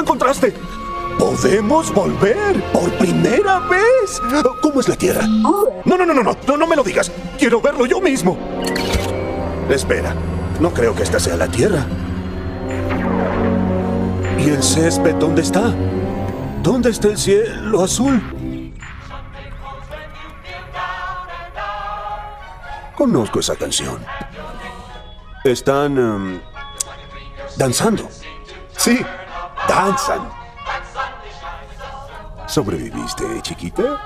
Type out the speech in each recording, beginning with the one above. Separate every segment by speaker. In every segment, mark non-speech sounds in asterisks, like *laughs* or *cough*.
Speaker 1: encontraste? ¡Podemos volver! ¡Por primera vez! ¿Cómo es la Tierra? No, no, no, no, no, no, no me lo digas. Quiero verlo yo mismo. Espera, no creo que esta sea la Tierra. ¿Y el césped dónde está? ¿Dónde está el cielo azul? Conozco esa canción. Están... em, danzando. Sí, danzan. ¿Sobreviviste, chiquita?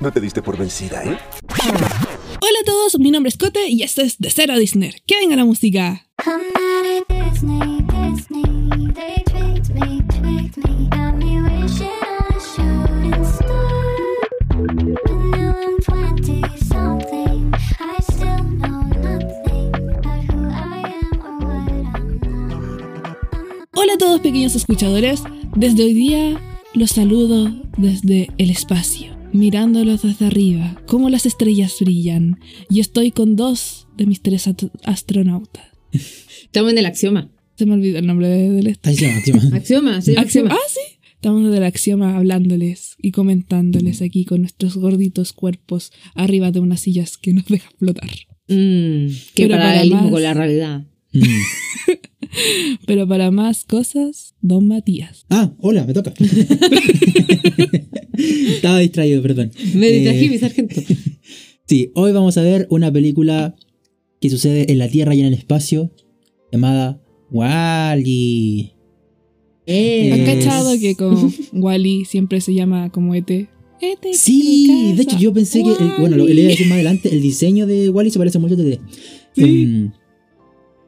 Speaker 1: No te diste por vencida, ¿eh?
Speaker 2: Hola a todos, mi nombre es Cote y esto es De Cero a Disney. Que venga la música.
Speaker 3: I'm not a Disney, Disney. They tricked me, tricked me. Got me wishing I shouldn't stop. But now I'm 20 something. I still know nothing about who I am or what I'm not.
Speaker 2: Hola a todos pequeños escuchadores, desde hoy día los saludo desde el espacio, mirándolos desde arriba, cómo las estrellas brillan, y estoy con dos de mis tres at- astronautas.
Speaker 4: Estamos en el *laughs* axioma.
Speaker 2: Se me olvidó el nombre de- del est-
Speaker 5: Axioma, axioma.
Speaker 4: Axioma, se llama
Speaker 2: Axioma.
Speaker 4: axioma.
Speaker 2: Ah, sí. Estamos desde el axioma hablándoles y comentándoles aquí con nuestros gorditos cuerpos arriba de unas sillas que nos dejan flotar.
Speaker 4: Mm, que
Speaker 2: Pero
Speaker 4: paralelismo
Speaker 2: para más.
Speaker 4: con la realidad.
Speaker 5: Mm.
Speaker 2: Pero para más cosas, don Matías.
Speaker 5: Ah, hola, me toca. *laughs* Estaba distraído, perdón.
Speaker 4: Me
Speaker 5: Eh,
Speaker 4: distraje, mi *laughs* sargento.
Speaker 5: Sí, hoy vamos a ver una película que sucede en la Tierra y en el espacio llamada Wally.
Speaker 4: Eh,
Speaker 2: ¿Has
Speaker 5: Es-
Speaker 2: cachado que con Wally siempre se llama como E ET? ET
Speaker 5: Sí, de hecho yo pensé que, el- bueno, lo lo iba a
Speaker 2: Wall-E.
Speaker 5: decir más adelante, el diseño de Wally se parece mucho al de TT.
Speaker 2: Sí.
Speaker 5: Mm.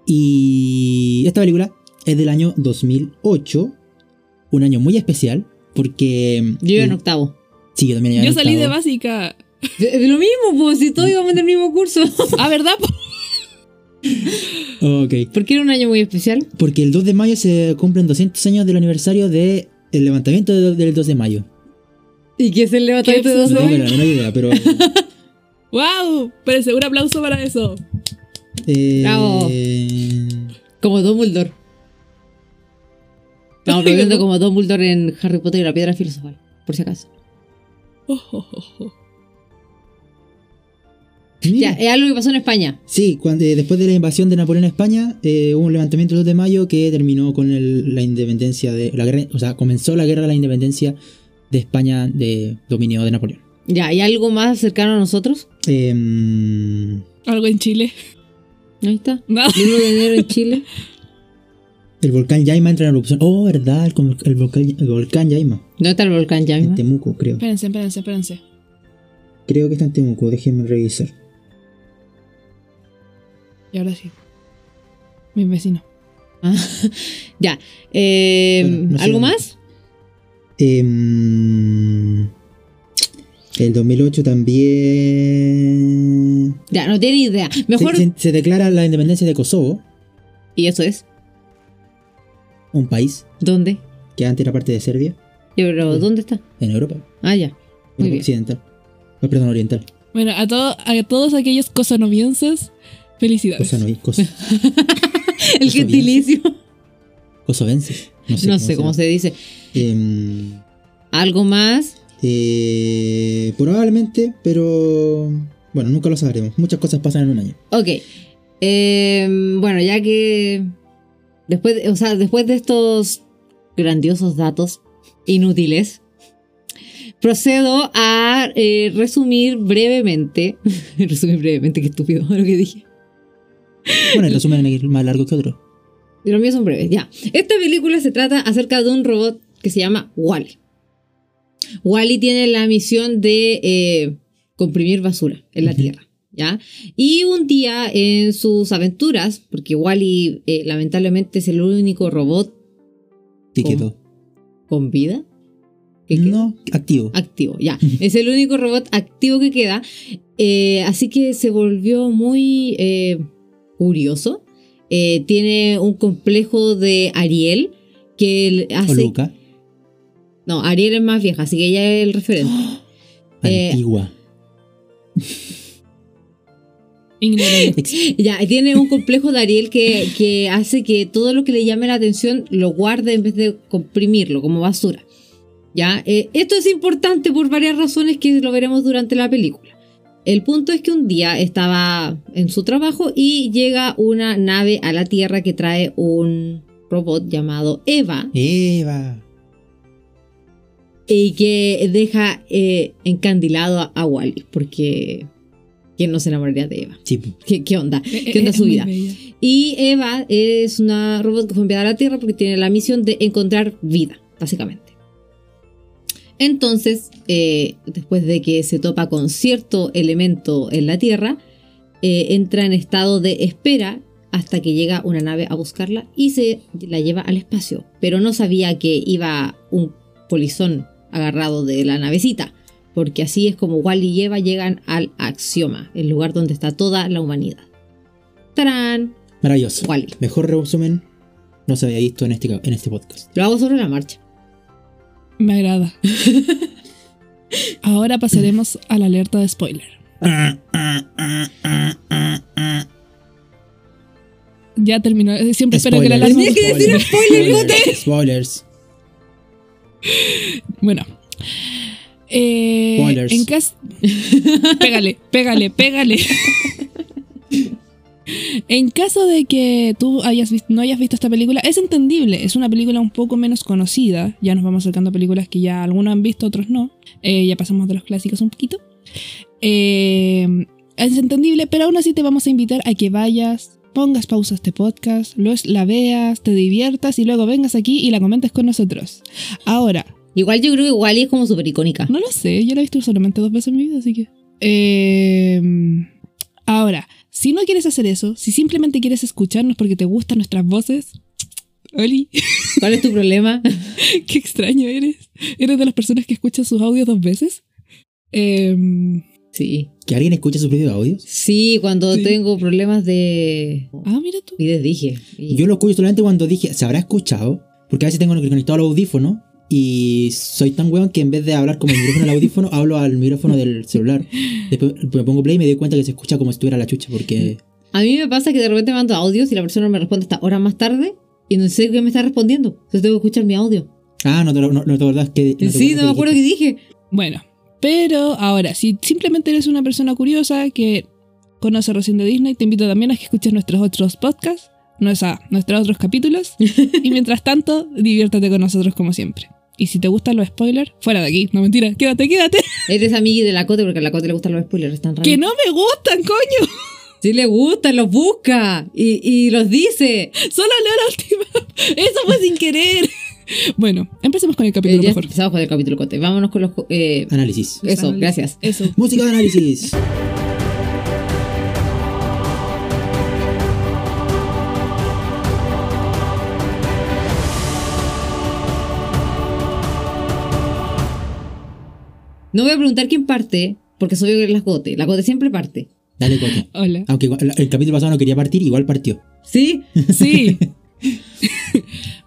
Speaker 5: y esta película es del año 2008, un año muy especial porque... mm,
Speaker 4: yo iba en octavo.
Speaker 5: Sí, yo también iba
Speaker 2: Yo
Speaker 5: en
Speaker 2: salí de
Speaker 5: octavo.
Speaker 2: básica.
Speaker 4: De- de Lo mismo, pues, si todos íbamos en el mismo *laughs* curso.
Speaker 2: Ah, ¿verdad? po?
Speaker 5: Ok.
Speaker 4: Porque era un año muy especial.
Speaker 5: Porque el 2 de mayo se cumplen 200 años del aniversario del levantamiento de- del 2 de mayo.
Speaker 4: ¿Y que es el levantamiento
Speaker 2: ¿Qué
Speaker 4: de
Speaker 2: es
Speaker 4: dos
Speaker 5: No
Speaker 2: eso?
Speaker 5: tengo
Speaker 4: hoy?
Speaker 5: la menor
Speaker 4: *laughs*
Speaker 5: idea, pero...
Speaker 2: ¡Wow! Parece un aplauso para eso.
Speaker 5: eh,
Speaker 4: Bravo. Como *laughs* Dumbledore. Estamos viviendo como Dumbledore en Harry Potter y la piedra filosofal, por si acaso.
Speaker 2: Oh, oh, oh, oh.
Speaker 4: Ya,
Speaker 5: mira.
Speaker 4: es algo que pasó en España.
Speaker 5: Sí, cuando, eh, después de la invasión de Napoleón a España, eh, hubo un levantamiento el 2 de mayo que terminó con el- la independencia de. La guerra, o sea, comenzó la guerra de la independencia de España de dominio de Napoleón.
Speaker 4: Ya, ¿hay algo más cercano a nosotros?
Speaker 5: Em,
Speaker 2: Algo en Chile. *laughs*
Speaker 4: Ahí está.
Speaker 2: No.
Speaker 4: El 1 de enero en Chile.
Speaker 5: el volcán Yaima entra en erupción. Oh, verdad, el, con- el volcán, el volcán Yaima.
Speaker 4: *laughs* ¿Dónde está el volcán ya?
Speaker 5: En Temuco, creo.
Speaker 2: Espérense, espérense, espérense.
Speaker 5: Creo que está en Temuco, déjenme revisar.
Speaker 2: Y ahora sí. Mi vecino.
Speaker 4: Ya. eh,
Speaker 5: Bueno, no sé
Speaker 4: ¿Algo
Speaker 5: dónde.
Speaker 4: más?
Speaker 5: Em, el 2008 también.
Speaker 4: Ya, no tiene idea. Mejor.
Speaker 5: Se- se- se declara la independencia de Kosovo,
Speaker 4: ¿Y eso es?
Speaker 5: un país
Speaker 4: ¿Dónde?
Speaker 5: que antes era parte de Serbia.
Speaker 4: Ya, Pero, ¿dónde está?
Speaker 5: En Europa.
Speaker 4: Ah, ya. Muy
Speaker 5: Europa
Speaker 4: bien.
Speaker 5: occidental. No, perdón,
Speaker 4: *laughs*
Speaker 5: oriental.
Speaker 2: Bueno, a, todo- a todos aquellos cosanovienses, felicidades.
Speaker 5: Cosa no cosa,
Speaker 4: El gentilicio.
Speaker 5: Kosovenses. No
Speaker 4: *laughs*
Speaker 5: sé,
Speaker 4: No sé cómo se dice.
Speaker 5: Em,
Speaker 4: ¿Algo más?
Speaker 5: eh, probablemente, pero. Bueno, nunca lo sabremos. Muchas cosas pasan en un año.
Speaker 4: Ok. eh, bueno, ya que. Después, o sea, después de estos grandiosos datos inútiles, procedo a eh, resumir brevemente. *laughs* resumir brevemente, qué estúpido *laughs* lo que dije.
Speaker 5: Bueno, el resumen es más largo que otro.
Speaker 4: Y los míos son breves, ya. Esta película se trata acerca de un robot que se llama Wally. Wally tiene la misión de eh, comprimir basura en la
Speaker 5: Ujú.
Speaker 4: Tierra, ¿ya? Y un día en sus aventuras, porque Wally eh, lamentablemente es el único robot
Speaker 5: ¿Qué
Speaker 4: ¿Cómo?
Speaker 5: quedó?
Speaker 4: con vida que queda.
Speaker 5: No, activo.
Speaker 4: Activo, ya. es el único robot activo que queda. Eh, así que se volvió muy eh, curioso. Eh, tiene un complejo de Ariel que le
Speaker 5: o
Speaker 4: hace...
Speaker 5: Luca.
Speaker 4: No, Ariel es más vieja, así que ella *laughs* es el referente. eh,
Speaker 5: Antigua. *laughs*
Speaker 2: Ignorante.
Speaker 4: Ya, y tiene un complejo de Ariel que, que hace que todo lo que le llame la atención lo guarde en vez de comprimirlo como basura. Ya, eh, esto es importante por varias razones que lo veremos durante la película. El punto es que un día estaba en su trabajo y llega una nave a la Tierra que trae un robot llamado Eva
Speaker 5: Eva.
Speaker 4: y que deja eh, encandilado a, a Wally porque ¿quién no se enamoraría de Eva?
Speaker 5: Sí, po.
Speaker 4: ¿Qué, qué onda?
Speaker 2: Eh,
Speaker 4: ¿Qué onda
Speaker 2: eh,
Speaker 4: su
Speaker 2: es muy
Speaker 4: vida?
Speaker 2: bella.
Speaker 4: Y Eva es una robot que fue enviada a la Tierra porque tiene la misión de encontrar vida, básicamente. Entonces, eh, después de que se topa con cierto elemento en la Tierra, eh, entra en estado de espera hasta que llega una nave a buscarla y se la lleva al espacio. Pero no sabía que iba un polizón agarrado de la navecita, porque así es como Wally y Eva llegan al Axioma, el lugar donde está toda la humanidad. ¡Tarán!
Speaker 5: Maravilloso.
Speaker 4: Wally.
Speaker 5: Mejor resumen no se había visto en este, ca- en este podcast.
Speaker 4: Lo hago sobre la marcha.
Speaker 2: Me agrada. Ahora pasaremos a la alerta de spoiler. Ya terminó. Eh, Siempre espero que la alarma.
Speaker 4: Tenía que decir
Speaker 5: Spoilers. Spoilers. Spoilers.
Speaker 2: Bueno. Eh,
Speaker 5: Spoilers.
Speaker 2: En cas- *laughs* pégale, pégale, pégale. en caso de que tú hayas vis- no hayas visto esta película, es entendible. Es una película un poco menos conocida. Ya nos vamos acercando a películas que ya algunos han visto, otros no. Eh, ya pasamos de los clásicos un poquito. Eh, es entendible, pero aún así te vamos a invitar a que vayas, pongas pausa a este podcast, lo es- la veas, te diviertas y luego vengas aquí y la comentes con nosotros. Ahora,
Speaker 4: Igual yo creo que Wally es como súper icónica.
Speaker 2: no lo sé, yo la he visto solamente dos veces en mi vida, así que. Eh, ahora, si no quieres hacer eso, si simplemente quieres escucharnos porque te gustan nuestras voces. Oli, *laughs*
Speaker 4: ¿Cuál es tu problema? *laughs*
Speaker 2: qué extraño eres. ¿Eres de las personas que escuchan sus audios dos veces? Eh,
Speaker 4: Sí.
Speaker 5: ¿Que alguien escuche sus propios audios?
Speaker 4: Sí, cuando
Speaker 2: Sí.
Speaker 4: tengo problemas de...
Speaker 2: ah, mira tú.
Speaker 4: Y les dije. Y-
Speaker 5: Yo lo escucho solamente cuando dije, ¿se habrá escuchado? Porque a veces tengo conectado al audífono y soy tan weón que en vez de hablar como el micrófono del audífono, *laughs* hablo al micrófono del celular. Después me pongo play y me doy cuenta que se escucha como si estuviera la chucha porque...
Speaker 4: A mí me pasa que de repente mando audios y la persona me responde hasta horas más tarde y no sé qué me está respondiendo. Entonces tengo que escuchar mi audio.
Speaker 5: Ah, no te, lo- no, no te acordás que... te
Speaker 4: Mm. sí,
Speaker 5: acuerdas
Speaker 4: no me acuerdo qué
Speaker 5: dijiste.
Speaker 4: dije.
Speaker 2: Bueno, pero ahora, si simplemente eres una persona curiosa que conoce recién de Disney, te invito también a que escuches nuestros otros podcasts, nuestra- nuestros otros
Speaker 4: *laughs*
Speaker 2: capítulos. y mientras tanto, diviértete con nosotros como siempre. Y si te gustan los spoilers, fuera de aquí. No mentira, quédate, quédate.
Speaker 4: Eres amiga de la Cote porque a la Cote le gustan los spoilers. Están raros.
Speaker 2: Que no me gustan, coño.
Speaker 4: Sí le gustan, los busca y, y los
Speaker 5: *laughs*
Speaker 4: dice.
Speaker 2: Solo leo la última. Eso fue sin querer. Bueno, empecemos con el
Speaker 4: Eh,
Speaker 2: capítulo
Speaker 4: ya
Speaker 2: mejor.
Speaker 4: empezamos con el capítulo Cote. Vámonos con los... co- eh,
Speaker 5: Análisis.
Speaker 4: eso,
Speaker 2: Análisis.
Speaker 4: gracias.
Speaker 2: Eso.
Speaker 5: Música de análisis.
Speaker 4: No voy a preguntar quién parte porque soy yo que es la Cote. La Cote siempre parte.
Speaker 5: Dale, cote.
Speaker 2: Hola.
Speaker 5: Aunque igual- el capítulo pasado no quería partir, igual partió.
Speaker 4: ¿Sí? *laughs*
Speaker 2: Sí.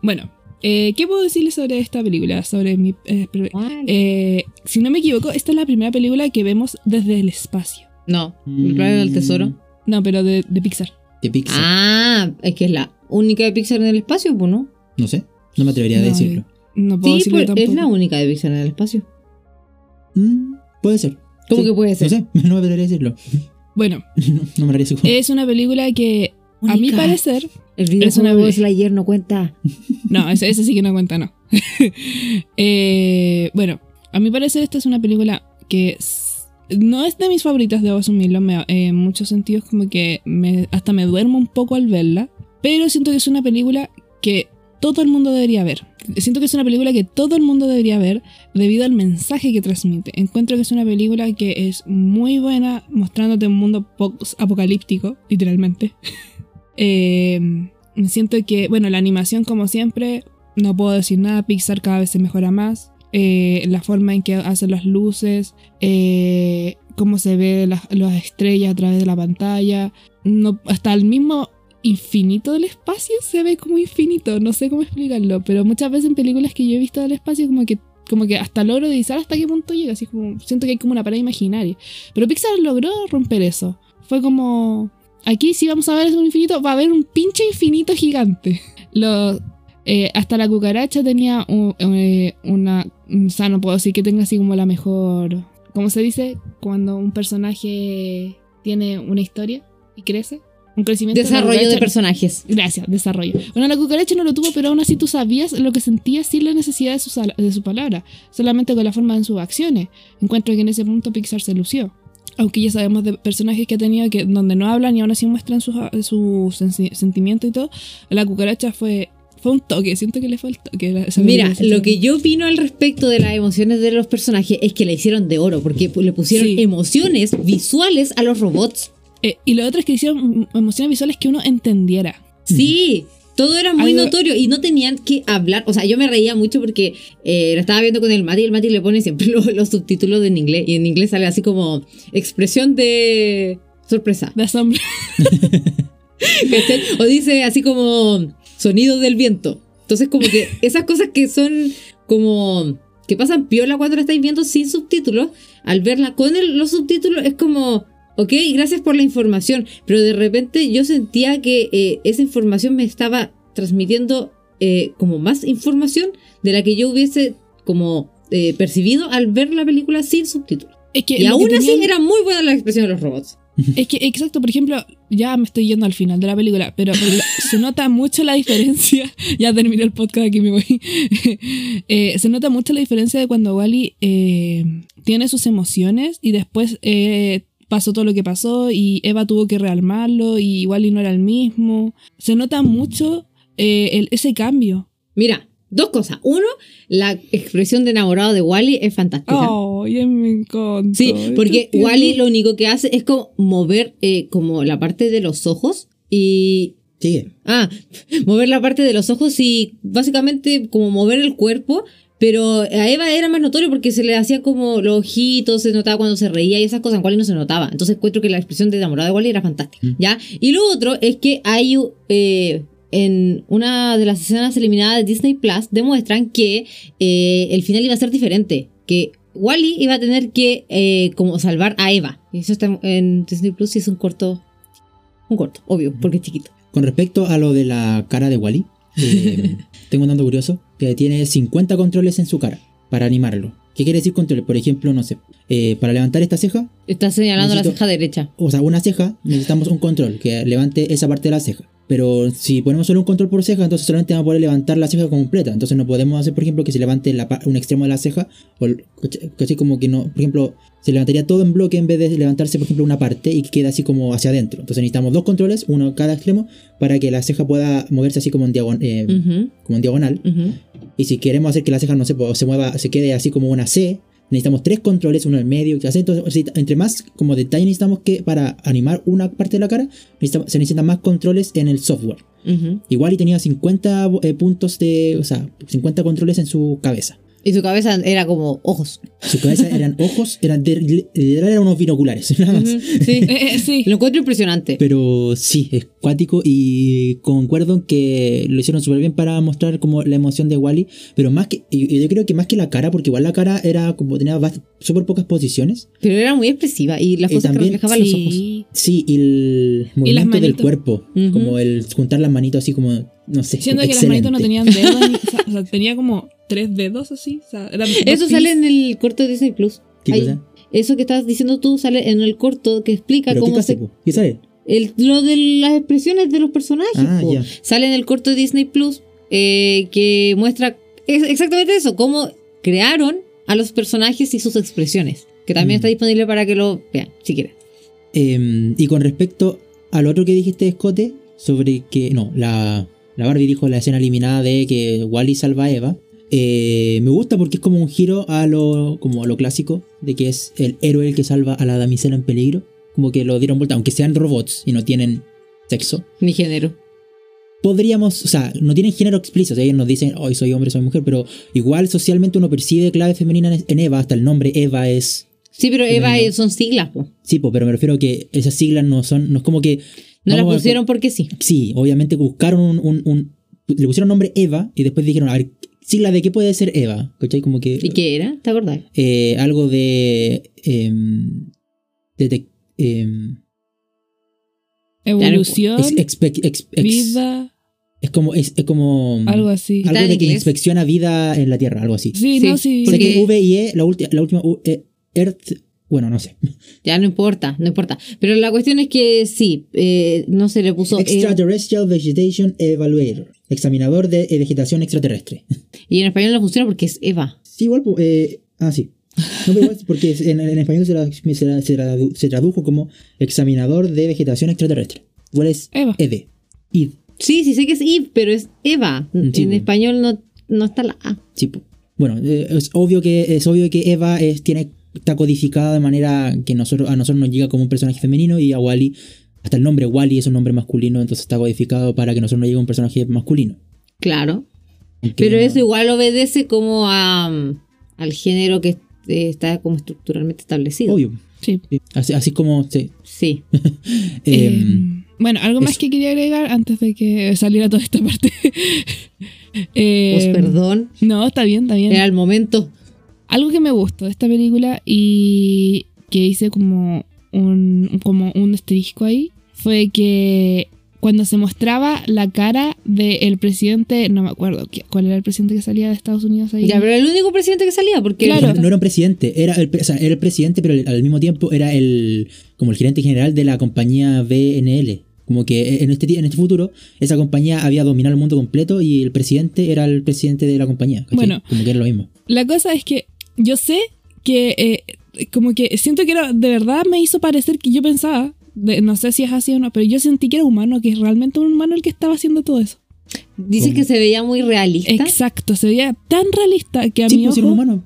Speaker 2: bueno, eh, ¿qué puedo decirles sobre esta película? Sobre mi. eh, pre- eh, si no me equivoco, esta es la primera película que vemos desde el espacio.
Speaker 4: No, el planeta del tesoro.
Speaker 2: No, pero de, de Pixar.
Speaker 5: Mm, De Pixar.
Speaker 4: Ah, es que es la única de Pixar en el espacio, pues no.
Speaker 5: No sé. No me atrevería
Speaker 2: No,
Speaker 5: a decirlo.
Speaker 2: No puedo
Speaker 4: Sí,
Speaker 2: decirlo
Speaker 4: pues,
Speaker 2: tampoco.
Speaker 4: es la única de Pixar en el espacio.
Speaker 5: Mm, puede ser.
Speaker 4: ¿Cómo
Speaker 5: Sí,
Speaker 4: que eh. puede ser?
Speaker 5: No sé. *laughs* No me atrevería a decirlo.
Speaker 2: Bueno,
Speaker 5: No, no me haría su
Speaker 4: Eh.
Speaker 2: es una película que, a mi
Speaker 4: Única.
Speaker 2: parecer.
Speaker 4: El video
Speaker 2: Es una
Speaker 4: de
Speaker 2: be-
Speaker 4: Buzz Lightyear no cuenta.
Speaker 2: No, ese, ese sí que no cuenta, no. *laughs* Eh, bueno, a mi parecer, esta es una película que. s- No es de mis favoritas, debo asumirlo. me- eh, en muchos sentidos, como que me- hasta me duermo un poco al verla. Pero siento que es una película que todo el mundo debería ver. Siento que es una película que todo el mundo debería ver debido al mensaje que transmite. Encuentro que es una película que es muy buena mostrándote un mundo apocalíptico, literalmente. *laughs* Eh, siento que, bueno, la animación como siempre, no puedo decir nada, Pixar cada vez se mejora más. Eh, la forma en que hacen las luces, eh, cómo se ve las, las estrellas a través de la pantalla, no, hasta el mismo infinito del espacio se ve como infinito, no sé cómo explicarlo, pero muchas veces en películas que yo he visto del espacio como que como que hasta logro divisar hasta qué punto llega, así como siento que hay como una pared imaginaria, pero Pixar logró romper eso Fue como, aquí si vamos a ver un infinito, va a haber un pinche infinito gigante. *laughs* Lo- eh, hasta la cucaracha tenía un- eh, una... O sea, no puedo decir que tenga así como la mejor... ¿Cómo se dice? Cuando un personaje tiene una historia y crece. Un crecimiento... la
Speaker 4: Desarrollo de
Speaker 2: cucaracha-
Speaker 4: personajes.
Speaker 2: Gracias, desarrollo. Bueno, la cucaracha no lo tuvo, pero aún así tú sabías lo que sentía sin la necesidad de su, sal- de su palabra, solamente con la forma de sus acciones. Encuentro que en ese punto Pixar se lució. Aunque ya sabemos de personajes que ha tenido que donde no hablan y aún así muestran sus, ah, sus sen- sentimientos y todo, la cucaracha fue, fue un toque, siento que le faltó. Que la- esa
Speaker 4: Mira,
Speaker 2: película-
Speaker 4: lo que yo opino al respecto de las emociones de los personajes es que la hicieron de oro, porque pu- le pusieron
Speaker 2: Sí.
Speaker 4: emociones visuales a los robots.
Speaker 2: Eh, y lo otro es que hicieron mm, emociones visuales que uno entendiera.
Speaker 4: Sí, todo era muy
Speaker 2: Algo-
Speaker 4: notorio y no tenían que hablar. O sea, yo me reía mucho porque eh, lo estaba viendo con el Mati y el Mati le pone siempre *laughs* lo- los subtítulos en inglés y en inglés sale así como expresión de sorpresa.
Speaker 2: De asombro.
Speaker 4: ¿cachai? O dice así como sonido del viento. Entonces, como
Speaker 2: *laughs*
Speaker 4: que esas cosas que son como que pasan piola cuando la estáis viendo sin subtítulos, al verla con el- los subtítulos es como, ok, gracias por la información, pero de repente yo sentía que eh, esa información me estaba transmitiendo eh, como más información de la que yo hubiese como eh, percibido al ver la película sin subtítulos.
Speaker 2: *laughs* Es que
Speaker 4: Y
Speaker 2: Eh, lo que
Speaker 4: aún así
Speaker 2: tenían-
Speaker 4: era muy buena la expresión de los robots.
Speaker 2: Es que, exacto, por ejemplo, ya me estoy yendo al final de la película, pero por *laughs* lo- se nota mucho la diferencia. *laughs* Ya terminé el podcast, aquí me voy. *laughs* Eh, se nota mucho la diferencia de cuando Wally eh, tiene sus emociones y después eh, pasó todo lo que pasó y Eva tuvo que realmarlo y Wally no era el mismo. Se nota mucho eh, el- ese cambio.
Speaker 4: Mira, dos cosas. Uno, la expresión de enamorado de Wally es fantástica.
Speaker 2: Oh. Ay, me encanta.
Speaker 4: sí, porque
Speaker 2: Qué
Speaker 4: Wally
Speaker 2: tierno.
Speaker 4: lo único que hace es como mover eh, como la parte de los ojos y...
Speaker 5: Sigue.
Speaker 4: Ah, mover la parte de los ojos y básicamente como mover el cuerpo. Pero a Eva era más notorio porque se le hacía como los ojitos, se notaba cuando se reía y esas cosas, en Wally no se notaba. Entonces encuentro que la expresión de enamorado de Wally era fantástica,
Speaker 5: Mm.
Speaker 4: ¿ya? Y lo otro es que hay eh, en una de las escenas eliminadas de Disney Plus demuestran que eh, el final iba a ser diferente, que Wally iba a tener que eh, como salvar a Eva. Y eso está en Disney Plus y es un corto, un corto, obvio, porque es chiquito.
Speaker 5: Con respecto a lo de la cara de Wally,
Speaker 4: *laughs*
Speaker 5: eh, tengo un dato curioso que tiene 50 controles en su cara para animarlo. ¿Qué quiere decir controles? Por ejemplo, no sé, eh, para levantar esta ceja,
Speaker 4: Está señalando la
Speaker 5: Necesito-
Speaker 4: ceja derecha.
Speaker 5: o sea, una ceja, necesitamos un control que levante esa parte de la ceja. Pero si ponemos solo un control por ceja, entonces solamente vamos a poder levantar la ceja completa. Entonces no podemos hacer, por ejemplo, que se levante la pa- un extremo de la ceja. O el- ¿cachai? ¿cachai? como que no, por ejemplo, se levantaría todo en bloque en vez de levantarse, por ejemplo, una parte y que quede así como hacia adentro. Entonces necesitamos dos controles, uno a cada extremo, para que la ceja pueda moverse así como en, diagon- eh,
Speaker 4: Ujú,
Speaker 5: como en diagonal.
Speaker 4: ujú.
Speaker 5: Y si queremos hacer que la ceja no se, po- se mueva, se quede así como una C, necesitamos tres controles, uno en medio, que hacer. Entonces, necesita- entre más como detalle necesitamos que para animar una parte de la cara, necesita- se necesitan más controles en el software.
Speaker 4: Ujú.
Speaker 5: Igual y tenía 50 bo- eh, puntos de, o sea, 50 controles en su cabeza.
Speaker 4: Y su cabeza era como ojos.
Speaker 5: Su cabeza eran ojos, eran de- literal eran unos binoculares, *laughs* nada más.
Speaker 4: Ujú, Sí.
Speaker 2: Eh, eh, sí.
Speaker 4: *laughs* Lo encuentro impresionante.
Speaker 5: Pero sí, es cuático y concuerdo en que lo hicieron súper bien para mostrar como la emoción de Wally. Pero más que, y- y yo creo que más que la cara, porque igual la cara era como tenía bast- súper pocas posiciones.
Speaker 4: Pero era muy expresiva y las
Speaker 5: Y
Speaker 4: cosas
Speaker 5: también-
Speaker 4: que reflejaban los ojos.
Speaker 2: Sí.
Speaker 5: Sí, y el movimiento del
Speaker 2: manitos.
Speaker 5: cuerpo,
Speaker 4: Ujú.
Speaker 5: como el juntar las manitos así como, no sé.
Speaker 2: Siendo que las manitos no
Speaker 5: excelente.
Speaker 2: tenían dedos, ni- o sea, o sea, tenía como tres dedos así. o sea, eran dos
Speaker 4: Eso
Speaker 2: pis.
Speaker 4: sale en el corto de Disney Plus.
Speaker 5: ¿Qué
Speaker 4: Ahí.
Speaker 5: cosa?
Speaker 4: Eso que estás diciendo tú sale en el corto que explica
Speaker 5: ¿Pero qué
Speaker 4: cómo
Speaker 5: clase,
Speaker 4: se.
Speaker 5: po? ¿Qué sale?
Speaker 4: el- lo de las expresiones de los personajes.
Speaker 5: Ah,
Speaker 4: po.
Speaker 5: ya.
Speaker 4: Sale en el corto de Disney Plus eh, que muestra es- exactamente eso, cómo crearon a los personajes y sus expresiones. Que también
Speaker 5: Mm.
Speaker 4: está disponible para que lo vean, si quieren.
Speaker 5: Eh, y con respecto a lo otro que dijiste, Escote, sobre que. No, la, la Barbie dijo la escena eliminada de que Wally salva a Eva. eh, me gusta porque es como un giro a lo, como a lo clásico, de que es el héroe el que salva a la damisela en peligro. Como que lo dieron vuelta, aunque sean robots y no tienen sexo.
Speaker 4: Mi género.
Speaker 5: Podríamos, o sea, no tienen género explícito, o sea, ellos nos dicen, hoy soy hombre, soy mujer, pero igual socialmente uno percibe clave femenina en- en Eva, hasta el nombre Eva es
Speaker 4: Sí, pero
Speaker 5: Género.
Speaker 4: Eva eh, son siglas, po.
Speaker 5: Sí, po, pero me refiero que esas siglas no son. No es como que.
Speaker 4: No las
Speaker 5: vamos a-
Speaker 4: pusieron porque sí.
Speaker 5: Sí, obviamente buscaron un, un- un- Le pusieron nombre Eva y después dijeron, a ver, sigla de qué puede ser Eva. ¿Cachai? Como que.
Speaker 4: ¿Y qué era? ¿Te acordás?
Speaker 5: eh, algo de. em, detec- em,
Speaker 2: Evolución,
Speaker 5: Ex- expe- ex- ex-
Speaker 2: vida,
Speaker 5: es como, es, es como
Speaker 2: algo así.
Speaker 5: algo
Speaker 4: Está en
Speaker 5: de que
Speaker 4: inglés.
Speaker 5: inspecciona vida en la Tierra, algo así.
Speaker 2: Sí,
Speaker 4: Sí,
Speaker 2: no, sí.
Speaker 5: Sé que
Speaker 4: porque-
Speaker 5: V y E, la, ulti- la última U, eh, Earth, bueno, no sé.
Speaker 4: Ya no importa, no importa. Pero la cuestión es que sí, eh, no se le puso... eh,
Speaker 5: Extraterrestrial Vegetation Evaluator, examinador de eh, vegetación extraterrestre.
Speaker 4: y en español no funciona porque es Eva.
Speaker 5: Sí, igual, po- eh, ah, sí. No, pero igual, porque es- en, en español se, la- se la- se tradu- se tradujo como examinador de vegetación extraterrestre. Igual es
Speaker 2: Eva.
Speaker 5: ED. ID.
Speaker 4: Sí, sí sé que es Eve, pero es Eva.
Speaker 5: Sí,
Speaker 4: en
Speaker 5: bueno.
Speaker 4: español no, no está la A.
Speaker 5: Sí, po. Bueno, eh, es obvio que es obvio que Eva es, tiene, está codificada de manera que nosotros, a nosotros nos llega como un personaje femenino y a Wally, hasta el nombre Wally es un nombre masculino, entonces está codificado para que a nosotros nos llegue un personaje masculino.
Speaker 4: Claro.
Speaker 5: Aunque
Speaker 4: Pero
Speaker 5: no-
Speaker 4: eso igual obedece como a, mm, al género que eh, está como estructuralmente establecido.
Speaker 5: Obvio.
Speaker 2: Sí.
Speaker 5: Sí. Así, así como. sí.
Speaker 4: Sí.
Speaker 5: Em,
Speaker 2: Em, bueno, algo más
Speaker 5: eso.
Speaker 2: que quería agregar antes de que saliera toda esta parte. *laughs* Em,
Speaker 4: Pues perdón,
Speaker 2: No, está bien, está bien.
Speaker 4: era el momento.
Speaker 2: Algo que me gustó de esta película y que hice como un, como un asterisco ahí fue que cuando se mostraba la cara del presidente, no me acuerdo qui- cuál era el presidente que salía de Estados Unidos ahí.
Speaker 4: Ya, pero era el único presidente que salía, porque
Speaker 2: Claro.
Speaker 5: No, no era un presidente, era el, pre- o sea, era el presidente, pero al mismo tiempo era el como el gerente general de la compañía BNL. Como que en este, ti- en este futuro, esa compañía había dominado el mundo completo y el presidente era el presidente de la compañía. ¿cachai?
Speaker 2: Bueno.
Speaker 5: Como que era lo mismo.
Speaker 2: La cosa es que yo sé que eh, como que siento que era, de verdad me hizo parecer que yo pensaba, de- no sé si es así o no, pero yo sentí que era humano, que es realmente un humano el que estaba haciendo todo eso.
Speaker 4: dice que se veía muy realista.
Speaker 2: Exacto, se veía tan realista que a
Speaker 5: Sí,
Speaker 2: mi
Speaker 5: pues era un
Speaker 2: ojo...
Speaker 5: humano.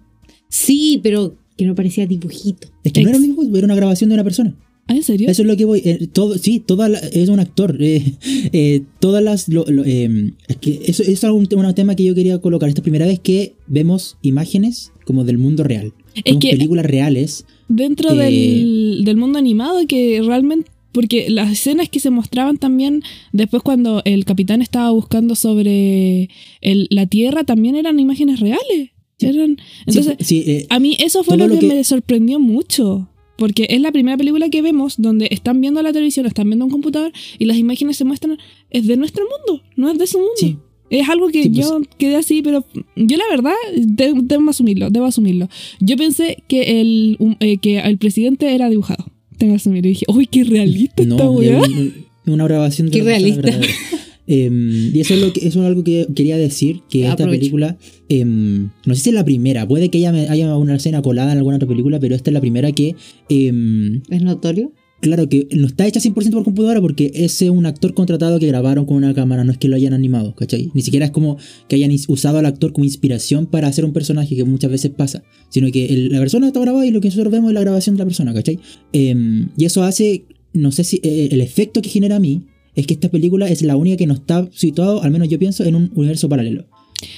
Speaker 4: Sí, pero que no parecía dibujito.
Speaker 5: Es que no era
Speaker 2: Ex-
Speaker 5: un dibujo, era una grabación de una persona.
Speaker 2: Ah, ¿En serio?
Speaker 5: Eso es lo que voy. eh, todo, sí, toda la- es un actor. *laughs* eh, eh, todas las. lo- lo, eh, es que eso, eso es un, te- un tema que yo quería colocar. Esta es la primera vez que vemos imágenes como del mundo real. Vemos
Speaker 2: que-
Speaker 5: películas reales.
Speaker 2: dentro
Speaker 5: Eh,
Speaker 2: del, del mundo animado que realmente porque las escenas que se mostraban también después cuando el capitán estaba buscando sobre el- la tierra también eran imágenes reales Eran-
Speaker 5: Sí,
Speaker 2: entonces
Speaker 5: sí, eh,
Speaker 2: a mí eso fue lo
Speaker 5: todo
Speaker 2: que,
Speaker 5: lo que-
Speaker 2: me sorprendió mucho porque es la primera película que vemos donde están viendo la televisión están viendo un computador y las imágenes se muestran es de nuestro mundo no es de su mundo
Speaker 5: sí.
Speaker 2: es algo que
Speaker 5: Sí, pues.
Speaker 2: yo quedé así, pero yo la verdad, de- debo asumirlo, debo asumirlo. Yo pensé que el, um, eh, que el presidente era dibujado. Tengo que asumirlo. Y dije, uy, qué realista esta
Speaker 5: No,
Speaker 2: weá.
Speaker 5: es un- es una grabación de
Speaker 4: Qué
Speaker 5: una persona
Speaker 4: realista.
Speaker 5: verdadera. Em, y eso es, lo que, eso es algo que quería decir, que esta
Speaker 4: Aprovecho.
Speaker 5: película, em, no sé si es la primera, puede que haya, haya una escena colada en alguna otra película, pero esta es la primera que, em,
Speaker 4: ¿Es notorio?
Speaker 5: claro, que no está hecha 100% por computadora porque ese es un actor contratado que grabaron con una cámara, no es que lo hayan animado, ¿cachai? Ni siquiera es como que hayan is- usado al actor como inspiración para hacer un personaje que muchas veces pasa, sino que el- la persona está grabada y lo que nosotros vemos es la grabación de la persona, ¿cachai? Em, y eso hace, no sé si eh, el efecto que genera a mí es que esta película es la única que no está situado, al menos yo pienso, en un universo paralelo.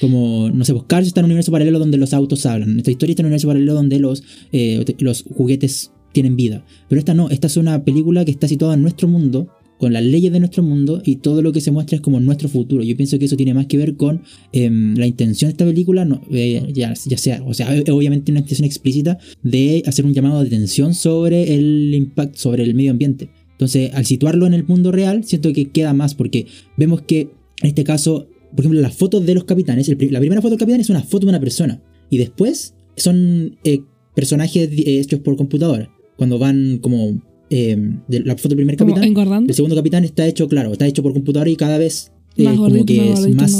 Speaker 5: Como, no sé, pues Cars está en un universo paralelo donde los autos hablan. Esta historia está en un universo paralelo donde los, eh, te- los juguetes tienen vida. Pero esta no, esta es una película que está situada en nuestro mundo, con las leyes de nuestro mundo, y todo lo que se muestra es como nuestro futuro. Yo pienso que eso tiene más que ver con em, la intención de esta película, no, eh, ya, ya sea, o sea, eh, obviamente una intención explícita de hacer un llamado de atención sobre el impacto, sobre el medio ambiente. Entonces, al situarlo en el mundo real, siento que queda más, porque vemos que en este caso, por ejemplo, las fotos de los capitanes, el pri- la primera foto del capitán es una foto de una persona, y después son eh, personajes di- eh, hechos por computadora, cuando van como em, de la foto del primer
Speaker 2: Como
Speaker 5: capitán.
Speaker 2: engordando.
Speaker 5: El segundo capitán está hecho, claro, está hecho por computadora y cada vez eh,
Speaker 2: Más
Speaker 5: como
Speaker 2: gordito,
Speaker 5: que
Speaker 2: más
Speaker 5: es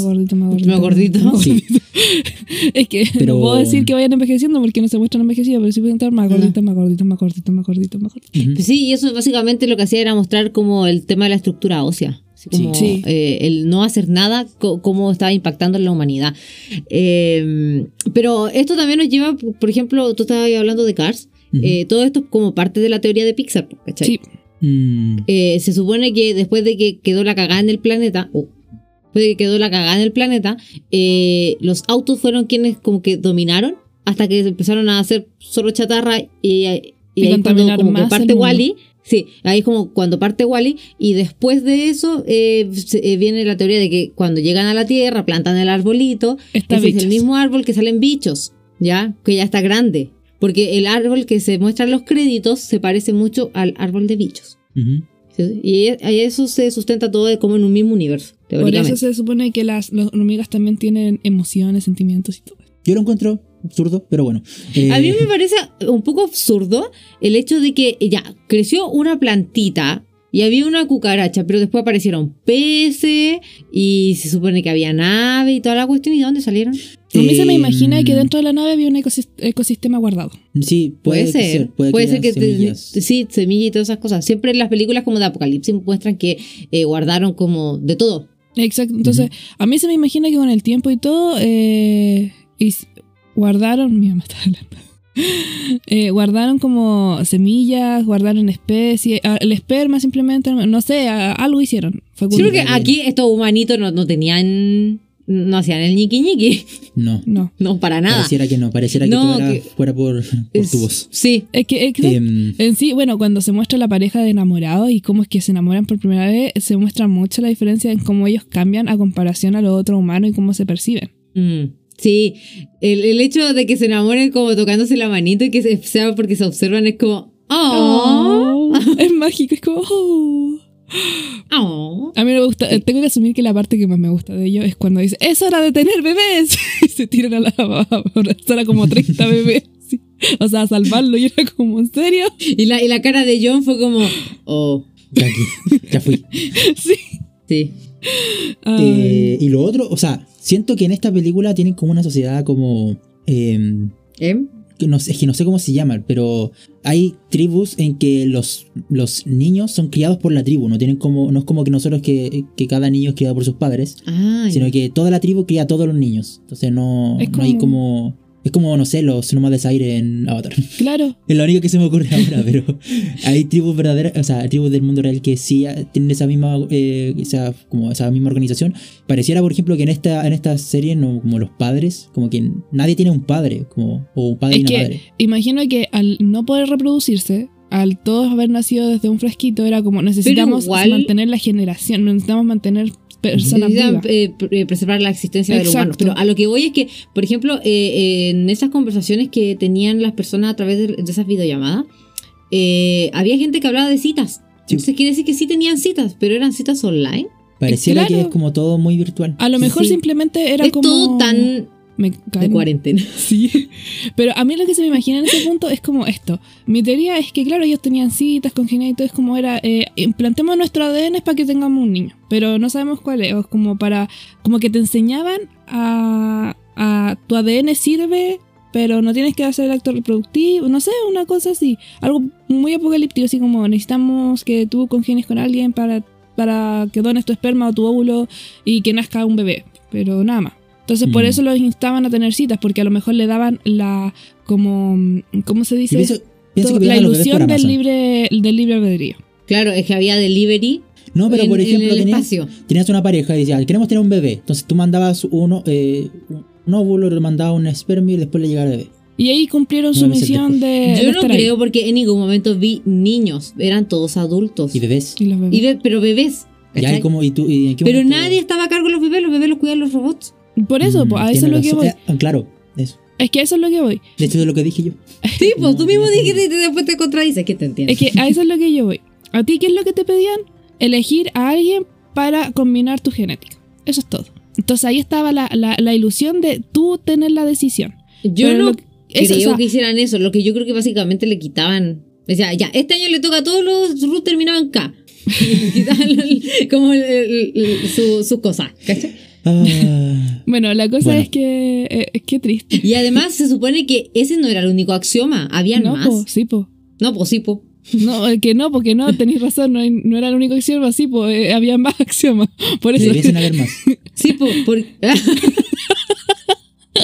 Speaker 2: gordito,
Speaker 5: más...
Speaker 2: más gordito, más gordito.
Speaker 4: Más gordito.
Speaker 2: más
Speaker 5: *laughs* Sí.
Speaker 2: gordito. *laughs* es que
Speaker 5: Pero-
Speaker 2: no puedo decir que vayan envejeciendo porque no se muestran envejecidos, pero sí pueden estar más
Speaker 4: No.
Speaker 2: gordito, más gordito, más gordito, más gordito, más gordito.
Speaker 5: Ujú.
Speaker 4: Pues sí, y eso básicamente lo que hacía era mostrar como el tema de la estructura ósea. Así como,
Speaker 2: Sí. Sí.
Speaker 4: eh, el no hacer nada, co- cómo estaba impactando en la humanidad. Eh, pero esto también nos lleva, por ejemplo, tú estabas hablando de Cars.
Speaker 5: Ujú.
Speaker 4: eh, todo esto es como parte de la teoría de Pixar, ¿cachai?
Speaker 2: Sí.
Speaker 5: Mm,
Speaker 4: Eh, se supone que después de que quedó la cagada en el planeta, oh, después de que quedó la cagada en el planeta, eh, los autos fueron quienes como que dominaron hasta que empezaron a hacer solo chatarra y, y ahí
Speaker 2: Y
Speaker 4: es cuando
Speaker 2: contaminar
Speaker 4: como que
Speaker 2: más
Speaker 4: parte
Speaker 2: el mundo.
Speaker 4: Wally. Sí, ahí es como cuando parte Wally y después de eso eh, se- eh, viene la teoría de que cuando llegan a la Tierra plantan el arbolito,
Speaker 2: Está
Speaker 4: ese es
Speaker 2: bichos.
Speaker 4: el mismo árbol que salen bichos, ¿ya? Que ya está grande. Porque el árbol que se muestra en los créditos se parece mucho al árbol de bichos.
Speaker 5: ujú.
Speaker 4: Se Y ahí eso se sustenta todo de como en un mismo universo,
Speaker 2: Por
Speaker 4: teóricamente.
Speaker 2: eso se supone que las los hormigas también tienen emociones, sentimientos y todo.
Speaker 5: Yo lo encuentro absurdo, pero bueno. Eh,
Speaker 4: A mí me parece un poco absurdo el hecho de que ya creció una plantita y había una cucaracha, pero después aparecieron peces y se supone que había nave y toda la cuestión. ¿Y de dónde salieron?
Speaker 2: A mí se me
Speaker 5: Eh,
Speaker 2: imagina que dentro de la nave había un ecosis- ecosistema guardado.
Speaker 5: mm, Sí, puede, que ser. Puede,
Speaker 4: ser que te-
Speaker 5: semillas.
Speaker 4: sí, semillas y todas esas cosas. Siempre en las películas como de apocalipsis muestran que eh, guardaron como de todo.
Speaker 2: Exacto. Entonces, a mí se me imagina que con el tiempo y todo, eh, y s- guardaron, mi mamá está hablando. *laughs* Eh, guardaron como semillas, guardaron especies, ah, el esperma simplemente, no sé, a- algo hicieron. Fue
Speaker 4: Sí,
Speaker 2: culpa
Speaker 4: porque
Speaker 2: de-
Speaker 4: aquí estos humanitos no, no tenían, no hacían el ñiqui ñiqui. *laughs*
Speaker 5: No.
Speaker 2: No.
Speaker 4: No, para nada.
Speaker 5: Pareciera que no, pareciera que
Speaker 4: No,
Speaker 5: todo era
Speaker 4: que-
Speaker 5: fuera por, por
Speaker 4: Es-
Speaker 5: tubos.
Speaker 4: Sí,
Speaker 2: Es que, es que-
Speaker 5: Em,
Speaker 2: en sí, bueno, cuando se muestra la pareja de enamorados y cómo es que se enamoran por primera vez, se muestra mucho la diferencia en cómo ellos cambian a comparación a los otros humanos y cómo se perciben.
Speaker 4: Mm, sí, el, el hecho de que se enamoren como tocándose la manito y que se- sea porque se observan es como...
Speaker 2: Oh,
Speaker 4: Oh,
Speaker 2: *laughs* Es mágico, es como... oh.
Speaker 4: oh.
Speaker 2: A mí me gusta, eh, tengo que asumir que la parte que más me gusta de ello es cuando dice, es hora de tener bebés. *laughs* y se tiran a la abrazar a como 30 bebés. sí. O sea, a salvarlo. Y era como, ¿en serio?
Speaker 4: Y, la, y la cara de John fue como... Oh,
Speaker 5: ya aquí, ya fui.
Speaker 2: Sí.
Speaker 4: sí.
Speaker 2: *laughs* Ay.
Speaker 5: Eh, y lo otro, o sea, siento que en esta película tienen como una sociedad como. em,
Speaker 4: ¿Eh?
Speaker 5: que no sé- es que no sé cómo se llaman, pero hay tribus en que los, los niños son criados por la tribu, no tienen como, no es como que nosotros que, que cada niño es criado por sus padres,
Speaker 4: Ay.
Speaker 5: sino que toda la tribu cría a todos los niños. Entonces no,
Speaker 2: Es
Speaker 5: no hay
Speaker 2: como-
Speaker 5: como. Es como, no sé, los nómadas aire en Avatar. *laughs*
Speaker 2: claro.
Speaker 5: Es lo único que se me ocurre *laughs* ahora, pero hay tribus verdaderas, o sea, tribus del mundo real que sí ah, tienen esa misma, eh, esa, como esa misma organización. Pareciera, por ejemplo, que en esta, en esta serie, no, como los padres, como que nadie tiene un padre, como, o un padre
Speaker 2: Es
Speaker 5: y una
Speaker 2: que-
Speaker 5: madre.
Speaker 2: Imagino que al no poder reproducirse, al todos haber nacido desde un frasquito, era como, necesitamos
Speaker 4: igual-
Speaker 2: mantener la generación, necesitamos mantener personas
Speaker 4: Necesitan,
Speaker 2: vivas.
Speaker 4: eh, pr- eh, preservar la existencia del humano.
Speaker 2: Exacto.
Speaker 4: Pero a lo que voy es que, por ejemplo, eh, eh, en esas conversaciones que tenían las personas a través de, de esas videollamadas, eh, había gente que hablaba de citas.
Speaker 5: Sí.
Speaker 4: Entonces quiere decir que sí tenían citas, pero eran citas online.
Speaker 5: Pareciera
Speaker 2: Claro.
Speaker 5: que es como todo muy virtual.
Speaker 2: A lo
Speaker 5: Sí,
Speaker 2: mejor
Speaker 5: sí.
Speaker 2: simplemente era
Speaker 4: es
Speaker 2: como...
Speaker 4: todo tan
Speaker 2: Me
Speaker 4: de
Speaker 2: caen-
Speaker 4: cuarentena. *laughs*
Speaker 2: Sí. Pero a mí lo que se me imagina en ese punto es como esto. Mi teoría es que, claro, ellos tenían citas con y todo, es como era, eh, implantemos nuestro ADN para que tengamos un niño. Pero no sabemos cuál es, o es como para, como que te enseñaban a, a tu ADN sirve, pero no tienes que hacer el acto reproductivo, no sé, una cosa así. Algo muy apocalíptico, así como necesitamos que tú congenies con alguien para, para que dones tu esperma o tu óvulo y que nazca un bebé. Pero nada más. Entonces por
Speaker 5: Mm.
Speaker 2: eso los instaban a tener citas, porque a lo mejor le daban la como ¿cómo se
Speaker 5: Yo
Speaker 2: dice?
Speaker 5: pienso, pienso
Speaker 2: To-
Speaker 5: que
Speaker 2: la
Speaker 5: veían a los bebés
Speaker 2: ilusión
Speaker 5: por
Speaker 2: del
Speaker 5: Amazon.
Speaker 2: libre, del libre albedrío.
Speaker 4: Claro, es que había delivery
Speaker 5: No, pero
Speaker 4: en,
Speaker 5: por
Speaker 4: en
Speaker 5: ejemplo,
Speaker 4: el
Speaker 5: tenías,
Speaker 4: espacio.
Speaker 5: tenías una pareja y decías, queremos tener un bebé. Entonces tú mandabas uno, eh, un óvulo, le mandabas un esperma y después le llegaba el bebé.
Speaker 2: Y ahí cumplieron su
Speaker 5: Nueve meses
Speaker 2: misión de, de
Speaker 4: Yo no
Speaker 2: estar ahí.
Speaker 4: creo porque en ningún momento vi niños, eran todos adultos.
Speaker 5: Y bebés.
Speaker 2: Y los bebés.
Speaker 4: Y be- pero bebés.
Speaker 5: Y ahí
Speaker 4: ¿cachai?
Speaker 5: como, ¿y tú, y en qué
Speaker 4: Pero
Speaker 5: momento-
Speaker 4: nadie estaba a cargo de los bebés, los bebés los cuidan
Speaker 2: *laughs*
Speaker 4: los robots.
Speaker 2: Por eso,
Speaker 5: Mm,
Speaker 2: pues, a
Speaker 5: tiene
Speaker 2: eso es lo que
Speaker 5: razón.
Speaker 2: voy.
Speaker 5: Eh, ah, claro, eso.
Speaker 2: Es que a eso es lo que voy.
Speaker 5: De hecho, es lo que
Speaker 2: *laughs*
Speaker 5: dije yo.
Speaker 4: Sí, pues tú
Speaker 5: No,
Speaker 4: mismo
Speaker 5: no,
Speaker 4: dijiste y te- después te contradices, que te entiendo.
Speaker 2: Es que a eso es lo que yo voy. ¿A ti qué es lo que te pedían? Elegir a alguien para combinar tu genética. Eso es todo. Entonces ahí estaba la, la- la ilusión de tú tener la decisión.
Speaker 4: yo
Speaker 2: Pero
Speaker 4: no
Speaker 2: lo- eso, o
Speaker 4: creo
Speaker 2: sea,
Speaker 4: que hicieran eso, lo que yo creo que básicamente le quitaban. O sea, ya, este año le toca a todos los Ruth terminaban K. *laughs* Y quitaban el- como el- el- el- su- sus cosas, ¿cachai?
Speaker 5: Ah,
Speaker 2: Bueno, la cosa
Speaker 5: Bueno.
Speaker 2: es que... eh, es que triste.
Speaker 4: Y además se supone que ese no era el único axioma, habían
Speaker 2: No,
Speaker 4: más.
Speaker 2: po, sí, po.
Speaker 4: No, pues sí, po.
Speaker 2: No, eh, que no, porque no, tenéis razón, no, hay- no era el único axioma, así, pues había más *laughs* axiomas. Por eso.
Speaker 5: debiesen haber más.
Speaker 4: Sí, po, por... *laughs* Sí, po,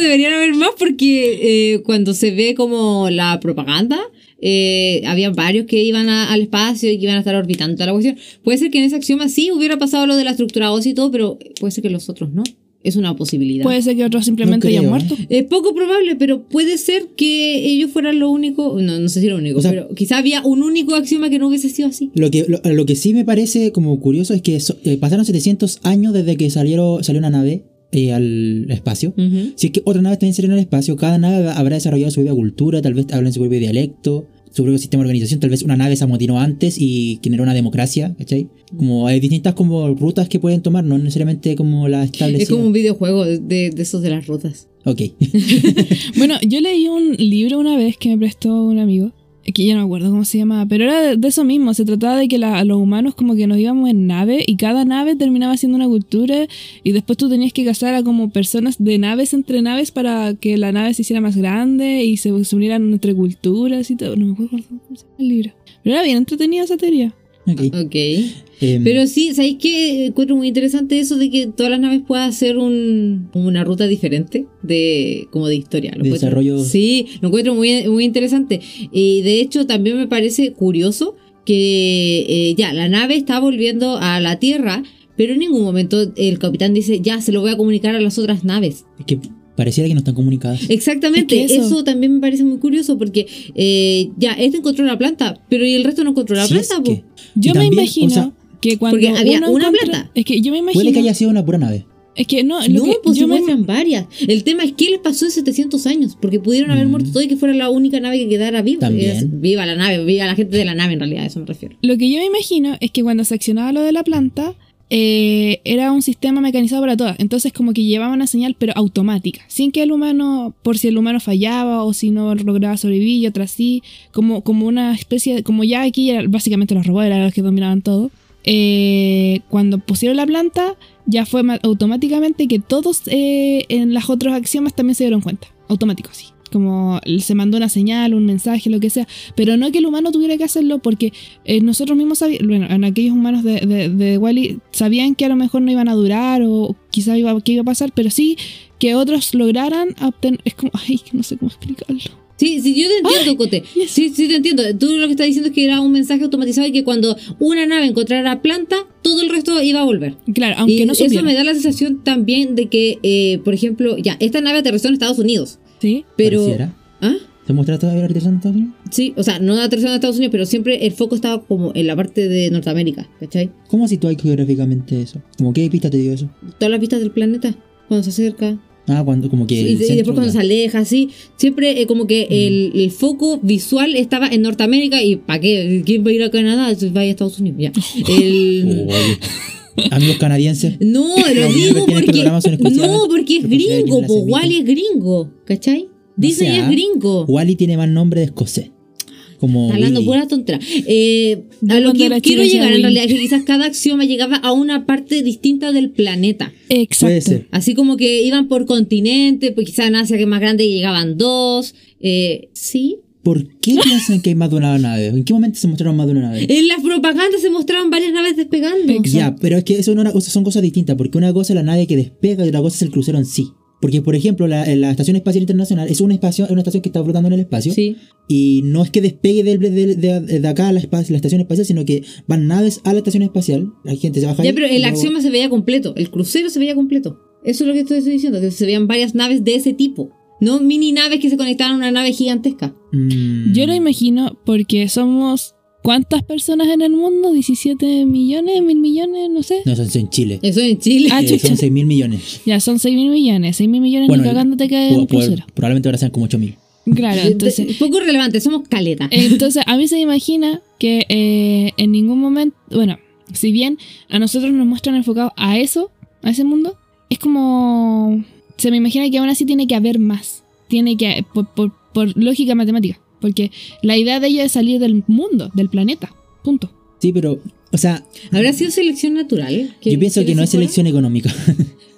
Speaker 4: deberían haber más porque eh, cuando se ve como la propaganda, eh, habían varios que iban a- al espacio y que iban a estar orbitando toda la cuestión. Puede ser que en ese axioma sí hubiera pasado lo de la estructura ósea y todo, pero puede ser que los otros no. Es una posibilidad.
Speaker 2: Puede ser que otros simplemente
Speaker 5: No creo, ¿eh?
Speaker 2: hayan muerto.
Speaker 4: Es poco probable, pero puede ser que ellos fueran lo único, no, no sé si lo único,
Speaker 5: O sea-
Speaker 4: pero quizá había un único axioma que no hubiese sido así.
Speaker 5: Lo que, lo, lo que sí me parece como curioso es que so- eh, pasaron 700 años desde que salieron, salió una nave eh, al espacio.
Speaker 2: Mm.
Speaker 4: Ujú.
Speaker 5: Si es que otras naves también salieron al espacio, cada nave habrá desarrollado su propia cultura, tal vez hablan su propio dialecto. su propio sistema de organización. Tal vez una nave se amotinó antes y generó una democracia, ¿cachai? Como hay distintas como rutas que pueden tomar, no necesariamente como las
Speaker 4: Es
Speaker 5: establecidas.
Speaker 4: como un videojuego de, de esos de las rutas.
Speaker 5: Ok.
Speaker 2: *laughs*
Speaker 5: *laughs*
Speaker 2: Bueno, yo leí un libro una vez que me prestó un amigo, que ya no me acuerdo cómo se llamaba, pero era de, de eso mismo, se trataba de que la- los humanos como que nos íbamos en nave y cada nave terminaba siendo una cultura y después tú tenías que casar a como personas de naves entre naves para que la nave se hiciera más grande y se, se unieran entre culturas y todo. No me acuerdo cómo se llama el libro. Pero era bien entretenida esa teoría.
Speaker 5: ok.
Speaker 4: Ok.
Speaker 5: Em,
Speaker 4: Pero sí, ¿sabéis qué? Encuentro muy interesante eso de que todas las naves puedan hacer un, una ruta diferente de como de historia. Lo
Speaker 5: De
Speaker 4: encuentro-
Speaker 5: desarrollo.
Speaker 4: Sí, lo encuentro muy, muy interesante. Y de hecho también me parece curioso que eh, ya, la nave está volviendo a la Tierra, pero en ningún momento el capitán dice, ya, se lo voy a comunicar a las otras naves.
Speaker 5: es que pareciera que no están comunicadas.
Speaker 4: Exactamente,
Speaker 2: Es que eso-
Speaker 4: eso... también me parece muy curioso porque eh, ya, este encontró la planta, pero ¿y el resto no encontró la
Speaker 5: Si es
Speaker 4: planta? po?
Speaker 5: que-
Speaker 2: Yo me
Speaker 5: y también,
Speaker 2: imagino
Speaker 5: o sea,
Speaker 2: que cuando
Speaker 4: porque había
Speaker 2: uno
Speaker 4: una
Speaker 2: encuentra-
Speaker 4: plata.
Speaker 2: Es que yo me imagino...
Speaker 5: puede que haya sido una pura nave.
Speaker 2: Es que no, lo
Speaker 4: No,
Speaker 2: que-
Speaker 4: pues
Speaker 2: yo
Speaker 4: se
Speaker 2: me-
Speaker 4: muestran varias. El tema es qué les pasó en 700 años, porque pudieron haber
Speaker 5: Mm.
Speaker 4: muerto todos y que fuera la única nave que quedara viva.
Speaker 5: También.
Speaker 4: Es- viva la nave, viva la gente de la nave en realidad, a eso me refiero.
Speaker 2: Lo que yo me imagino es que cuando se accionaba lo de la planta, eh, era un sistema mecanizado para todas. Entonces, como que llevaba una señal, pero automática. Sin que el humano, por si el humano fallaba o si no lograba sobrevivir y otras sí. Como, como una especie de. Como ya aquí, era- básicamente los robots eran los que dominaban todo. Eh, cuando pusieron la planta, ya fue ma- automáticamente que todos eh, en las otras axiomas también se dieron cuenta. Automático, sí. Como se mandó una señal, un mensaje, lo que sea. Pero no que el humano tuviera que hacerlo porque eh, nosotros mismos sabíamos, bueno, en aquellos humanos de, de, de Wall-E sabían que a lo mejor no iban a durar o quizá iba, que iba a pasar, pero sí que otros lograran obtener... Es como, ay, que no sé cómo explicarlo.
Speaker 4: Sí, sí, yo te entiendo, Cote.
Speaker 2: yes.
Speaker 4: Sí, sí, te entiendo. Tú lo que estás diciendo es que era un mensaje automatizado y que cuando una nave encontrara planta, todo el resto iba a volver.
Speaker 2: Claro, aunque
Speaker 4: Y
Speaker 2: no
Speaker 4: eso
Speaker 2: supieran.
Speaker 4: me da la sensación también de que, eh, por ejemplo, ya, esta nave aterrizó en Estados Unidos,
Speaker 2: ¿Sí?
Speaker 4: pero...
Speaker 5: Pareciera.
Speaker 4: ¿Ah?
Speaker 5: ¿Se muestra todavía la artesanía en Estados Unidos?
Speaker 4: Sí, o sea, no aterrizó en Estados Unidos, pero siempre el foco estaba como en la parte de Norteamérica, ¿cachai?
Speaker 5: ¿Cómo sitúas geográficamente eso? ¿Cómo qué pista te dio eso?
Speaker 4: Todas las vistas del planeta, cuando se acerca,
Speaker 5: Ah, cuando, como que.
Speaker 4: y,
Speaker 5: el
Speaker 4: y
Speaker 5: centro,
Speaker 4: después cuando
Speaker 5: ya.
Speaker 4: se
Speaker 5: Mm.
Speaker 4: aleja, así, siempre eh, como que el, el foco visual estaba en Norteamérica y ¿para qué? ¿Quién va a ir a Canadá? Si Vaya a Estados Unidos,
Speaker 5: *laughs*
Speaker 4: ya. El-
Speaker 5: Oye.
Speaker 4: *laughs*
Speaker 5: Amigos canadienses.
Speaker 4: No, lo
Speaker 5: Oh. Los
Speaker 4: digo
Speaker 5: niños que tienen
Speaker 4: porque.
Speaker 5: programas son exclusivamente
Speaker 4: No, porque es
Speaker 5: propiedad de quien
Speaker 4: gringo,
Speaker 5: la
Speaker 4: po.
Speaker 5: semilla.
Speaker 4: Wally es gringo, ¿cachai? Disney
Speaker 5: sea,
Speaker 4: es gringo.
Speaker 5: Wally tiene más nombre de escocés. Como.
Speaker 4: Está hablando
Speaker 5: Willy.
Speaker 4: pura tontera. Eh,
Speaker 2: Yo
Speaker 4: a lo
Speaker 2: cuando
Speaker 4: que
Speaker 2: era
Speaker 4: quiero
Speaker 2: chica decía
Speaker 4: llegar en
Speaker 2: Willy.
Speaker 4: realidad es que quizás cada axioma llegaba a una parte distinta del planeta.
Speaker 2: Exacto.
Speaker 5: Puede ser.
Speaker 4: Así como que iban por continente, pues quizás en Asia que es más grande llegaban dos. Eh, sí.
Speaker 5: ¿Por qué piensan que hay más de una nave? ¿En qué momento se mostraron más de una nave?
Speaker 4: En las propagandas se mostraban varias naves despegando.
Speaker 5: Ya, pero es que eso no era- o sea, son cosas distintas, porque una cosa es la nave que despega y otra cosa es el crucero en sí. Porque, por ejemplo, la, eh, la Estación Espacial Internacional es una, espacio, es una estación que está flotando en el espacio.
Speaker 4: Sí.
Speaker 5: Y no es que despegue del- del- de, eh, de acá a la, espa- la estación espacial, sino que van naves a la estación espacial. La gente se baja
Speaker 4: Ya,
Speaker 5: ahí
Speaker 4: pero
Speaker 5: y
Speaker 4: el
Speaker 5: luego-
Speaker 4: axioma se veía completo, el crucero se veía completo. Eso es lo que estoy estoy diciendo, que se veían varias naves de ese tipo. No mini naves que se conectaban a una nave gigantesca.
Speaker 5: Mm.
Speaker 2: Yo lo imagino porque somos... ¿Cuántas personas en el mundo? ¿17 millones? ¿Mil millones? No sé.
Speaker 5: *laughs* No, eso es en Chile.
Speaker 4: Eso en Chile.
Speaker 2: Ah,
Speaker 5: Eh,
Speaker 2: chucha.
Speaker 5: son 6 mil millones.
Speaker 2: Ya, son 6 mil millones. 6 mil millones
Speaker 5: Bueno,
Speaker 2: ni cagándote que
Speaker 4: Eh,
Speaker 2: en
Speaker 5: Pu-
Speaker 2: un
Speaker 5: pu-
Speaker 2: crucero.
Speaker 5: probablemente ahora sean como 8 mil.
Speaker 2: Claro,
Speaker 4: *laughs* De-
Speaker 2: entonces...
Speaker 4: poco relevante, somos caleta.
Speaker 2: Entonces, a mí se me imagina que eh, en ningún momento, bueno, si bien a nosotros nos muestran enfocados a eso, a ese mundo, es como, se me imagina que aún así tiene que haber más, tiene que, por, por- por lógica matemática, porque la idea de ellos es salir del mundo, del planeta, punto.
Speaker 5: Sí, pero, o sea,
Speaker 4: ¿Habrá sido selección natural?
Speaker 5: yo pienso que no es
Speaker 4: selección
Speaker 5: selección económica. *laughs*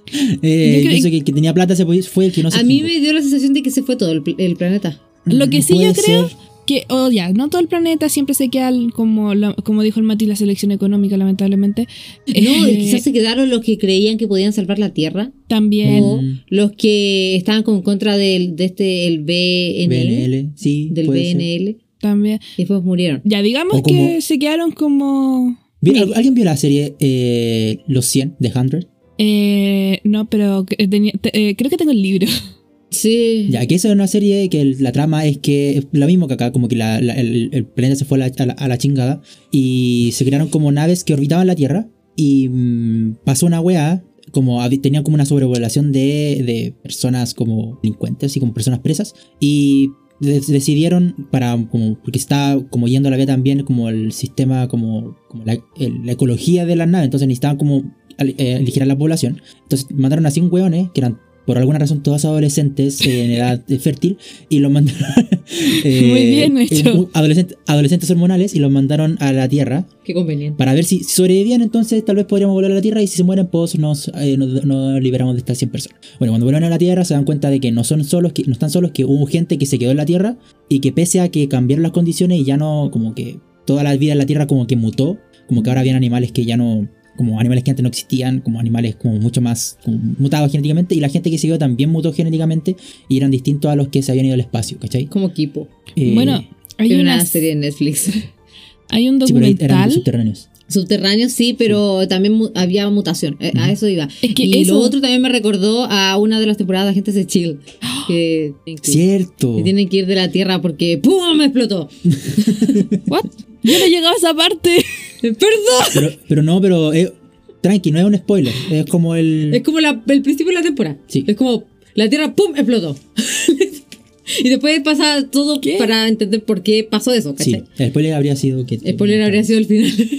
Speaker 5: Eh,
Speaker 2: Yo creo-
Speaker 5: pienso que el que tenía plata se podía- fue el que no se
Speaker 4: A mí
Speaker 5: equivocó.
Speaker 4: me dio la sensación de que se fue todo el, pl- el planeta.
Speaker 2: Lo que sí
Speaker 5: Puede
Speaker 2: yo creo-
Speaker 5: ser.
Speaker 2: Que, o ya, no todo el planeta siempre se queda, al- como, la- como dijo el Mati, la selección económica, lamentablemente.
Speaker 4: No,
Speaker 2: Eh,
Speaker 4: quizás se quedaron los que creían que podían salvar la Tierra.
Speaker 2: También,
Speaker 4: O
Speaker 5: Mm.
Speaker 4: los que estaban con contra del, de este, el BNL.
Speaker 5: BNL, sí.
Speaker 4: Del
Speaker 5: puede ser.
Speaker 4: BNL.
Speaker 2: también.
Speaker 4: Y después murieron.
Speaker 2: Ya, digamos
Speaker 5: O como-
Speaker 2: que se quedaron como...
Speaker 5: ¿Vieron- ¿al- ¿Alguien vio la serie eh, Los 100 de 100?
Speaker 2: Eh, no, pero que tenía- te- eh, creo que tengo el libro.
Speaker 4: Sí.
Speaker 5: Ya, que esa es una serie que el- la trama es que es lo mismo que acá, como que la- la- el, el planeta se fue a la, a la- a la chingada y se crearon como naves que orbitaban la Tierra y mm, pasó una weá, como hab- tenían como una sobrevolación de, de personas como delincuentes y como personas presas y de- decidieron para como porque está como yendo a la vía también como el sistema como, como la, el- la ecología de la nave entonces necesitaban como al- eh, aligerar la población entonces mandaron a 100 hueones eh, que eran por alguna razón
Speaker 2: *laughs*
Speaker 5: todos adolescentes eh, en edad eh, fértil y los mandaron eh,
Speaker 2: Muy bien hecho.
Speaker 5: en- adolescent- adolescentes hormonales y los mandaron a la tierra
Speaker 4: Qué conveniente.
Speaker 5: para ver si si sobrevivían, entonces tal vez podríamos volver a la Tierra y si se mueren, pues nos, eh, nos, nos liberamos de estas 100 personas. Bueno, cuando vuelven a la Tierra se dan cuenta de que no son solos, que no están solos, que hubo gente que se quedó en la Tierra y que pese a que cambiaron las condiciones y ya no, como que toda la vida en la Tierra como que mutó, como que ahora habían animales que ya no, como animales que antes no existían, como animales como mucho más como mutados genéticamente y la gente que se quedó también mutó genéticamente y eran distintos a los que se habían ido al espacio, ¿cachai?
Speaker 4: Como equipo.
Speaker 5: Eh,
Speaker 2: *laughs* Bueno, hay
Speaker 4: Hay
Speaker 2: una,
Speaker 4: una serie en *laughs* Netflix.
Speaker 2: hay un
Speaker 5: sí, pero ahí eran
Speaker 2: documental.
Speaker 5: subterráneos.
Speaker 4: Subterráneo sí, pero también mu- había mutación. Eh, A
Speaker 5: Ujú.
Speaker 4: eso iba.
Speaker 2: Es que
Speaker 4: y
Speaker 2: eso-
Speaker 4: lo otro también me recordó a una de las temporadas de Agentes de *gasps* Chill. Que, que
Speaker 5: Cierto.
Speaker 4: tienen que ir de la Tierra porque ¡pum! me explotó.
Speaker 2: What? Yo no llegaba a esa parte.
Speaker 4: ¡Perdón!
Speaker 5: Pero, pero no, pero eh, tranqui, no es un spoiler. Es como
Speaker 4: Es
Speaker 5: el.
Speaker 4: como la- el principio de la temporada.
Speaker 5: Sí.
Speaker 4: Es como la Tierra ¡pum! explotó. *laughs* y después pasa todo
Speaker 2: ¿Qué?
Speaker 4: para entender por qué pasó eso,
Speaker 5: Sí,
Speaker 4: ¿cachai?
Speaker 5: el spoiler habría sido que.
Speaker 4: Spoiler habría sido el final. *laughs*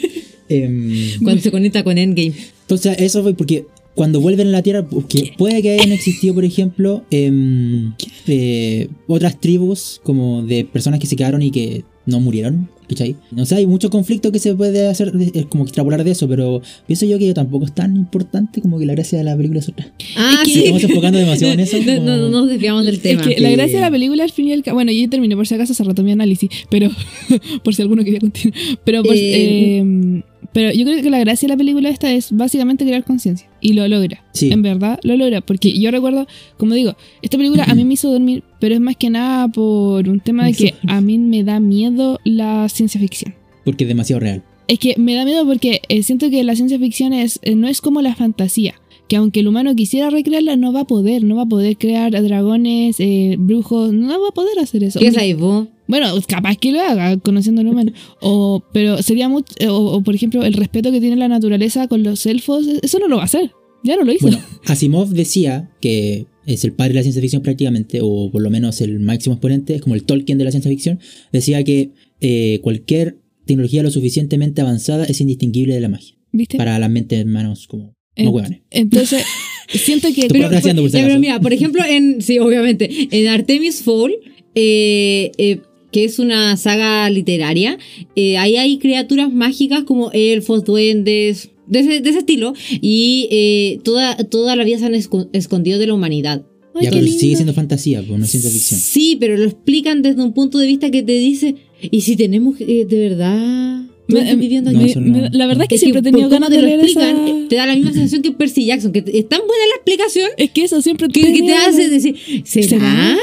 Speaker 5: Em,
Speaker 4: Cuando se conecta con Endgame.
Speaker 5: entonces, eso fue porque cuando vuelven a la Tierra, porque puede que hayan existido, por ejemplo, em, eh, otras tribus como de personas que se quedaron y que no murieron. ¿Cachai? No sé, hay mucho conflicto que se puede hacer, de- es como extrapolar de eso, pero pienso yo que tampoco es tan importante como que la gracia de la película es otra.
Speaker 4: Ah,
Speaker 5: que- Estamos enfocando demasiado en eso,
Speaker 4: *laughs* No, no,
Speaker 5: como-
Speaker 4: no nos desviamos del *laughs* tema.
Speaker 2: Es que la
Speaker 5: Sí.
Speaker 2: gracia de la película al fin y al cabo. Bueno, yo terminé por si acaso, se rató mi análisis, pero *laughs* por si alguno quería continuar. Pero, por-
Speaker 4: Eh.
Speaker 2: eh, pero yo creo que la gracia de la película esta es básicamente crear conciencia. Y lo logra.
Speaker 5: Sí.
Speaker 2: En verdad, lo logra. Porque yo recuerdo, como digo, esta película a mí me hizo dormir, pero es más que nada por un tema de que a mí me da miedo la ciencia ficción.
Speaker 5: Porque es demasiado real.
Speaker 2: Es que me da miedo porque eh, siento que la ciencia ficción es, eh, no es como la fantasía. Que aunque el humano quisiera recrearla, no va a poder. No va a poder crear dragones, eh, brujos. No va a poder hacer eso.
Speaker 4: ¿Qué es ahí, vos?
Speaker 2: Bueno, capaz que lo haga, conociendo al humano. O, pero sería mucho. O, o, por ejemplo, el respeto que tiene la naturaleza con los elfos. eh, Eso no lo va a hacer. Ya no lo hizo.
Speaker 5: Bueno, Asimov decía que es el padre de la ciencia ficción prácticamente, o por lo menos el máximo exponente, es como el Tolkien de la ciencia ficción, decía que eh, cualquier tecnología lo suficientemente avanzada es indistinguible de la magia.
Speaker 2: ¿Viste?
Speaker 5: Para las mentes humanos como... No
Speaker 2: Ent-
Speaker 5: hueones.
Speaker 4: *laughs*
Speaker 2: Entonces, siento que.
Speaker 5: Tú
Speaker 2: pero-
Speaker 5: podrás- Parafraseando, por si
Speaker 4: Ya, pero
Speaker 5: acaso.
Speaker 4: mira, por ejemplo, en. Sí, obviamente. En Artemis Fowl, eh, eh, que es una saga literaria, eh, ahí hay criaturas mágicas como elfos, duendes. De ese, de ese estilo, y eh, toda, toda la vida se han esco- escondido de la humanidad.
Speaker 2: Ay,
Speaker 5: ya,
Speaker 2: qué
Speaker 5: pero
Speaker 2: lindo.
Speaker 5: sigue siendo fantasía, pues no es ciencia ficción.
Speaker 4: Sí, pero lo explican desde un punto de vista que te dice, ¿y si tenemos eh, de verdad?
Speaker 2: Me-
Speaker 4: duendes
Speaker 2: me-
Speaker 4: viviendo
Speaker 5: No,
Speaker 4: aquí?
Speaker 2: me-
Speaker 5: eso no.
Speaker 2: me- la verdad em, es que
Speaker 4: Es que
Speaker 2: siempre he
Speaker 4: por
Speaker 2: tenido
Speaker 4: cómo
Speaker 2: ganas
Speaker 4: te
Speaker 2: de
Speaker 4: lo
Speaker 2: leer
Speaker 4: explican,
Speaker 2: esa-
Speaker 4: te da la misma sensación que Percy Jackson, que te- es tan buena la explicación
Speaker 2: Es que eso siempre
Speaker 4: que, que te
Speaker 2: tenía-
Speaker 4: hace decir, ¿será?
Speaker 2: ¿Será?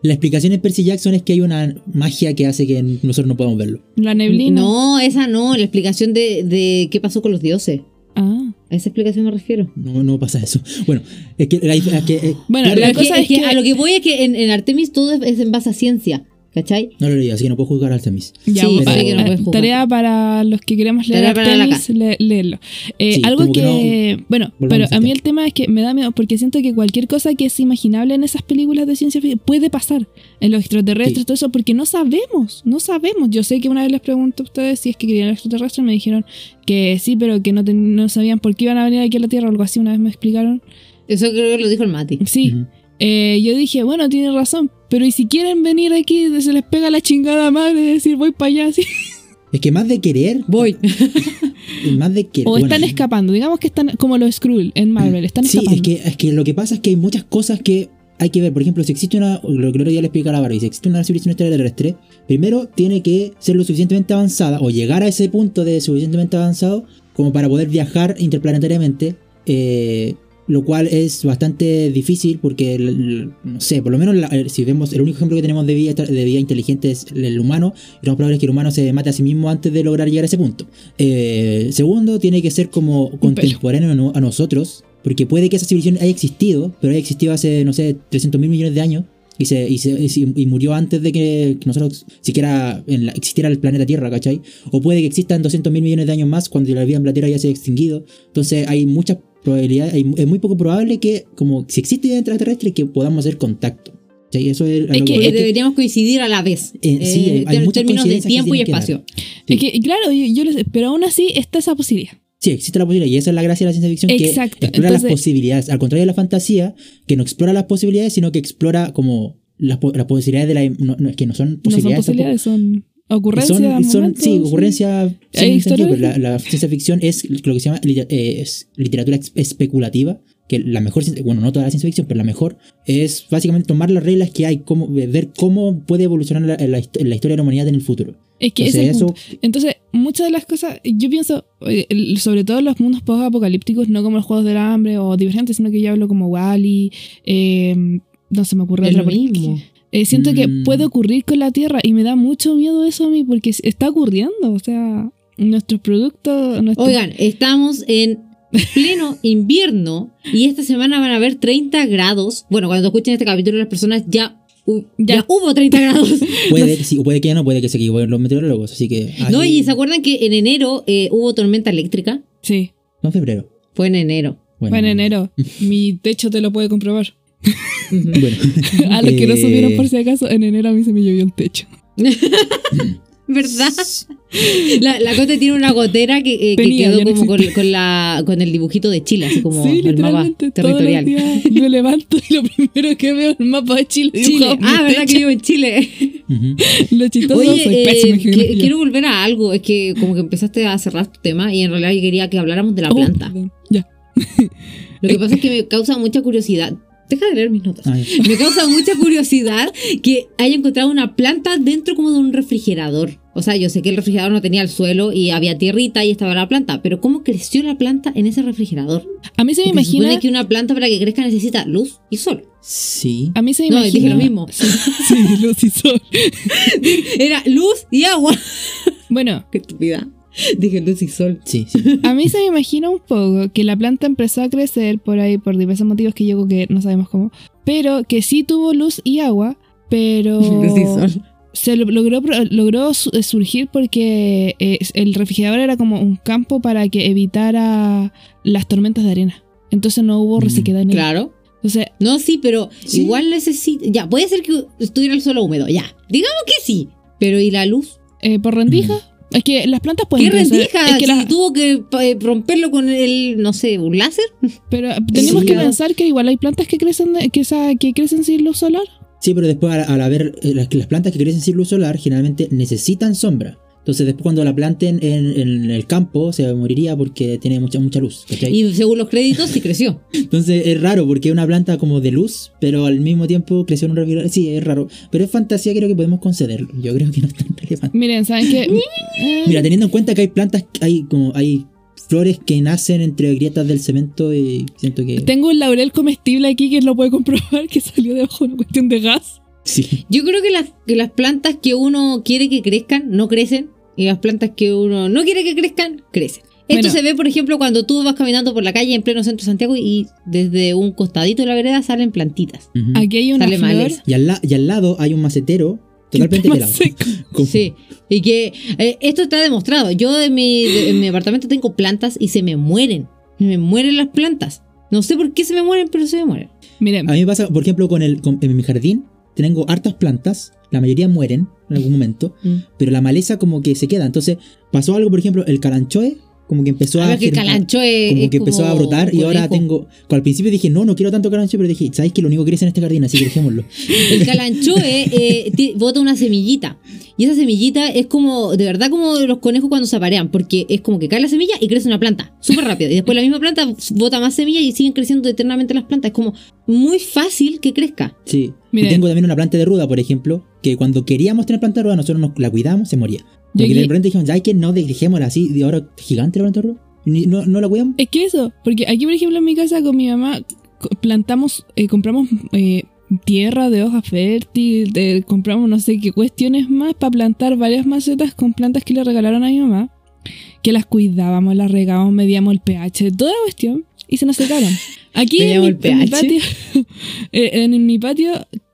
Speaker 5: La explicación de Percy Jackson es que hay una magia que hace que nosotros no podamos verlo.
Speaker 2: La neblina.
Speaker 4: No, esa no, la explicación de, de qué pasó con los dioses.
Speaker 2: Ah.
Speaker 4: A esa explicación me refiero.
Speaker 5: No, no pasa eso. *laughs* Bueno, es que... la- es que eh,
Speaker 2: Bueno,
Speaker 4: Pero
Speaker 2: la
Speaker 4: es que-
Speaker 2: cosa
Speaker 4: es
Speaker 2: es que.
Speaker 4: que a lo que voy es que en, en Artemis todo es, es en base a ciencia, ¿cachai?
Speaker 5: no lo leí, así que no puedo juzgar a Artemis.
Speaker 2: Ya,
Speaker 4: Sí,
Speaker 2: bueno,
Speaker 5: pero-
Speaker 2: eh,
Speaker 5: que no
Speaker 4: puedes jugar.
Speaker 2: tarea para los que queremos leer
Speaker 4: Tarea para la
Speaker 2: Artemis, le- leerlo. Eh,
Speaker 5: Sí,
Speaker 2: algo
Speaker 5: como
Speaker 2: que,
Speaker 5: que
Speaker 2: bueno,
Speaker 5: volvamos
Speaker 2: pero
Speaker 5: al
Speaker 2: a mí
Speaker 5: tema.
Speaker 2: el tema es que me da miedo porque siento que cualquier cosa que es imaginable en esas películas de ciencia ficción puede pasar en los extraterrestres,
Speaker 5: Sí.
Speaker 2: todo eso, porque no sabemos, no sabemos. Yo sé que una vez les pregunté a ustedes si es que querían extraterrestres, me dijeron que sí, pero que no, ten- no sabían por qué iban a venir aquí a la Tierra o algo así, una vez me explicaron.
Speaker 4: Eso creo que lo dijo el Mati.
Speaker 2: Sí,
Speaker 5: Ujú.
Speaker 2: eh, yo dije, bueno, tiene razón, pero ¿y si quieren venir aquí, se les pega la chingada madre de decir voy para allá? así?
Speaker 5: Es que más de querer,
Speaker 4: *laughs* Voy.
Speaker 5: más de querer...
Speaker 2: O
Speaker 5: bueno,
Speaker 2: están escapando, digamos que están como los Skrull en Marvel, están
Speaker 5: Mm, Sí,
Speaker 2: escapando.
Speaker 5: es que, es que lo que pasa es que hay muchas cosas que hay que ver. Por ejemplo, si existe una. Lo que el otro día le explica la Barbie, si existe una civilización extraterrestre, primero tiene que ser lo suficientemente avanzada o llegar a ese punto de suficientemente avanzado como para poder viajar interplanetariamente. eh, lo cual es bastante difícil porque, el- el- no sé, por lo menos la- eh, si vemos el único ejemplo que tenemos de vida, tra- de vida inteligente es el, el humano, y lo más probable es que el humano se mate a sí mismo antes de lograr llegar a ese punto. Eh, segundo, tiene que ser como contemporáneo a no- a nosotros, porque puede que esa civilización haya existido, pero haya existido hace, no sé, 300 mil millones de años. Y, se, y, se- y se- y murió antes de que que nosotros siquiera en la- existiera el planeta Tierra, ¿cachai? O puede que exista en 200 mil millones de años más cuando la vida en la Tierra ya se haya extinguido. Entonces hay muchas probabilidades, hay- es muy poco probable que, como si existe vida extraterrestre, que podamos hacer contacto. Sí, eso es, a
Speaker 4: Es
Speaker 5: lo
Speaker 4: que
Speaker 5: voy.
Speaker 4: eh, deberíamos coincidir a la vez.
Speaker 5: Eh, sí, hay- hay
Speaker 4: en
Speaker 5: muchas
Speaker 4: términos de
Speaker 5: coincidencias que
Speaker 4: tiempo y
Speaker 5: tienen que dar.
Speaker 4: espacio.
Speaker 5: Sí.
Speaker 2: Es que, claro, yo, yo lo sé, pero aún así está esa posibilidad.
Speaker 5: Sí, existe la posibilidad y esa es la gracia de la ciencia ficción
Speaker 2: Exacto,
Speaker 5: que explora
Speaker 2: entonces-
Speaker 5: las posibilidades, al contrario de la fantasía que no explora las posibilidades, sino que explora como las, po- las posibilidades de la no, no, que no son
Speaker 2: No son
Speaker 5: posibilidades. tampoco.
Speaker 2: posibilidades, son ocurrencias.
Speaker 5: Son- son-
Speaker 2: momentos,
Speaker 5: sí, ocurrencia
Speaker 2: Hay
Speaker 5: sin
Speaker 2: historia
Speaker 5: sentido, pero la,
Speaker 2: de-
Speaker 5: la ciencia ficción es lo que se llama liter- eh, es literatura ex- especulativa, que la mejor, ciencia- bueno, no toda la ciencia ficción, pero la mejor, es básicamente tomar las reglas que hay, cómo, eh, ver cómo puede evolucionar la, la hist- la historia de la humanidad en el futuro.
Speaker 2: Es que ese
Speaker 5: Entonces,
Speaker 2: es el
Speaker 5: eso-
Speaker 2: punto. Entonces, muchas de las cosas, yo pienso, eh, el- sobre todo en los mundos post-apocalípticos, no como los juegos del hambre o divergentes, sino que yo hablo como Wally, no se me ocurre
Speaker 4: Es lo
Speaker 2: otra porque-
Speaker 4: mismo.
Speaker 2: Eh, siento que
Speaker 5: Mm.
Speaker 2: puede ocurrir con la Tierra y me da mucho miedo eso a mí porque se- está ocurriendo, o sea, nuestros productos... nuestro-
Speaker 4: Oigan, estamos en
Speaker 5: *laughs*
Speaker 4: pleno invierno y esta semana van a haber 30 grados. Bueno, cuando escuchen este capítulo las personas ya, hu-
Speaker 2: Ya.
Speaker 4: ya. hubo 30 grados.
Speaker 5: Puede, que sí, o puede que no, puede que se equivoquen los meteorólogos, así que...
Speaker 4: No,
Speaker 5: ahí-
Speaker 4: y se acuerdan que en enero eh, hubo tormenta eléctrica.
Speaker 2: Sí,
Speaker 5: no, en febrero.
Speaker 4: Fue en enero.
Speaker 5: Bueno,
Speaker 2: fue en enero. Mi techo te lo puede comprobar. *laughs*
Speaker 4: Ujú.
Speaker 5: Bueno. *laughs*
Speaker 2: A los que no
Speaker 5: Eh,
Speaker 2: subieron por si acaso, en enero a mí se me llovió el techo.
Speaker 4: ¿Verdad? *laughs* La, la Cote tiene una gotera que, eh, que
Speaker 2: Tenía,
Speaker 4: quedó
Speaker 2: ya no
Speaker 4: como con, con la, con el dibujito de Chile, así como
Speaker 2: sí,
Speaker 4: el mapa
Speaker 2: literalmente, todos los
Speaker 4: territorial.
Speaker 2: días me levanto y lo primero que veo es el mapa de Chile. dibujado
Speaker 4: Chile.
Speaker 2: en mi
Speaker 4: Ah, ¿verdad que
Speaker 2: techo.
Speaker 4: vivo en Chile?
Speaker 5: Ujú.
Speaker 2: Lo chistoso, soy
Speaker 4: Oye, eh,
Speaker 2: pésimo en
Speaker 4: que-
Speaker 2: geografía.
Speaker 4: quiero volver a algo. Es que como que empezaste a cerrar tu tema y en realidad yo quería que habláramos de la
Speaker 2: Oh,
Speaker 4: planta.
Speaker 2: perdón, Ya.
Speaker 4: Lo que pasa es que me causa mucha curiosidad. Deja de leer mis notas.
Speaker 5: Ay.
Speaker 4: *laughs* Me causa mucha curiosidad que haya encontrado una planta dentro como de un refrigerador. O sea, yo sé que el refrigerador no tenía el suelo y había tierrita y estaba la planta, pero ¿cómo creció la planta en ese refrigerador?
Speaker 2: A mí se me
Speaker 4: Porque se
Speaker 2: imagina...
Speaker 4: supone que una planta para que crezca necesita luz y sol. *laughs*
Speaker 5: Sí.
Speaker 2: A mí se me
Speaker 4: No,
Speaker 2: imagina...
Speaker 4: dije lo mismo.
Speaker 2: *laughs* Sí, sí, luz y sol.
Speaker 4: Era luz y agua. *laughs*
Speaker 2: Bueno,
Speaker 4: Qué estupidez. Dije luz y sol.
Speaker 5: Sí, sí.
Speaker 2: A mí se me imagina un poco que la planta empezó a crecer por ahí por diversos motivos que yo creo que no sabemos cómo, pero que sí tuvo luz y agua,
Speaker 4: *laughs*
Speaker 2: pero
Speaker 4: Luz y sol.
Speaker 2: se lo- logró, pro- logró su- eh, surgir porque eh, el refrigerador era como un campo para que evitara las tormentas de arena. Entonces no hubo
Speaker 5: Mm,
Speaker 2: resequedad en él.
Speaker 4: Claro.
Speaker 2: Entonces,
Speaker 4: No, sí, pero
Speaker 5: Sí.
Speaker 4: igual necesita. Ya, puede ser que estuviera el suelo húmedo, ya. Digamos que sí. Pero ¿y la luz?
Speaker 2: eh, por rendija, es que las plantas pueden
Speaker 4: Mm. ¿Qué
Speaker 2: crecer,
Speaker 4: rendija?
Speaker 2: Pues es que
Speaker 4: Si
Speaker 2: las-
Speaker 4: tuvo que eh, romperlo con el, no sé, un láser.
Speaker 2: pero tenemos
Speaker 5: Sí.
Speaker 2: que pensar que igual hay plantas que crecen de- que, esa- que crecen sin luz solar.
Speaker 5: Sí, pero después al, al haber eh, las, las plantas que crecen sin luz solar generalmente necesitan sombra. Entonces después cuando la planten en, en el campo se moriría porque tiene mucha mucha luz. ¿cachai?
Speaker 4: Y según los créditos, sí creció.
Speaker 5: Entonces es raro porque es una planta como de luz, pero al mismo tiempo creció en un refrigerador. Sí, es raro. Pero es fantasía, creo que podemos concederlo. Yo creo que no es tan relevante.
Speaker 2: Miren, saben Eh, que
Speaker 4: Mm.
Speaker 5: Mira, teniendo en cuenta que hay plantas, hay como hay flores que nacen entre grietas del cemento y siento que...
Speaker 2: Tengo un laurel comestible aquí que lo puede comprobar *laughs* que salió debajo de una cuestión de gas.
Speaker 5: Sí.
Speaker 4: Yo creo que las, que las plantas que uno quiere que crezcan no crecen y las plantas que uno no quiere que crezcan crecen. Esto
Speaker 2: Bueno.
Speaker 4: se ve, por ejemplo, cuando tú vas caminando por la calle en pleno centro de Santiago y desde un costadito de la vereda salen plantitas.
Speaker 5: Ujú.
Speaker 2: Aquí hay una
Speaker 4: Mm. Sale
Speaker 2: flor.
Speaker 4: mal eso.
Speaker 5: Y al, la- y al lado hay un macetero
Speaker 2: que
Speaker 5: totalmente
Speaker 2: está
Speaker 5: pelado.
Speaker 2: seco.
Speaker 5: Como-
Speaker 4: Sí, y que eh, esto está demostrado. Yo en mi, de- en mi apartamento tengo plantas y se me mueren. Me mueren las plantas. No sé por qué se me mueren, pero se me mueren.
Speaker 2: Miren,
Speaker 4: Ah,
Speaker 5: A mí me pasa, por ejemplo, con el, con- en mi jardín tengo hartas plantas, la mayoría mueren en algún momento,
Speaker 2: Mm.
Speaker 5: pero la maleza como que se queda. Entonces pasó algo, por ejemplo, el calanchoe como que empezó
Speaker 4: A
Speaker 5: a,
Speaker 4: ver, que
Speaker 5: germinar,
Speaker 4: calancho es.
Speaker 5: como
Speaker 4: es
Speaker 5: que empezó a
Speaker 4: como
Speaker 5: brotar y ahora
Speaker 4: conejo.
Speaker 5: tengo, con- al principio dije no, no quiero tanto calanchoe, pero dije, sabes que lo único que crece en este jardín, así que
Speaker 4: *laughs*
Speaker 5: dejémoslo.
Speaker 4: El
Speaker 5: *laughs*
Speaker 4: calanchoe eh, ti- bota una semillita. Y esa semillita es como, de verdad, como los conejos cuando se aparean. Porque es como que cae la semilla y crece una planta. Súper rápido. Y después la misma planta bota más semillas y siguen creciendo eternamente las plantas. Es como muy fácil que crezca.
Speaker 5: Sí.
Speaker 2: Miren.
Speaker 5: Y tengo también una planta de ruda, por ejemplo, que cuando queríamos tener planta de ruda, nosotros nos la cuidamos, se moría.
Speaker 2: Yo
Speaker 5: Porque
Speaker 2: aquí-
Speaker 5: de repente dijimos, ya que no dejémosla así, y ahora gigante la planta de ruda. Ni- No, no la cuidamos.
Speaker 2: es que eso, porque aquí, por ejemplo, en mi casa con mi mamá co- plantamos, eh, compramos eh, tierra de hoja fértil, de- compramos no sé qué cuestiones más para plantar varias macetas con plantas que le regalaron a mi mamá, que las cuidábamos, las regábamos, medíamos el pH, toda la cuestión, y se nos
Speaker 4: *laughs*
Speaker 2: secaron. Aquí en mi,
Speaker 4: Medíamos el
Speaker 2: en mi
Speaker 4: pH.
Speaker 2: patio, *laughs* eh, en mi patio,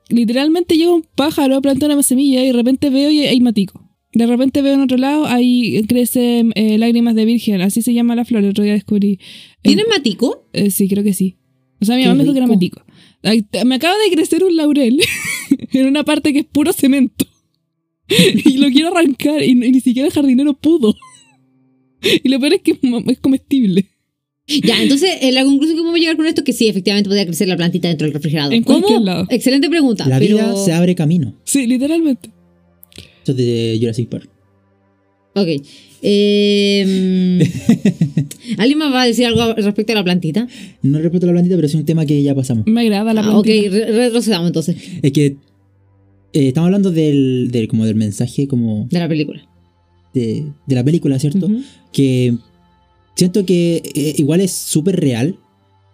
Speaker 2: literalmente llega un pájaro, planta una semilla y de repente veo y hay matico. De repente veo en otro lado, ahí crece eh, lágrimas de virgen, así se llama la flor, el otro día descubrí.
Speaker 4: ¿Tienen matico?
Speaker 2: Eh, sí, creo que sí. O sea, mi
Speaker 5: Qué
Speaker 2: mamá me dijo que era
Speaker 5: rico.
Speaker 2: matico. Ay, te- Me acaba de crecer un laurel. *laughs* en una parte que es puro cemento. *laughs* y lo quiero arrancar y, y ni siquiera el jardinero pudo. y lo peor es que es mo- es comestible.
Speaker 4: Ya, entonces eh, la conclusión que podemos llegar con esto es que sí, efectivamente podría crecer la plantita dentro del refrigerador.
Speaker 2: En
Speaker 4: ¿Cómo?
Speaker 2: cualquier lado.
Speaker 4: Excelente pregunta.
Speaker 5: La
Speaker 4: pero...
Speaker 5: vida se abre camino.
Speaker 2: Sí, literalmente.
Speaker 5: Esto es de Jurassic Park.
Speaker 4: Ok.
Speaker 5: *laughs*
Speaker 4: Eh, mm, ¿Alguien más va a decir algo respecto a la plantita?
Speaker 5: No respeto la plantita, pero es un tema que ya pasamos.
Speaker 2: Me agrada la
Speaker 4: Ah, ok,
Speaker 2: plantita.
Speaker 4: re- retrocedamos entonces
Speaker 5: Es que eh, estamos hablando del, del- como del mensaje como
Speaker 4: de la película.
Speaker 5: de, de la película, ¿cierto?
Speaker 2: Ujú.
Speaker 5: Que siento que eh, igual es súper real,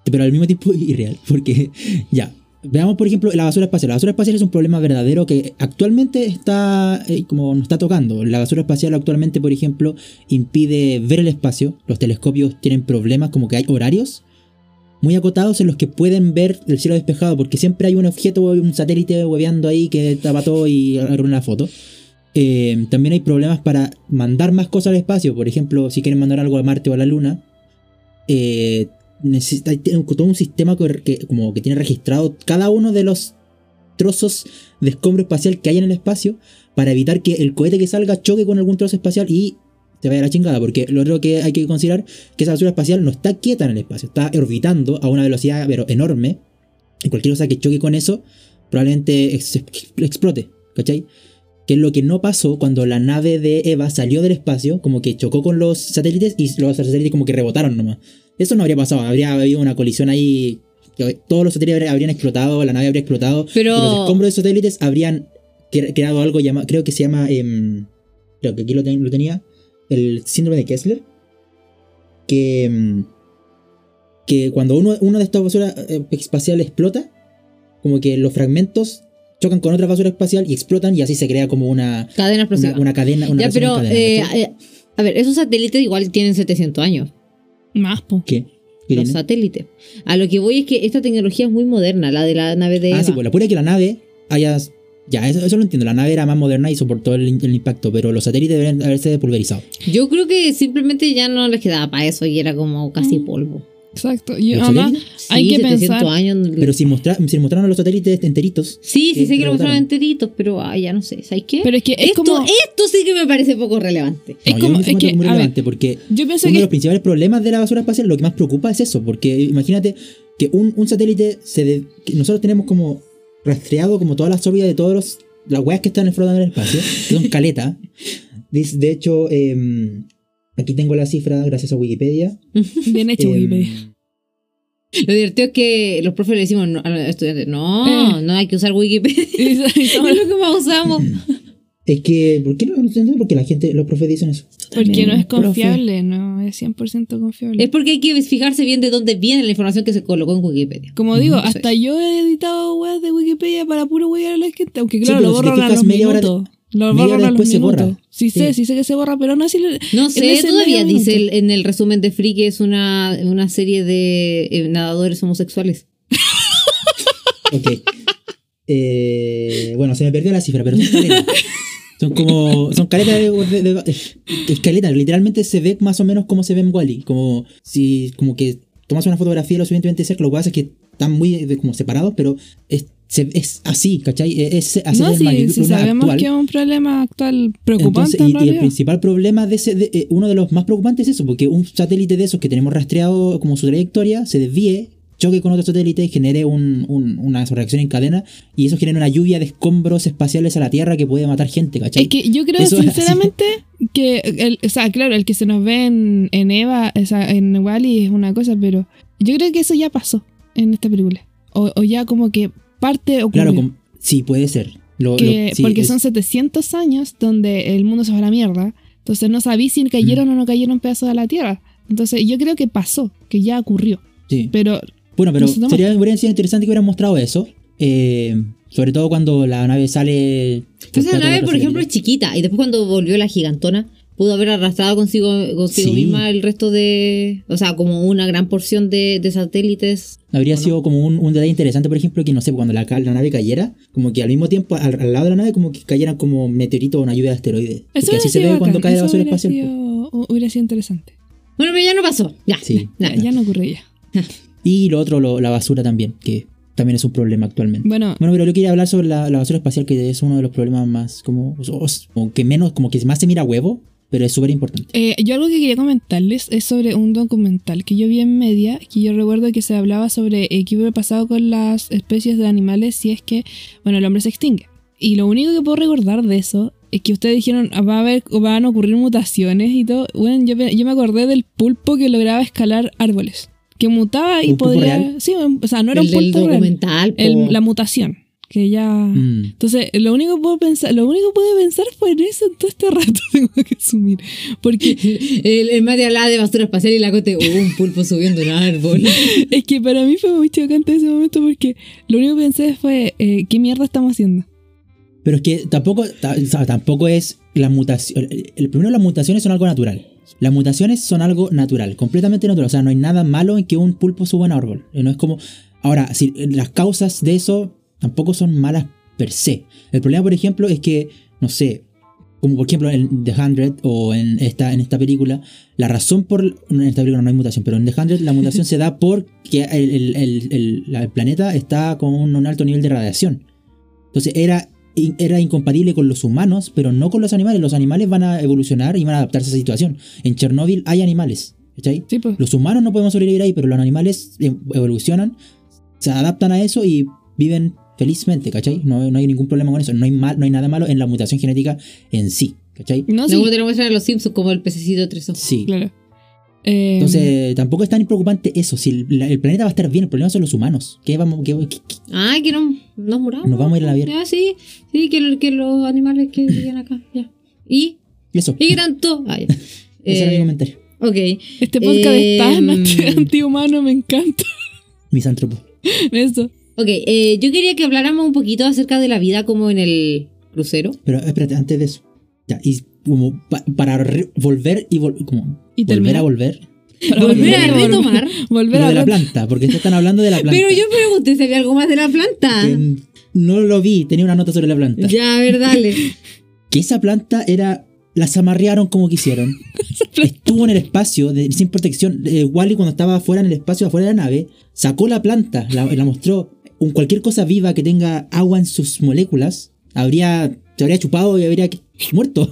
Speaker 5: pero al mismo tiempo *laughs* irreal. Porque ya, veamos por ejemplo la basura espacial. La basura espacial es un problema verdadero que actualmente está eh, como nos está tocando. La basura espacial actualmente, por ejemplo, impide ver el espacio. Los telescopios tienen problemas como que hay horarios. Muy acotados en los que pueden ver el cielo despejado, porque siempre hay un objeto, un satélite hueveando ahí que tapa todo y arruina la foto. Eh, también hay problemas para mandar más cosas al espacio. Por ejemplo, si quieren mandar algo a Marte o a la Luna, eh, necesita, hay todo un sistema que, que- como que tiene registrado cada uno de los trozos de escombro espacial que hay en el espacio para evitar que el cohete que salga choque con algún trozo espacial y se vaya a la chingada. Porque lo otro que hay que considerar que esa basura espacial no está quieta en el espacio, está orbitando a una velocidad pero enorme. Y cualquier cosa que choque con eso probablemente ex- explote, ¿cachai? que es lo que no pasó cuando la nave de Eva salió del espacio, como que chocó con los satélites y los satélites como que rebotaron nomás. Eso no habría pasado, habría habido una colisión ahí, que todos los satélites habrían, habrían explotado, la nave habría explotado,
Speaker 4: Pero-
Speaker 5: y los escombros de satélites habrían cre- creado algo llamado, creo que se llama, em, creo que aquí lo, ten- lo tenía, el síndrome de Kessler, que, em, que cuando uno, uno de estos basura eh, espacial explota, como que los fragmentos chocan con otra basura espacial y explotan y así se crea como una,
Speaker 4: Cadena explosiva.
Speaker 5: una, una cadena. Una
Speaker 4: ya,
Speaker 5: reacción en
Speaker 4: pero.
Speaker 5: cadena,
Speaker 4: eh,
Speaker 5: ¿cachai?
Speaker 4: eh, a ver, esos satélites igual tienen 700 años.
Speaker 2: Más, po.
Speaker 5: ¿Qué? ¿Qué Ah,
Speaker 4: Los
Speaker 5: tiene?
Speaker 4: satélites. A lo que voy es que esta tecnología es muy moderna, la de la nave de.
Speaker 5: Ah, sí,
Speaker 4: Eva.
Speaker 5: pues la pura que la nave haya. Ya, eso, eso lo entiendo. La nave era más moderna y soportó el, el impacto, pero los satélites deberían haberse pulverizado.
Speaker 4: Yo creo que simplemente ya no les quedaba para eso y era como casi polvo.
Speaker 2: Exacto. Y
Speaker 5: ¿Los
Speaker 2: además,
Speaker 4: Sí,
Speaker 2: Mm. hay que
Speaker 4: 700
Speaker 2: pensar.
Speaker 4: años.
Speaker 5: Pero si, mostra- si mostraron los satélites enteritos.
Speaker 4: sí, sí,
Speaker 5: que
Speaker 4: sé que lo mostraron
Speaker 5: rebotaron.
Speaker 4: enteritos, pero ah, ya no sé. ¿Sabes qué?
Speaker 2: Pero es que es
Speaker 4: esto,
Speaker 2: como.
Speaker 4: esto sí que me parece poco relevante.
Speaker 2: es
Speaker 5: No, yo
Speaker 2: como-
Speaker 5: lo encuentro
Speaker 2: es que,
Speaker 5: muy
Speaker 2: a ver,
Speaker 5: relevante porque
Speaker 2: Yo pienso
Speaker 5: uno de
Speaker 2: que.
Speaker 5: los principales problemas de la basura espacial, lo que más preocupa es eso, porque imagínate que un, un satélite, se de- que nosotros tenemos como rastreado como todas las órbitas de todos los- las weas que están flotando en el espacio, que son
Speaker 2: *laughs*
Speaker 5: caleta. Dice- De hecho, em, aquí tengo la cifra gracias a Wikipedia.
Speaker 2: Bien hecho, *laughs*
Speaker 5: Em,
Speaker 2: Wikipedia.
Speaker 4: Lo divertido es que los profes le decimos no, a los estudiantes, no,
Speaker 2: Eh.
Speaker 4: no hay que usar Wikipedia.
Speaker 2: Y so- y
Speaker 4: *laughs* es
Speaker 2: somos-
Speaker 4: lo que más usamos.
Speaker 5: Es que, ¿por qué no, no entiendo por qué la gente, los profes dicen eso?
Speaker 2: Porque no es
Speaker 5: profe.
Speaker 2: confiable, no es 100% confiable.
Speaker 4: es porque hay que fijarse bien de dónde viene la información que se colocó en Wikipedia.
Speaker 2: Como digo,
Speaker 5: Mm,
Speaker 4: Ujú,
Speaker 2: hasta
Speaker 4: sí.
Speaker 2: yo he editado weas de Wikipedia para puro wear a la gente. Aunque
Speaker 5: Sí,
Speaker 2: claro,
Speaker 5: pero
Speaker 2: lo
Speaker 5: si te
Speaker 2: borran a
Speaker 5: fijas,
Speaker 2: los
Speaker 5: media hora
Speaker 2: minutos. Lo
Speaker 5: media
Speaker 2: borran
Speaker 5: hora
Speaker 2: a los
Speaker 5: después se borra.
Speaker 2: minutos. Sí, sé,
Speaker 5: Sí.
Speaker 2: sí sé que se borra, pero no así. le-
Speaker 4: No
Speaker 2: en
Speaker 4: sé,
Speaker 2: ese
Speaker 4: todavía
Speaker 2: medio
Speaker 4: dice
Speaker 2: minuto.
Speaker 4: el- en el resumen de Free que es una, una serie de eh, nadadores homosexuales.
Speaker 5: Ok. Eh, bueno, se me perdió la cifra, pero son caletas. Son como. Son caletas de, de- de- Es caleta, literalmente se ve más o menos como se ve en Wally. Como si. Como que tomas una fotografía lo suficientemente cerca, lo que pasa es que están muy eh, de- como separados, pero es, se- es así, ¿cachai? Es, es así
Speaker 2: No,
Speaker 5: del
Speaker 2: sí,
Speaker 5: magnitud
Speaker 2: sí
Speaker 5: actual.
Speaker 2: sabemos que es un problema actual preocupante
Speaker 5: Entonces, y,
Speaker 2: en
Speaker 5: y el
Speaker 2: realidad.
Speaker 5: principal problema de ese, de- eh, uno de los más preocupantes es eso, porque un satélite de esos que tenemos rastreado como su trayectoria se desvíe, choque con otro satélite y genere un- un- una reacción en cadena, y eso genera una lluvia de escombros espaciales a la Tierra que puede matar gente, ¿cachai?
Speaker 2: Es que yo creo
Speaker 5: Eso *laughs* es así.
Speaker 2: sinceramente que, el- o sea, claro, el que se nos ve en, en Eva, o sea, en Wally es una cosa, pero yo creo que eso ya pasó en esta película. O, o ya como que parte ocurrió.
Speaker 5: claro, como- sí, puede ser. Lo-
Speaker 2: que-
Speaker 5: lo- sí,
Speaker 2: porque
Speaker 5: es-
Speaker 2: son 700 años donde el mundo se va a la mierda. Entonces no sabí si cayeron o no cayeron pedazos de la Tierra. Entonces yo creo que pasó, que ya ocurrió.
Speaker 5: sí.
Speaker 2: Pero
Speaker 5: Bueno, pero
Speaker 2: No se toma.
Speaker 5: sería, hubiera sido interesante que hubieran mostrado eso. eh, sobre todo cuando la nave sale...
Speaker 4: Pues la
Speaker 5: por
Speaker 4: nave,
Speaker 5: otro
Speaker 4: por ejemplo, es
Speaker 5: satélite.
Speaker 4: chiquita y después cuando volvió la gigantona pudo haber arrastrado consigo, consigo
Speaker 5: Sí.
Speaker 4: misma el resto de, o sea, como una gran porción de, de satélites.
Speaker 5: Habría
Speaker 4: ¿O no?
Speaker 5: sido como un, un detalle interesante, por ejemplo, que no sé, cuando la, ca- la nave cayera, como que al mismo tiempo, al, al lado de la nave, como que cayeran como meteorito o una lluvia de asteroides.
Speaker 2: eso
Speaker 5: Porque así se ve
Speaker 2: hubiera sido
Speaker 5: cuando
Speaker 2: bacán,
Speaker 5: cae la
Speaker 2: eso
Speaker 5: basura
Speaker 2: hubiera
Speaker 5: espacial. po.
Speaker 2: sido- hu- hubiera sido interesante.
Speaker 4: Bueno, pero ya no pasó. Ya.
Speaker 5: Sí.
Speaker 4: Ya,
Speaker 2: Ya, ya no ocurrió ya.
Speaker 5: Y lo otro, lo- la basura también, que también es un problema actualmente.
Speaker 2: Bueno,
Speaker 5: Bueno, pero yo quería hablar sobre la, la basura espacial, que es uno de los problemas más como, o- o que menos, como que más se mira a huevo, pero es súper importante.
Speaker 2: Eh, yo algo que quería comentarles es sobre un documental que yo vi en media, que yo recuerdo que se hablaba sobre eh, qué hubiera pasado con las especies de animales si es que, bueno, el hombre se extingue. Y lo único que puedo recordar de eso es que ustedes dijeron, "Ah, va a haber, van a ocurrir mutaciones y todo. Bueno, yo, pe- yo me acordé del pulpo que lograba escalar árboles, que mutaba y
Speaker 5: ¿Un pulpo
Speaker 2: podría...
Speaker 5: real?
Speaker 2: Sí, o sea, no era
Speaker 4: el
Speaker 2: un
Speaker 4: del
Speaker 2: pulpo real,
Speaker 4: documental. po.
Speaker 2: el- la mutación, que ya...
Speaker 5: Mm.
Speaker 2: Entonces, lo único que puedo pensar, lo único que pude pensar fue en eso en todo este *laughs* rato, tengo que asumir. Porque
Speaker 4: *laughs* El, el Mati hablaba de basura espacial y la cote, "Oh, un pulpo subiendo un árbol.
Speaker 2: es que para mí fue muy chocante ese momento porque lo único que pensé fue, eh, ¿qué mierda estamos haciendo?
Speaker 5: Pero es que tampoco, ta- o sea, tampoco es la mutación. el- El, primero, las mutaciones son algo natural. Las mutaciones son algo natural, completamente natural. O sea, no hay nada malo en que un pulpo suba a un árbol. No es como. Ahora, si eh, las causas de eso tampoco son malas per se. El problema, por ejemplo, es que, no sé, como por ejemplo en The Hundred o en esta, en esta película, la razón por. no, En esta película no hay mutación, pero en The Hundred la mutación se da porque el, el- el- el- la- el planeta está con un, un alto nivel de radiación. Entonces era, in- era incompatible con los humanos, pero no con los animales. Los animales van a evolucionar y van a adaptarse a esa situación. En Chernóbil hay animales, ¿cachai?
Speaker 2: Sí, pues.
Speaker 5: Los humanos no podemos sobrevivir ahí, pero los animales eh, evolucionan, se adaptan a eso y viven felizmente, ¿cachai? No, no hay ningún problema con eso. No hay, mal, no hay nada malo en la mutación genética en Ah, sí, ¿cachai?
Speaker 2: No, sí,
Speaker 4: Luego te lo muestran a los Simpsons como el pececito tres ojos.
Speaker 5: Sí.
Speaker 2: claro. Eh,
Speaker 5: Entonces, tampoco es tan preocupante eso. Si el, la- el planeta va a estar bien, el problema son los humanos. ¿Qué vamos, qué- qué- qué-
Speaker 4: Ah, que no, nos muramos.
Speaker 5: Nos vamos a ir a la mierda.
Speaker 4: Ah, sí, sí, que, lo- que los animales que vivían acá, ya. ¿Y?
Speaker 5: eso.
Speaker 4: ¿Y qué tanto? Ah, ya.
Speaker 5: *laughs* Ese era mi
Speaker 4: Eh,
Speaker 5: comentario.
Speaker 4: ok.
Speaker 2: este podcast
Speaker 4: eh,
Speaker 2: está en anti-
Speaker 4: mm.
Speaker 2: antihumano, me encanta *laughs*
Speaker 5: Misántropo.
Speaker 2: eso.
Speaker 4: Ok, eh, yo quería que habláramos un poquito acerca de la vida como en el crucero.
Speaker 5: Pero espérate, antes de eso. Ya, y como pa- para re- volver y, vol- como,
Speaker 2: Y
Speaker 5: volver
Speaker 2: terminar.
Speaker 5: a volver.
Speaker 2: Para
Speaker 4: Volver a
Speaker 2: volver-
Speaker 4: retomar.
Speaker 2: *laughs* Volver
Speaker 5: Lo
Speaker 2: a
Speaker 5: de la
Speaker 2: hablar.
Speaker 5: planta, porque te están hablando
Speaker 2: *laughs*
Speaker 5: de la planta.
Speaker 4: Pero yo pregunté si había algo más de la planta.
Speaker 5: que no lo vi, tenía una nota sobre la planta.
Speaker 4: Ah. Ya, a ver,
Speaker 5: *laughs*
Speaker 4: dale.
Speaker 5: Que esa planta era. La zamarrearon como quisieron. Estuvo en el espacio de- sin protección. Eh, Wally, cuando estaba afuera en el espacio, afuera de la nave, sacó la planta, la, la mostró. Un, cualquier cosa viva que tenga agua en sus moléculas habría, se habría chupado y habría que- muerto.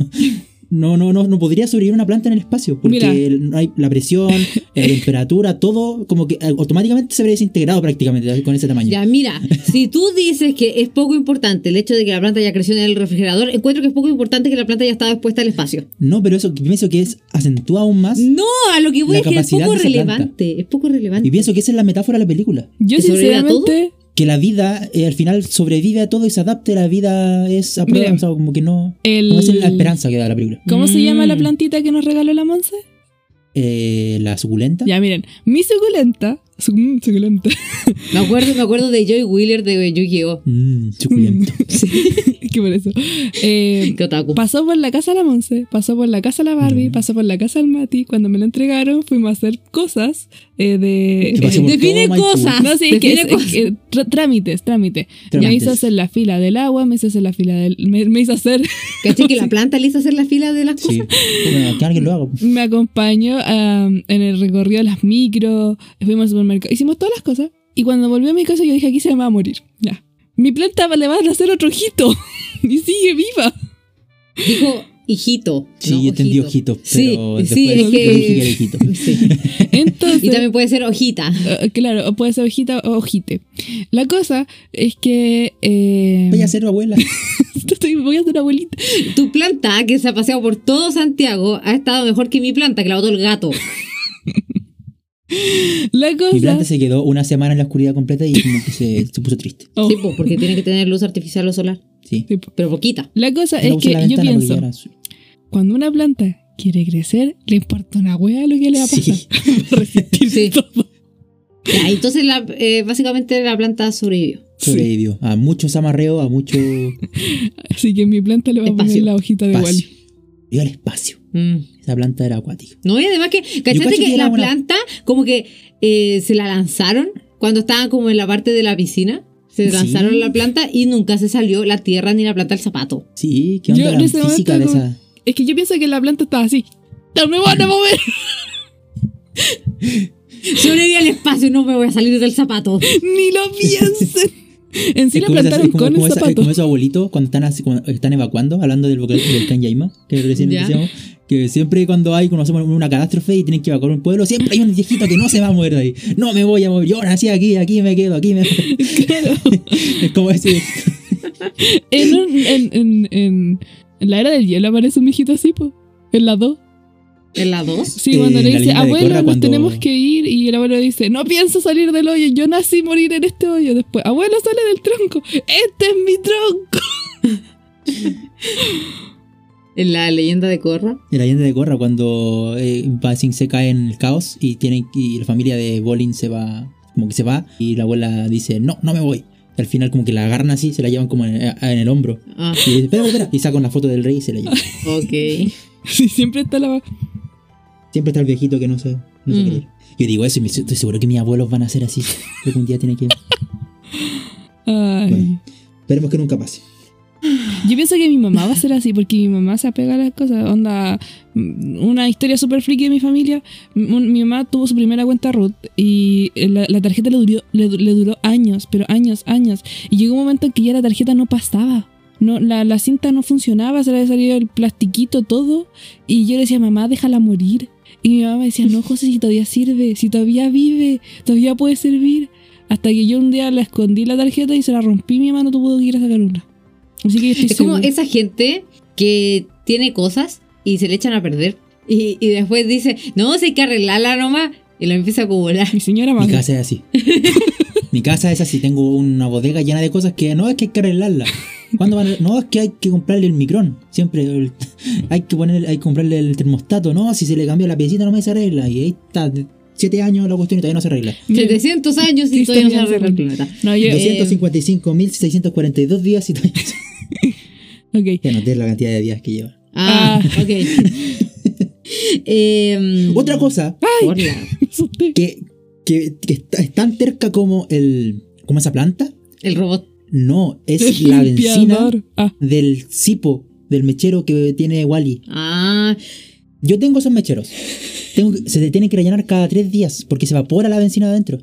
Speaker 5: No, no, no, no podría sobrevivir una planta en el espacio. Porque
Speaker 2: Mira.
Speaker 5: el- no hay la presión, la temperatura, todo como que eh, automáticamente se habría desintegrado prácticamente con ese tamaño.
Speaker 4: Ya, mira, si tú dices que es poco importante el hecho de que la planta ya creció en el refrigerador, encuentro que es poco importante que la planta ya estaba expuesta al espacio.
Speaker 5: No, pero eso pienso que es acentúa aún más.
Speaker 4: No, a lo que voy
Speaker 5: La
Speaker 4: es que es
Speaker 5: capacidad
Speaker 4: poco
Speaker 5: de esa
Speaker 4: relevante. Es poco
Speaker 5: Y
Speaker 4: relevante.
Speaker 5: pienso que esa es la metáfora de la película.
Speaker 2: Yo
Speaker 4: ¿Que sobrevive a
Speaker 2: sinceramente,
Speaker 5: Que la vida eh, al final sobrevive a todo y se adapte. La vida es a prueba.
Speaker 2: Mira,
Speaker 5: o sea, como que no.
Speaker 2: el-
Speaker 5: No es la esperanza que da la película.
Speaker 2: ¿cómo se llama la
Speaker 4: Mm.
Speaker 2: plantita que nos regaló la Monse?
Speaker 5: Eh, la suculenta.
Speaker 2: Ya miren, mi suculenta, su- mm, suculenta, *laughs*
Speaker 4: Me acuerdo, me acuerdo de Joy Wheeler de Yu-Gi-Oh!
Speaker 5: Mmm, suculenta.
Speaker 2: que por eso. Eh,
Speaker 4: Que otaku.
Speaker 2: Pasó por la casa de la Monse, pasó por la casa de la Barbie,
Speaker 5: Mm.
Speaker 2: pasó por la casa del Mati. Cuando me lo entregaron, fuimos a hacer cosas eh, de.
Speaker 5: Que pasó por
Speaker 4: Define
Speaker 5: todo, Maipú.
Speaker 4: cosas.
Speaker 2: No, sí, que
Speaker 4: Define
Speaker 2: es-
Speaker 4: *laughs* cosas.
Speaker 2: que- tr- trámites, trámite. Me
Speaker 5: Trámites.
Speaker 2: hizo hacer la fila del agua, me hizo hacer la fila del. Me, me hizo hacer. *laughs*
Speaker 4: ¿Cachai que la planta le hizo hacer la fila de las cosas?
Speaker 5: Sí. Bueno, que alguien lo haga.
Speaker 2: Me acompañó am, en el recorrido de las micros, fuimos al supermercado, hicimos todas las cosas. Y cuando volvió a mi casa, yo dije: aquí se me va a morir. Ya. Mi planta le va a hacer otro ojito. *laughs* y sigue viva.
Speaker 4: Dijo hijito.
Speaker 5: Sí,
Speaker 4: ¿no?
Speaker 5: yo entendí ojitos.
Speaker 4: Sí,
Speaker 5: Pero
Speaker 4: sí,
Speaker 5: después
Speaker 4: es que-
Speaker 5: dije era ojito.
Speaker 4: Sí.
Speaker 2: Entonces.
Speaker 4: *laughs* Y también puede ser hojita.
Speaker 2: Eh, claro, o puede ser hojita o ojite. La cosa es que. eh,
Speaker 5: Voy a ser abuela.
Speaker 2: *laughs* estoy- voy a ser abuelita.
Speaker 4: Tu planta, que se ha paseado por todo Santiago, ha estado mejor que mi planta, que la botó el gato.
Speaker 2: La
Speaker 5: Mi planta
Speaker 2: cosa.
Speaker 5: se quedó una semana en la oscuridad completa y como que se, se puso triste.
Speaker 2: Oh,
Speaker 4: Sí, po, porque tiene que tener luz artificial o solar.
Speaker 5: Sí.
Speaker 2: sí, po.
Speaker 4: Pero poquita.
Speaker 2: La cosa
Speaker 5: No
Speaker 2: es
Speaker 5: puse
Speaker 2: que
Speaker 5: la
Speaker 2: yo
Speaker 5: ventana porque ya
Speaker 2: pienso:
Speaker 5: era azul.
Speaker 2: cuando una planta quiere crecer, le importa una hueá lo que le va a pasar.
Speaker 5: Sí.
Speaker 2: Va
Speaker 5: *laughs*
Speaker 2: a resistir
Speaker 4: Sí.
Speaker 2: todo.
Speaker 4: Ya, entonces, la- eh, básicamente, la planta sobrevivió.
Speaker 5: Sobrevivió. A muchos amarreos, a mucho espacio.
Speaker 2: Así que mi planta le va a poner
Speaker 4: Espacio.
Speaker 2: la hojita de igual.
Speaker 5: Viva el espacio.
Speaker 4: Mm.
Speaker 5: Esa planta era acuática.
Speaker 4: No, y además que,
Speaker 5: cacho
Speaker 4: ¿cachaste
Speaker 5: que
Speaker 4: que
Speaker 5: era
Speaker 4: la
Speaker 5: una-
Speaker 4: planta como que eh, se la lanzaron cuando estaban como en la parte de la piscina? Se
Speaker 5: Sí.
Speaker 4: lanzaron la planta y nunca se salió la tierra ni la planta del zapato.
Speaker 5: Sí, ¿qué
Speaker 2: Yo
Speaker 5: onda
Speaker 2: en
Speaker 5: la
Speaker 2: ese momento
Speaker 5: física de
Speaker 2: como-
Speaker 5: esa? *laughs*
Speaker 2: Es que yo pienso que la planta está así. ¡No me van a mover!
Speaker 4: Sobreviví al espacio, no me voy a salir del zapato.
Speaker 2: *laughs* Ni lo piensen. En sí
Speaker 5: Es
Speaker 2: la
Speaker 5: como esas-
Speaker 2: plantaron
Speaker 5: es como-
Speaker 2: con
Speaker 5: como
Speaker 2: el
Speaker 5: esa- es
Speaker 2: zapato.
Speaker 5: como esos abuelitos cuando están, así- cuando están evacuando, hablando del vocal- del Can Yaima, que recién
Speaker 2: Ya.
Speaker 5: decíamos, que siempre cuando hay cuando hacemos una catástrofe y tienen que evacuar un pueblo, siempre hay un viejito que no se va a mover de ahí. No me voy a mover, yo nací aquí, aquí me quedo, aquí me
Speaker 2: *laughs* Claro.
Speaker 5: *laughs* Es como ese.
Speaker 2: En, un- en, en, en- en la era del hielo aparece un mijito así, po. En la 2.
Speaker 4: ¿En la 2?
Speaker 2: Sí,
Speaker 5: Eh,
Speaker 2: cuando le
Speaker 5: la
Speaker 2: dice,
Speaker 5: leyenda de
Speaker 2: abuelo,
Speaker 5: Korra
Speaker 2: nos
Speaker 5: cuando-
Speaker 2: tenemos que ir. Y el abuelo dice, no pienso salir del hoyo. Yo nací morir en este hoyo. Después, abuelo, sale del tronco. Este es mi tronco. *laughs*
Speaker 4: ¿En la leyenda de Corra?
Speaker 5: El allende de Corra cuando eh, Basing se cae en el caos y tienen y la familia de Bolin se va, como que se va, y la abuela dice, no, no me voy. Y al final como que la agarran así, se la llevan como en, eh, en el hombro.
Speaker 4: Ah,
Speaker 5: Y dice, espera, espera, y sacan la foto del rey y
Speaker 4: *laughs*
Speaker 5: se la llevan. *laughs*
Speaker 4: ok.
Speaker 2: Sí, siempre está la...
Speaker 5: Siempre está el viejito que no sabe. No sé
Speaker 4: Mm.
Speaker 5: qué leer. Yo digo eso y me- estoy seguro que mis abuelos van a ser
Speaker 4: *laughs*
Speaker 5: así. Creo que un día tiene que.
Speaker 2: Ay.
Speaker 5: Bueno. Esperemos que nunca pase.
Speaker 2: Yo pienso que mi mamá va a ser así, porque mi mamá se apega a las cosas. Onda, mm, una historia súper friki de mi familia. M- un- Mi mamá tuvo su primera cuenta Ruth y la, la tarjeta le, durió- le, du- le duró años, pero años, años. Y llegó un momento en que ya la tarjeta no pasaba. No, la, la cinta no funcionaba, se le había salido el plastiquito, todo. Y yo le decía, mamá, déjala morir. Y mi mamá me decía, no, José, si todavía sirve, si todavía vive, todavía puede servir. Hasta que yo un día la escondí la tarjeta y se la rompí, mi mamá no tuvo que ir a sacar una. Así que yo estoy
Speaker 4: Es como
Speaker 2: segura.
Speaker 4: esa gente que tiene cosas y se le echan a perder. Y, y después dice, no, si hay que arreglarla nomás. Y la empieza a acumular.
Speaker 2: Mi señora
Speaker 5: Mi
Speaker 2: madre.
Speaker 5: casa es *laughs* así. Mi casa es así. Tengo una bodega llena de cosas que no es que hay que arreglarla. ¿Cuándo van a- No, es que hay que comprarle el micrón. Siempre el- hay que poner, hay que comprarle el termostato. No, si se le cambió la piecita no me se arregla. Y ahí está, de siete años la cuestión y todavía no se arregla.
Speaker 2: Mira,
Speaker 4: 700 años
Speaker 2: Sí,
Speaker 4: y todavía no se
Speaker 2: todavía
Speaker 4: arregla el
Speaker 2: no
Speaker 4: planeta.
Speaker 2: No, yo. eh,
Speaker 5: 255.642 días y todavía.
Speaker 2: ok. *laughs*
Speaker 5: *laughs* Ya noté la cantidad de días que lleva.
Speaker 4: Ah,
Speaker 2: Ah.
Speaker 4: ok. *laughs* Em,
Speaker 5: Otra cosa
Speaker 4: por la-
Speaker 2: Me asusté.
Speaker 5: que, que, que está- es tan terca como el como esa planta.
Speaker 4: el robot.
Speaker 5: No, *laughs* es
Speaker 2: El
Speaker 5: la benzina
Speaker 2: limpiador. Ah,
Speaker 5: del cipo, del mechero que tiene Wally.
Speaker 4: Ah,
Speaker 5: Yo tengo esos mecheros. Tengo que- se te tienen que rellenar cada tres días porque se evapora la benzina de adentro.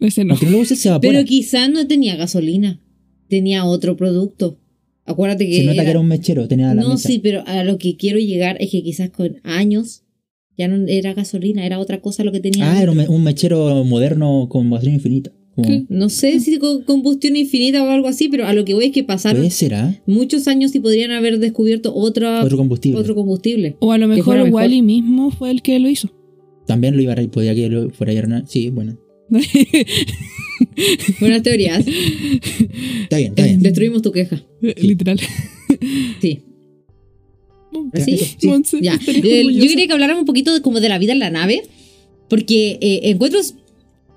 Speaker 2: ese no.
Speaker 5: Aunque no lo uses, se evapora.
Speaker 4: pero quizás no tenía gasolina. Tenía otro producto. Acuérdate que.
Speaker 5: se nota
Speaker 4: era-
Speaker 5: que era un mechero, tenía la
Speaker 4: no,
Speaker 5: mesa.
Speaker 4: sí, pero a lo que quiero llegar es que quizás con años ya no era gasolina, era otra cosa lo que tenía.
Speaker 5: Ah,
Speaker 4: dentro.
Speaker 5: era un, me- un mechero moderno con gasolina infinita. Como-
Speaker 2: ¿Qué?
Speaker 4: No sé si con combustión infinita o algo así, pero a lo que voy es que pasaron
Speaker 5: puede ser, ah?
Speaker 4: muchos años y podrían haber descubierto
Speaker 2: Ah,
Speaker 4: otra,
Speaker 5: Otro
Speaker 4: otro,
Speaker 5: combustible.
Speaker 4: combustible.
Speaker 2: O a lo
Speaker 4: Que
Speaker 2: mejor
Speaker 4: fuera mejor.
Speaker 2: Wally mismo fue el que lo hizo.
Speaker 5: También lo iba a re- podía que lo fuera a llenar. Sí, bueno.
Speaker 4: Buenas
Speaker 5: *laughs*
Speaker 4: teorías.
Speaker 5: Está bien, está bien.
Speaker 4: Destruimos tu queja.
Speaker 2: *laughs* Literal.
Speaker 4: Sí.
Speaker 5: Ya,
Speaker 4: Sí.
Speaker 5: eso, sí.
Speaker 2: Monse,
Speaker 4: Ya.
Speaker 2: estaría
Speaker 4: Eh, yo
Speaker 2: orgullosa.
Speaker 4: quería que habláramos un poquito de, como de la vida en la nave, porque eh, encuentros...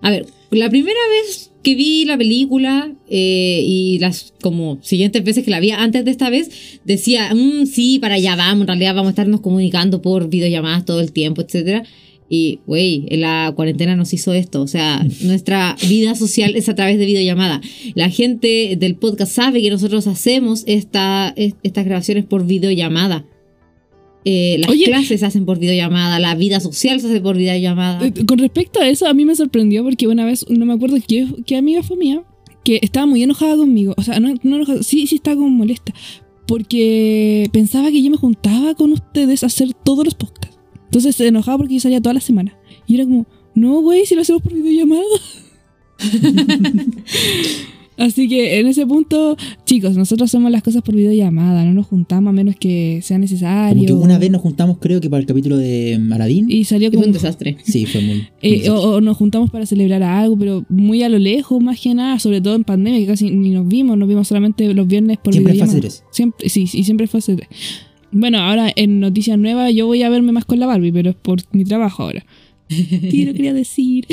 Speaker 4: A ver, la primera vez que vi la película eh, y las como siguientes veces que la vi antes de esta vez, decía, "Mm, sí, para allá vamos, en realidad vamos a estarnos comunicando por videollamadas todo el tiempo, etcétera. Y, güey, en la cuarentena nos hizo esto. O sea, nuestra vida social es a través de videollamada. La gente del podcast sabe que nosotros hacemos esta, est- estas grabaciones por videollamada. Eh, las
Speaker 2: Oye.
Speaker 4: clases se hacen por videollamada, la vida social se hace por videollamada.
Speaker 2: Eh, Con respecto a eso, a mí me sorprendió porque una vez, no me acuerdo qué, qué amiga fue mía, que estaba muy enojada conmigo. O sea, no, no enojada, sí, sí estaba como molesta. Porque pensaba que yo me juntaba con ustedes a hacer todos los podcasts. Entonces se enojaba porque yo salía toda la semana. Y era como, no, güey, si lo hacemos por videollamada. *laughs* Así que en ese punto, chicos, nosotros hacemos las cosas por videollamada, no nos juntamos a menos que sea necesario.
Speaker 5: Como que una vez nos juntamos, creo que para el capítulo de mm, Aladdin.
Speaker 2: Y salió
Speaker 4: Es
Speaker 2: como
Speaker 4: un desastre.
Speaker 5: Sí, fue muy.
Speaker 2: Eh, o, o nos juntamos para celebrar algo, pero muy a lo lejos, más que nada, sobre todo en pandemia, que casi ni nos vimos, nos vimos solamente los viernes por
Speaker 5: Siempre
Speaker 2: videollamada.
Speaker 5: fáciles.
Speaker 2: Siempre, sí, sí, siempre fue hacer. Bueno, ahora en Noticias Nuevas yo voy a verme más con la Barbie, pero es por mi trabajo
Speaker 5: *laughs*
Speaker 2: ahora. Sí, lo quería decir.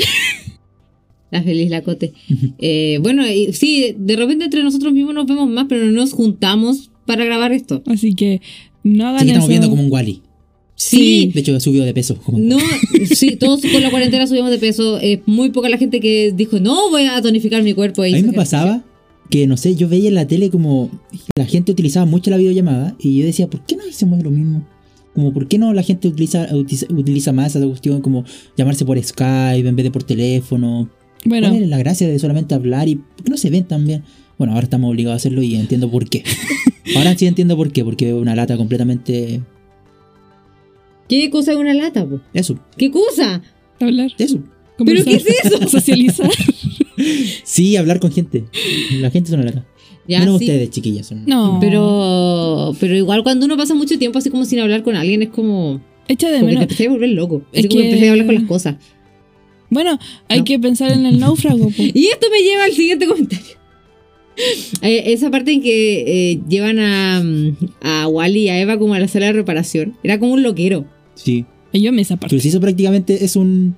Speaker 4: La feliz lacote. Eh, bueno, y sí, de repente entre nosotros mismos nos vemos más, pero no nos juntamos para grabar esto.
Speaker 2: Así que no hagan
Speaker 5: Sí, estamos
Speaker 2: eso.
Speaker 5: viendo como un Wally.
Speaker 4: Sí.
Speaker 5: De hecho, subió de peso. como-
Speaker 4: No, sí, todos con la cuarentena subimos de peso. Es muy poca la gente que dijo, no, voy a tonificar mi cuerpo.
Speaker 5: a mí me pasaba que, no sé, yo veía en la tele como la gente utilizaba mucho la videollamada y yo decía, ¿por qué no hacemos lo mismo? Como, ¿por qué no la gente utiliza, utiliza, utiliza más esa cuestión como llamarse por Skype en vez de por teléfono?
Speaker 2: Bueno,
Speaker 5: ¿Cuál es la gracia de solamente hablar y por qué no se ven tan bien? Bueno, ahora estamos obligados a hacerlo y entiendo
Speaker 4: *laughs*
Speaker 5: por qué. ahora sí entiendo por qué, porque veo una lata completamente...
Speaker 4: ¿Qué cosa es una lata, po?
Speaker 5: Eso,
Speaker 4: ¿Qué cosa?
Speaker 2: hablar.
Speaker 5: eso.
Speaker 2: conversar,
Speaker 4: qué es eso? *laughs*
Speaker 2: Socializar.
Speaker 5: Sí, hablar con gente. La gente es una lata.
Speaker 4: Ya,
Speaker 5: Menos
Speaker 4: sí.
Speaker 5: ustedes, chiquillas. Son...
Speaker 2: No.
Speaker 4: Pero, pero igual cuando uno pasa mucho tiempo así como sin hablar con alguien, es como.
Speaker 2: Echa de
Speaker 4: Como que te
Speaker 2: menos.
Speaker 4: empecé a volver loco. Así
Speaker 2: Es
Speaker 4: como que
Speaker 2: que-
Speaker 4: empecé a hablar con las cosas.
Speaker 2: Bueno, hay
Speaker 4: No.
Speaker 2: que pensar en
Speaker 5: *laughs*
Speaker 2: el náufrago. pues. po.
Speaker 4: Y esto me lleva al siguiente comentario. *laughs* Eh, esa parte en que eh, llevan a, mm, a Wally y a Eva como a la sala de reparación. Era como un loquero.
Speaker 5: Sí.
Speaker 2: Yo me esa parte.
Speaker 5: Cruciso prácticamente es un,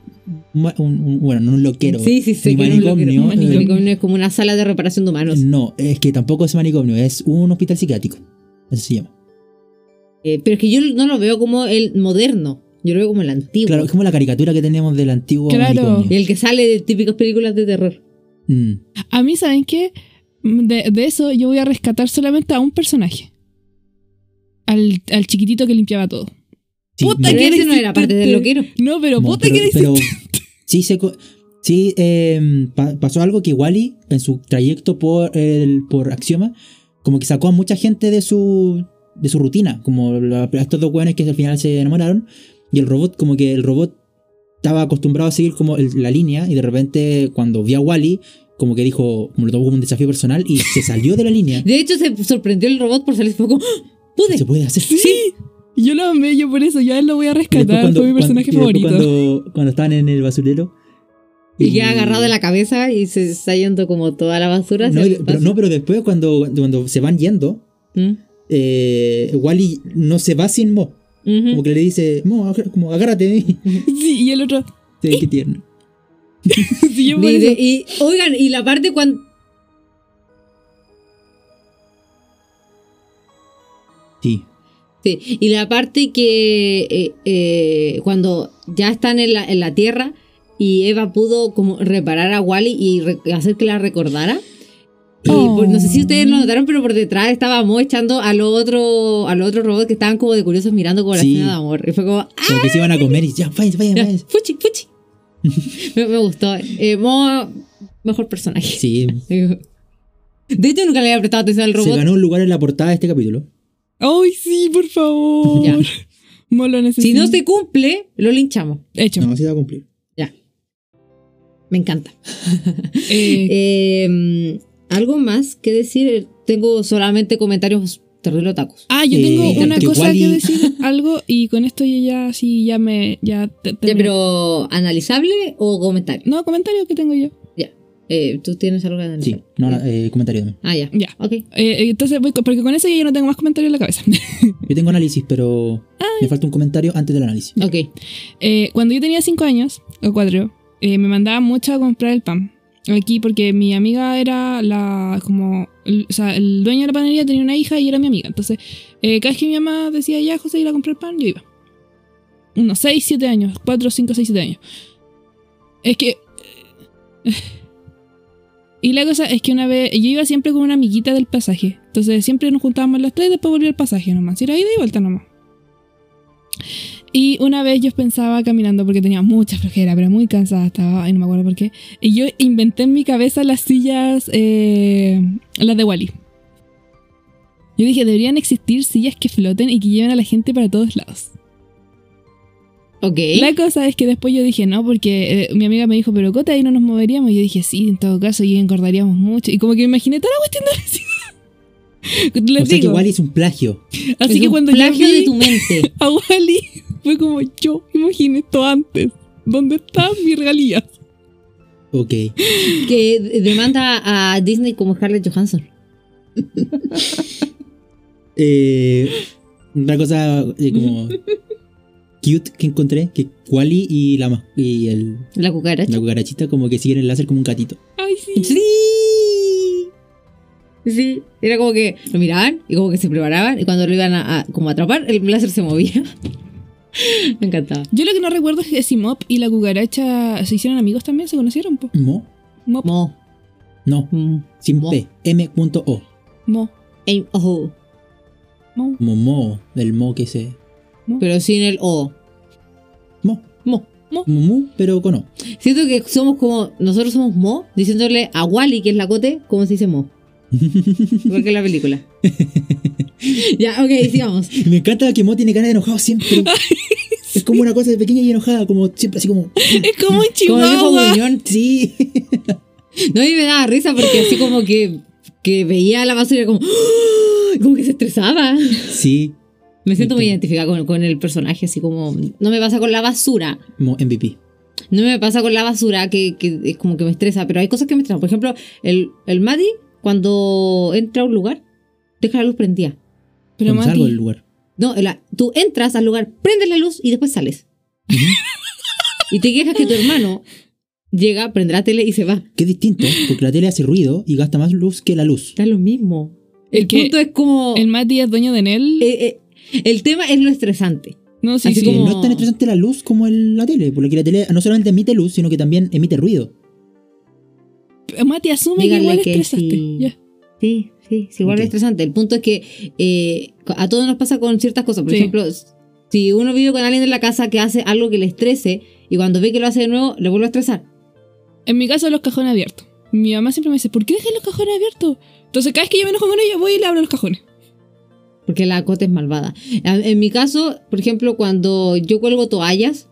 Speaker 5: un- un- Bueno, no un loquero.
Speaker 4: Sí, sí, sí.
Speaker 5: Ni
Speaker 4: que era un loquero.
Speaker 5: manicomio.
Speaker 4: Un
Speaker 5: eh,
Speaker 4: manicomio es como una sala de reparación de humanos.
Speaker 5: No, es que tampoco es manicomio, es un hospital psiquiátrico. Así se llama.
Speaker 4: Eh, pero es que yo no lo veo como el moderno. Yo lo veo como el antiguo.
Speaker 5: Claro, es como la caricatura que teníamos del antiguo
Speaker 2: Claro.
Speaker 5: manicomio.
Speaker 4: El que sale de típicas películas de terror.
Speaker 5: Mm.
Speaker 2: A mí, ¿saben qué? Mm, De, de eso yo voy a rescatar solamente a un personaje. Al, al chiquitito que limpiaba todo.
Speaker 5: Sí,
Speaker 2: Puta
Speaker 5: no,
Speaker 4: Pero
Speaker 2: que
Speaker 4: ese no era parte
Speaker 5: este.
Speaker 4: del loquero.
Speaker 2: No, pero
Speaker 5: no,
Speaker 2: puta que eres-
Speaker 5: pero sí, se co- sí eh, pa- pasó algo que Wally, en su trayecto por, el, por Axioma, como que sacó a mucha gente de su, de su rutina. Como la- a estos dos hueones que al final se enamoraron. Y el robot, como que el robot estaba acostumbrado a seguir como el- la línea. Y de repente, cuando vio a Wally, como que dijo, como lo tomó como un desafío personal y se salió de
Speaker 2: *laughs*
Speaker 5: la línea.
Speaker 4: De hecho, se sorprendió el robot por salir fue como ¡Ah! *gasps* ¡Pude!
Speaker 5: Se puede hacer.
Speaker 2: *laughs* Sí. Yo lo amé, yo por eso, yo a él lo voy a
Speaker 5: Y después
Speaker 2: rescatar. Fue mi personaje
Speaker 5: cuando- y después
Speaker 2: favorito.
Speaker 5: Cuando, cuando estaban en el basurero.
Speaker 4: Y queda agarrado de la cabeza y se está yendo como toda la basura. hacia
Speaker 5: No,
Speaker 4: el
Speaker 5: y- pero,
Speaker 4: espacio.
Speaker 5: no, pero después cuando, cuando se van yendo,
Speaker 4: Mm.
Speaker 5: eh, Wally no se va sin Mo.
Speaker 4: Ujú.
Speaker 5: Como que le dice, Mo, agar- como agárrate.
Speaker 2: *laughs*
Speaker 5: *laughs*
Speaker 2: Sí, y el otro. *laughs*
Speaker 5: Sí, qué tierno.
Speaker 2: Sí, yo por
Speaker 4: Y, de-
Speaker 2: eso.
Speaker 4: y- oigan, y la parte cuando.
Speaker 5: Sí.
Speaker 4: sí, y la parte que eh, eh, cuando ya están en la, en la tierra y Eva pudo como reparar a Wally y re- hacer que la recordara. Y
Speaker 2: Oh.
Speaker 4: por- no sé si ustedes lo notaron, pero por detrás estaba Mo echando a los otros a los otros robots que estaban como de curiosos mirando como la
Speaker 5: Sí.
Speaker 4: escena de amor. Y fue como, ¡ah!
Speaker 5: Como que se iban a comer y ya, váyanse, váyanse,
Speaker 4: Ya,
Speaker 5: váyanse.
Speaker 4: Fuchi,
Speaker 5: *laughs*
Speaker 4: fuchi. me, me gustó. Eh, Mo, mejor personaje.
Speaker 5: Sí.
Speaker 4: De hecho, nunca le había prestado atención al
Speaker 5: Se
Speaker 4: robot.
Speaker 5: ganó un lugar en la portada de este capítulo.
Speaker 2: Ay, sí, por favor.
Speaker 4: Ya.
Speaker 2: Mo lo necesito.
Speaker 4: Si no se cumple, lo linchamos.
Speaker 2: Hecho.
Speaker 5: No, sí se va a cumplir.
Speaker 4: Me encanta.
Speaker 2: Eh,
Speaker 4: Eh, ¿Algo más que decir? Eh, Tengo solamente comentarios terrible tacos.
Speaker 2: Ah, yo
Speaker 5: Eh,
Speaker 2: tengo
Speaker 5: tanto
Speaker 2: una
Speaker 5: que
Speaker 2: cosa
Speaker 5: Wall-E-
Speaker 2: que
Speaker 5: *laughs*
Speaker 2: decir, algo, y con esto yo ya, sí, ya me, ya, te-
Speaker 4: Ya,
Speaker 2: termino.
Speaker 4: pero ¿analizable o comentario?
Speaker 2: No, comentario que tengo yo.
Speaker 4: Eh, ¿Tú tienes algo que analizar?
Speaker 5: Sí, no, no, eh, comentario también.
Speaker 4: Ah, ya.
Speaker 2: Ya.
Speaker 4: Ok.
Speaker 2: Eh, entonces, voy, con- porque con eso yo ya no tengo más comentarios en la cabeza. *laughs*
Speaker 5: Yo tengo análisis, pero me falta un comentario antes del análisis.
Speaker 4: Ok.
Speaker 2: Eh, cuando yo tenía 5 años, o 4, me mandaba mucho a comprar el pan. Aquí, porque mi amiga era la. como. l- O sea, el dueño de la panadería tenía una hija y era mi amiga. Entonces, eh, cada vez que mi mamá decía, ya, José, ir a comprar pan, yo iba. Unos 6, 7 años. 4, 5, 6, 7 años. Es que. *laughs* Y la cosa es que una vez. Yo iba siempre con una amiguita del pasaje. Entonces, siempre nos juntábamos las tres y después volvía al pasaje nomás. Era ida y vuelta nomás. Y una vez yo pensaba caminando porque tenía mucha flojera, pero muy cansada estaba, y no me acuerdo por qué. Y yo inventé en mi cabeza las sillas, eh, las de Wally. Yo dije, deberían existir sillas que floten y que lleven a la gente para todos lados.
Speaker 4: Ok.
Speaker 2: La cosa es que después yo dije, no, porque eh, mi amiga me dijo, pero Cota, ahí no nos moveríamos. Y yo dije, sí, en todo caso, y engordaríamos mucho. Y como que me imaginé toda la *laughs* cuestión de la ciudad. Les
Speaker 5: o sea que
Speaker 2: digo.
Speaker 5: Wally es un plagio.
Speaker 2: Así
Speaker 4: Es
Speaker 2: que
Speaker 4: un
Speaker 2: cuando yo
Speaker 4: plagio
Speaker 2: vi-
Speaker 4: de tu mente.
Speaker 2: a Wally fue como yo imaginé esto antes. ¿Dónde están mis regalías?
Speaker 5: Ok.
Speaker 4: que demanda a Disney como Scarlett Johansson.
Speaker 5: Eh, otra cosa eh, como cute que encontré, que Wally y la ma- y el,
Speaker 4: La cucaracha.
Speaker 5: la cucarachita como que siguen el láser como un gatito.
Speaker 2: Ay, sí.
Speaker 4: Sí. Sí, era como que lo miraban y como que se preparaban y cuando lo iban a, a- como a atrapar, el láser se movía. *laughs* Me encantaba.
Speaker 2: Yo lo que no recuerdo es que si Mop y la cucaracha se hicieron amigos también, se conocieron, po.
Speaker 5: Mo,
Speaker 2: Mop,
Speaker 4: Mo.
Speaker 5: no,
Speaker 4: Mm.
Speaker 5: sin
Speaker 4: Mo.
Speaker 5: P, M.O.
Speaker 2: Mo,
Speaker 4: Ey, ojo.
Speaker 2: Mo.
Speaker 5: Como Mo, del Mo que se
Speaker 2: Mo.
Speaker 4: pero sin el O.
Speaker 5: Mo.
Speaker 4: Mo. Mo.
Speaker 5: Mumu, pero con O.
Speaker 4: Siento que somos como, nosotros somos Mo, diciéndole a Wally, que es la cote, cómo se
Speaker 2: *laughs*
Speaker 4: dice Mo. Igual que en la película. *laughs* ya, ok, sigamos.
Speaker 5: Me encanta que Mo tiene cara de enojado
Speaker 2: *laughs*
Speaker 5: siempre. Es como una cosa de pequeña y enojada, como siempre así como.
Speaker 2: Es como un
Speaker 4: Como dijo
Speaker 2: chihuahua.
Speaker 4: Muñón,
Speaker 5: Sí. *laughs*
Speaker 4: No, a mí me daba risa porque así como que, que veía la basura como... ¡Ah! Como que se estresaba.
Speaker 5: Sí.
Speaker 4: Me siento muy identificada con, con el personaje, así como... No me pasa con la basura.
Speaker 5: Mo MVP.
Speaker 4: No me pasa con la basura, que, que es como que me estresa, pero hay cosas que me estresan. Por ejemplo, el, el Mati, cuando entra a un lugar, deja la luz prendida.
Speaker 2: Pero
Speaker 5: Cuando salgo
Speaker 2: Mati,
Speaker 5: del lugar.
Speaker 4: No, la- tú entras al lugar, prendes la luz y después sales. y te quejas que tu hermano llega, prende la tele y se va.
Speaker 5: Que es distinto, porque la tele hace ruido y gasta más luz que la luz.
Speaker 4: Da lo mismo. El
Speaker 2: Es que
Speaker 4: punto es como...
Speaker 2: el Mati es dueño de Nel.
Speaker 4: eh, eh, el tema es lo estresante.
Speaker 2: no, sí,
Speaker 4: así
Speaker 2: sí.
Speaker 5: Que
Speaker 4: como-
Speaker 5: no es tan estresante la luz como el- la tele, porque la tele no solamente emite luz, sino que también emite ruido.
Speaker 2: Mati asume que igual
Speaker 4: Díganle que
Speaker 2: estresaste.
Speaker 4: sí.
Speaker 2: Ya.
Speaker 4: Sí, sí, sí, igual
Speaker 5: Ok.
Speaker 4: es estresante. El punto es que eh, a todos nos pasa con ciertas cosas. Por
Speaker 2: Sí.
Speaker 4: ejemplo, si uno vive con alguien en la casa que hace algo que le estrese y cuando ve que lo hace de nuevo, le vuelve a estresar.
Speaker 2: En mi caso, los cajones abiertos. Mi mamá siempre me dice, ¿por qué dejas los cajones abiertos? Entonces, cada vez que yo me enojo con ella, voy y le abro los cajones.
Speaker 4: Porque la cota es malvada. A- En mi caso, por ejemplo, cuando yo cuelgo toallas,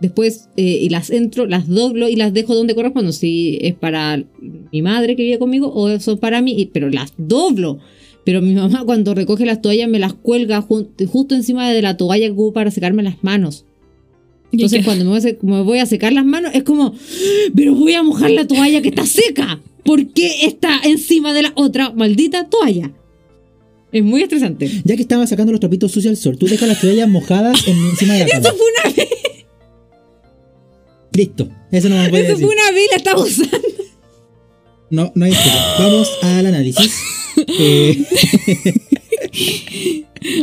Speaker 4: después eh, y las entro, las doblo y las dejo donde corresponden. Si es para mi madre que vive conmigo o son para mí, y- pero las doblo. Pero mi mamá cuando recoge las toallas me las cuelga jun- justo encima de la toalla que ocupo para secarme las manos.
Speaker 2: Y
Speaker 4: Entonces
Speaker 2: que-
Speaker 4: cuando me voy, a sec- me voy a secar las manos es como, pero voy a mojar la toalla que está seca. ¿Por qué está encima de la otra maldita toalla? Es muy estresante.
Speaker 5: Ya que estaba sacando los trapitos sucios al sol, tú dejas las toallas mojadas en-
Speaker 2: *laughs*
Speaker 5: encima de la cama.
Speaker 4: Eso fue una vez,
Speaker 5: Listo. Eso no me puede
Speaker 4: eso
Speaker 5: decir.
Speaker 4: fue una vez y la estaba usando.
Speaker 5: No, no hay excusa. Vamos al análisis. Eh,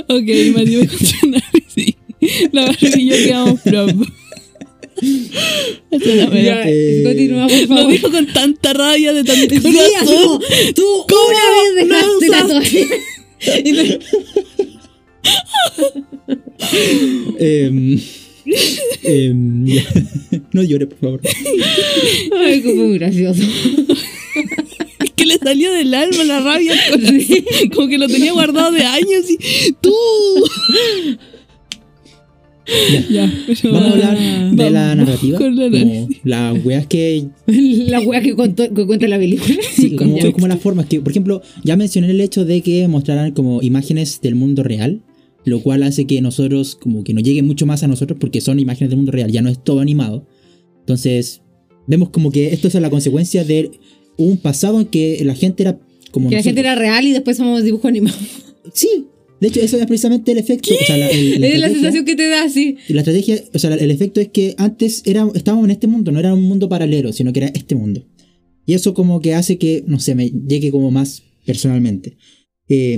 Speaker 2: Ok, Mati, voy con tu *laughs* análisis. La Barbie y yo quedamos prop. Eso es la verdad.
Speaker 4: Ya,
Speaker 5: eh,
Speaker 4: Continúa, por
Speaker 2: Lo
Speaker 4: favor.
Speaker 2: dijo con tanta rabia de tanto
Speaker 4: *laughs* Sí, así como,
Speaker 2: corazón.
Speaker 4: tú
Speaker 2: ¿Cómo
Speaker 4: una vez
Speaker 2: no
Speaker 4: dejaste la
Speaker 2: usaste?
Speaker 4: toalla.
Speaker 5: *laughs*
Speaker 4: Y me-
Speaker 5: em, em, ya. *laughs* no llores, por favor.
Speaker 4: Ay, fue muy gracioso.
Speaker 2: que le salió del alma la rabia al corazón. Como que lo tenía guardado de años y tú. Ya, pero-
Speaker 5: Vamos a hablar de la
Speaker 2: Vamos
Speaker 5: narrativa. Eh.
Speaker 2: con la-
Speaker 5: como las weas que.
Speaker 4: *laughs* La wea que, contó- que cuenta la película.
Speaker 5: *laughs* Sí, como,
Speaker 4: Ya.
Speaker 5: como las formas que. Por ejemplo, ya mencioné el hecho de que mostrarán como imágenes del mundo real. Lo cual hace que nosotros, como que nos llegue mucho más a nosotros porque son imágenes del mundo real, ya no es todo animado. Entonces, vemos como que esto es la consecuencia de un pasado en que la gente era como.
Speaker 4: que la gente
Speaker 5: nosotros.
Speaker 4: era real y después somos dibujo animado.
Speaker 5: Sí. De hecho, eso es precisamente el efecto. O sea, la, el- la
Speaker 4: *laughs* es la
Speaker 5: estrategia-
Speaker 4: sensación que te da así.
Speaker 5: la estrategia, o sea, la- el efecto es que antes era, estábamos en este mundo, no era un mundo paralelo, sino que era este mundo. Y eso como que hace que, no sé, me llegue como más personalmente. Eh,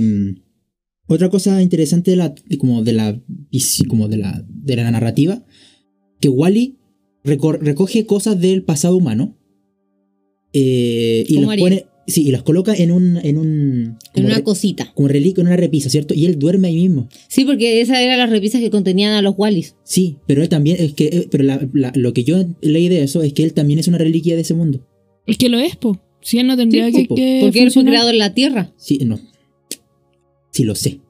Speaker 5: otra cosa interesante de la, de como de la, visi- como de la, de la narrativa, que Wally recor- recoge cosas del pasado humano eh, y,
Speaker 4: Como
Speaker 5: las
Speaker 4: Ariel.
Speaker 5: pone, sí, y las coloca en un, en un,
Speaker 4: En
Speaker 5: como
Speaker 4: una
Speaker 5: re-
Speaker 4: cosita.
Speaker 5: como reliquia, en una repisa, ¿cierto? Y él duerme ahí mismo.
Speaker 4: Sí, porque esas eran las repisas que contenían a los Wallis.
Speaker 5: Sí, pero él también es que eh, pero la- la- lo que yo leí de eso es que él también es una reliquia de ese mundo.
Speaker 2: Es que lo es, po. Si él no
Speaker 4: Sí,
Speaker 2: tendría que,
Speaker 4: po,
Speaker 5: Eh,
Speaker 2: que
Speaker 4: porque él fue
Speaker 2: funcionar.
Speaker 4: creado en la Tierra.
Speaker 5: Sí, eh, no. Sí lo sé.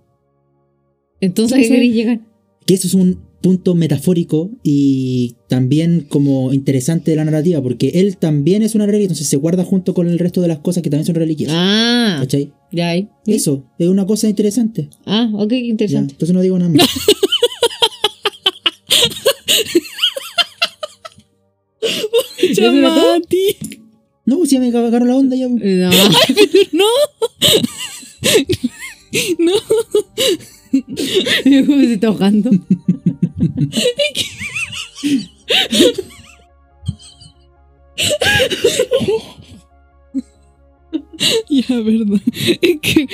Speaker 4: Entonces,
Speaker 2: Entonces-
Speaker 4: ¿qué querés llegar?
Speaker 5: Que eso es un punto metafórico y también como interesante de la narrativa porque él también es una reliquia, entonces se guarda junto con el resto de las cosas que también son reliquias.
Speaker 4: Ah,
Speaker 5: ¿Cachai?
Speaker 4: ya ahí.
Speaker 5: Eso es una cosa interesante.
Speaker 4: Ah, ok, qué
Speaker 5: Ya,
Speaker 4: interesante.
Speaker 5: entonces no digo nada más.
Speaker 4: *laughs* ¿Eso era todo?
Speaker 2: Mati.
Speaker 5: No, pues ya me cagaron la onda ya.
Speaker 4: *laughs*
Speaker 5: pues.
Speaker 4: No.
Speaker 2: No. *laughs* No,
Speaker 4: Yo como *laughs* me está ahogando.
Speaker 2: ya, verdad. Es que.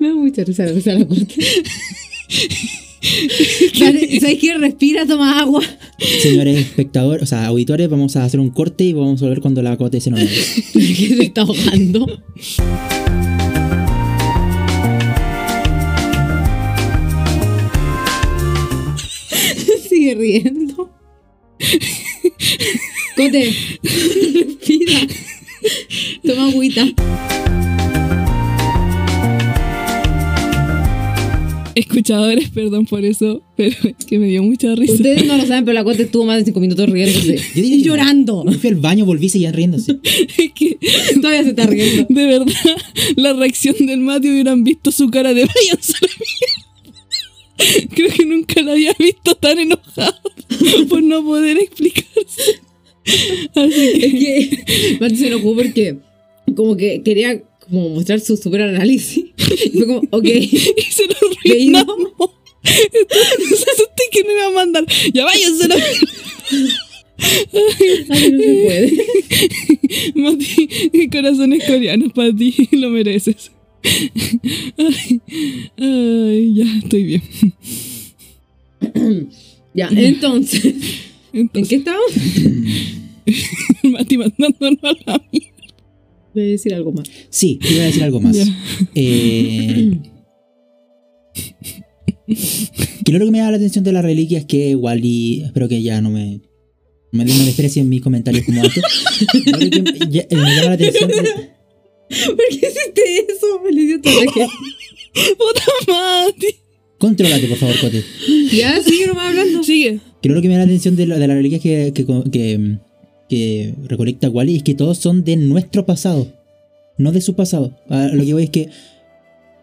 Speaker 4: Me da mucha risa la risa de la corte. *laughs* Dale, ¿Sabes qué? Respira, toma agua.
Speaker 5: Señores espectadores, o sea, auditores, vamos a hacer un corte y vamos a volver cuando la cote se nos vaya.
Speaker 4: que se está ahogando. sigue riendo. Cote, respira. Toma agüita.
Speaker 2: Escuchadores, perdón por eso, pero es que me dio mucha risa.
Speaker 4: Ustedes no lo saben, pero la Cote estuvo más de 5 minutos riéndose.
Speaker 5: Yo diría
Speaker 4: y *laughs*
Speaker 5: que-
Speaker 4: llorando.
Speaker 5: Me fui al baño, volví y seguían riéndose.
Speaker 2: Es que,
Speaker 4: Todavía se está riendo.
Speaker 2: de verdad, *laughs* la reacción del Mati hubieran visto su cara de váyanse a la mierda". *laughs* Creo que nunca la había visto tan enojado *laughs* por no poder explicarse. Así que,
Speaker 4: Es *laughs* que Mati se enojó porque como que quería como mostrar su super análisis. Y fue como,
Speaker 2: *laughs*
Speaker 4: ok.
Speaker 2: y se lo
Speaker 4: Leí,
Speaker 2: *laughs*
Speaker 4: ¿no?
Speaker 2: arruinamos. Entonces, asusté que no iba a mandar. Ya váyanse a la mierda".
Speaker 4: Ay, no se puede.
Speaker 2: *laughs* Mati, corazones coreanos para ti, *laughs* lo mereces. Ay, ay, ya estoy bien. *laughs*
Speaker 4: Ya, entonces, ¿en
Speaker 2: Entonces,
Speaker 4: qué estábamos?
Speaker 2: Mati mandándonos a la mierda.
Speaker 4: Voy a decir algo más.
Speaker 5: Sí, te iba a decir algo más.
Speaker 2: Ya.
Speaker 5: Eh, *laughs* que lo que me llama la atención de las reliquias es que Wally. Espero que ya no me. Me den desprecio en mis comentarios como antes. Lo que ya- eh, me llama la atención.
Speaker 4: ¿Por qué hiciste eso? Me le dio todo
Speaker 2: Puta Mati.
Speaker 5: Controlate, por favor, Cote.
Speaker 4: Ya, sigue nomás hablando.
Speaker 2: Sigue.
Speaker 5: Que lo que me llama la atención de, lo- de las reliquias que, que, co- que, que recolecta Wally es que todos son de nuestro pasado, no de su pasado. A lo que voy es que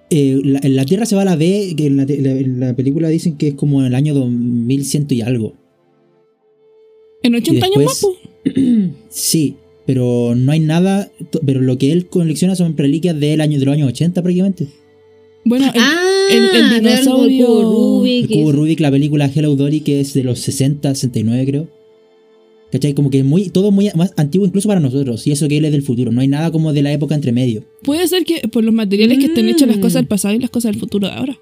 Speaker 5: eh, la, en la Tierra se va a la B, que en la, te- la- en la película dicen que es como en el año 2100 y algo.
Speaker 2: En 80 años más,
Speaker 5: después-
Speaker 2: po.
Speaker 5: Sí, pero no hay nada, to- pero lo que él colecciona son reliquias del año, de los años 80 prácticamente.
Speaker 2: Bueno, el-
Speaker 4: Ah,
Speaker 2: el, el
Speaker 4: de algo del
Speaker 2: dinosaurio.
Speaker 4: cubo Rubik.
Speaker 5: El
Speaker 4: y
Speaker 5: cubo
Speaker 4: eso.
Speaker 5: Rubik, la película Hello Dolly, que es de los 60, 69, creo. ¿Cachai? Como que es muy, todo muy más antiguo incluso para nosotros. Y eso que él es del futuro. No hay nada como de la época
Speaker 4: *laughs*
Speaker 5: entre medio.
Speaker 2: Puede ser que por los materiales que estén hechas las
Speaker 4: Mm.
Speaker 2: cosas del pasado y las cosas del futuro de ahora.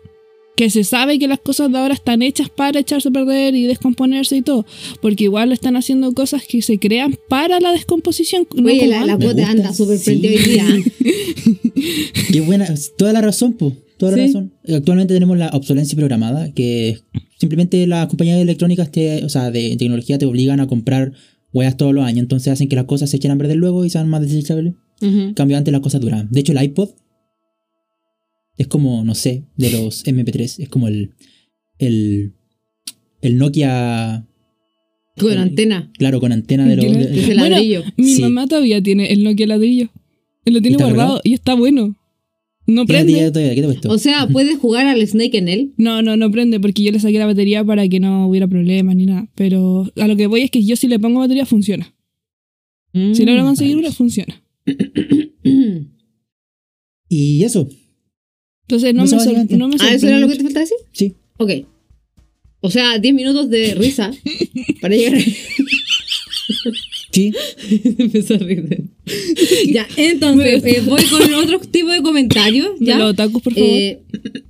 Speaker 2: Que se sabe que las cosas de ahora están hechas para echarse a perder y descomponerse y todo. Porque igual están haciendo cosas que se crean para la descomposición. no
Speaker 4: Oye,
Speaker 2: como
Speaker 4: la, la
Speaker 2: antes.
Speaker 5: Me
Speaker 4: cuota
Speaker 5: gusta,
Speaker 4: anda súper
Speaker 5: sí.
Speaker 4: prendida hoy día.
Speaker 5: Qué buena. Toda la razón, po. Toda la
Speaker 4: Sí.
Speaker 5: razón. Actualmente tenemos la obsolencia programada, que simplemente las compañías electrónicas, te, o sea, de tecnología, te obligan a comprar weas todos los años. Entonces hacen que las cosas se echen a perder luego y sean más desechables. En cambio, antes las cosas duraban. De hecho, el iPod es como, no sé, de
Speaker 4: *laughs*
Speaker 5: los MP3. Es como el. El, el Nokia,
Speaker 4: Con antena.
Speaker 5: claro, con antena de los.
Speaker 2: Claro.
Speaker 5: de-
Speaker 4: Ese
Speaker 5: *laughs*
Speaker 2: Bueno,
Speaker 4: ladrillo.
Speaker 2: Mi
Speaker 5: Sí.
Speaker 2: mamá todavía tiene el Nokia ladrillo. Él lo tiene
Speaker 5: ¿Está
Speaker 2: guardado
Speaker 5: guardado?
Speaker 2: y está bueno. No
Speaker 5: Espérate, ya
Speaker 2: prende.
Speaker 5: estoy- ¿qué te he puesto?
Speaker 4: O sea, puedes jugar al Snake en él.
Speaker 2: No, no, no prende porque yo le saqué la batería para que no hubiera problemas ni nada. Pero a lo que voy es que yo si le pongo batería funciona. Si
Speaker 4: Mm.
Speaker 2: logro conseguir una, funciona.
Speaker 5: y eso,
Speaker 2: Entonces no,
Speaker 5: No se
Speaker 2: me,
Speaker 5: va
Speaker 2: sor-
Speaker 5: adelante.
Speaker 2: no me
Speaker 4: *clears throat* Ah, ¿eso era
Speaker 2: sorprende
Speaker 4: lo que
Speaker 2: mucho.
Speaker 4: te faltaba decir?
Speaker 5: sí.
Speaker 4: Ok. O sea, 10 minutos de risa para llegar a... *laughs*
Speaker 5: Sí.
Speaker 4: Empezó a reír. ya, entonces, eh, voy con otro tipo de comentarios.
Speaker 2: De
Speaker 4: ¿ya?
Speaker 2: los otakus, por favor.
Speaker 4: Eh,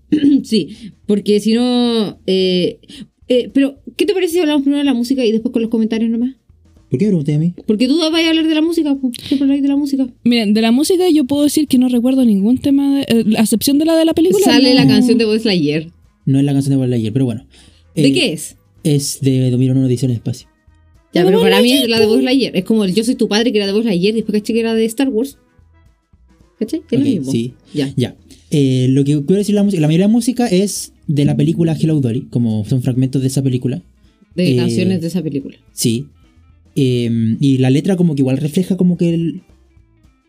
Speaker 4: *clears throat* sí, porque si no. eh, eh, pero, ¿qué te parece si hablamos primero de la música y después con los comentarios nomás?
Speaker 5: ¿Por qué me pregunté a mí?
Speaker 4: Porque tú vas a hablar de la música, po. siempre habláis de la música.
Speaker 2: Miren, de la música yo puedo decir que no recuerdo ningún tema, de, eh, a excepción de la de la película.
Speaker 4: Sale
Speaker 2: no.
Speaker 4: la canción de Voice Slayer.
Speaker 5: No es la canción de Wall ayer, pero bueno.
Speaker 4: ¿De
Speaker 5: Eh,
Speaker 4: qué es?
Speaker 5: Es de 2001 Odisea en el espacio.
Speaker 4: Ya,
Speaker 2: de
Speaker 4: pero
Speaker 2: Buzz
Speaker 4: para mí
Speaker 2: Lightyear,
Speaker 4: es la de Voice Lightyear. Es como el Yo soy tu padre, que era de Voice Lightyear, y después caché que era de Star Wars. ¿Cachai? Es
Speaker 5: Ok,
Speaker 4: lo mismo.
Speaker 5: sí.
Speaker 4: Ya.
Speaker 5: Ya. Eh, lo que quiero decir, la, música- la mayoría de la música es de la película Hello Dolly, como son fragmentos de esa película.
Speaker 4: De
Speaker 5: Eh,
Speaker 4: canciones de esa película.
Speaker 5: Sí. Eh, y la letra como que igual refleja como que el-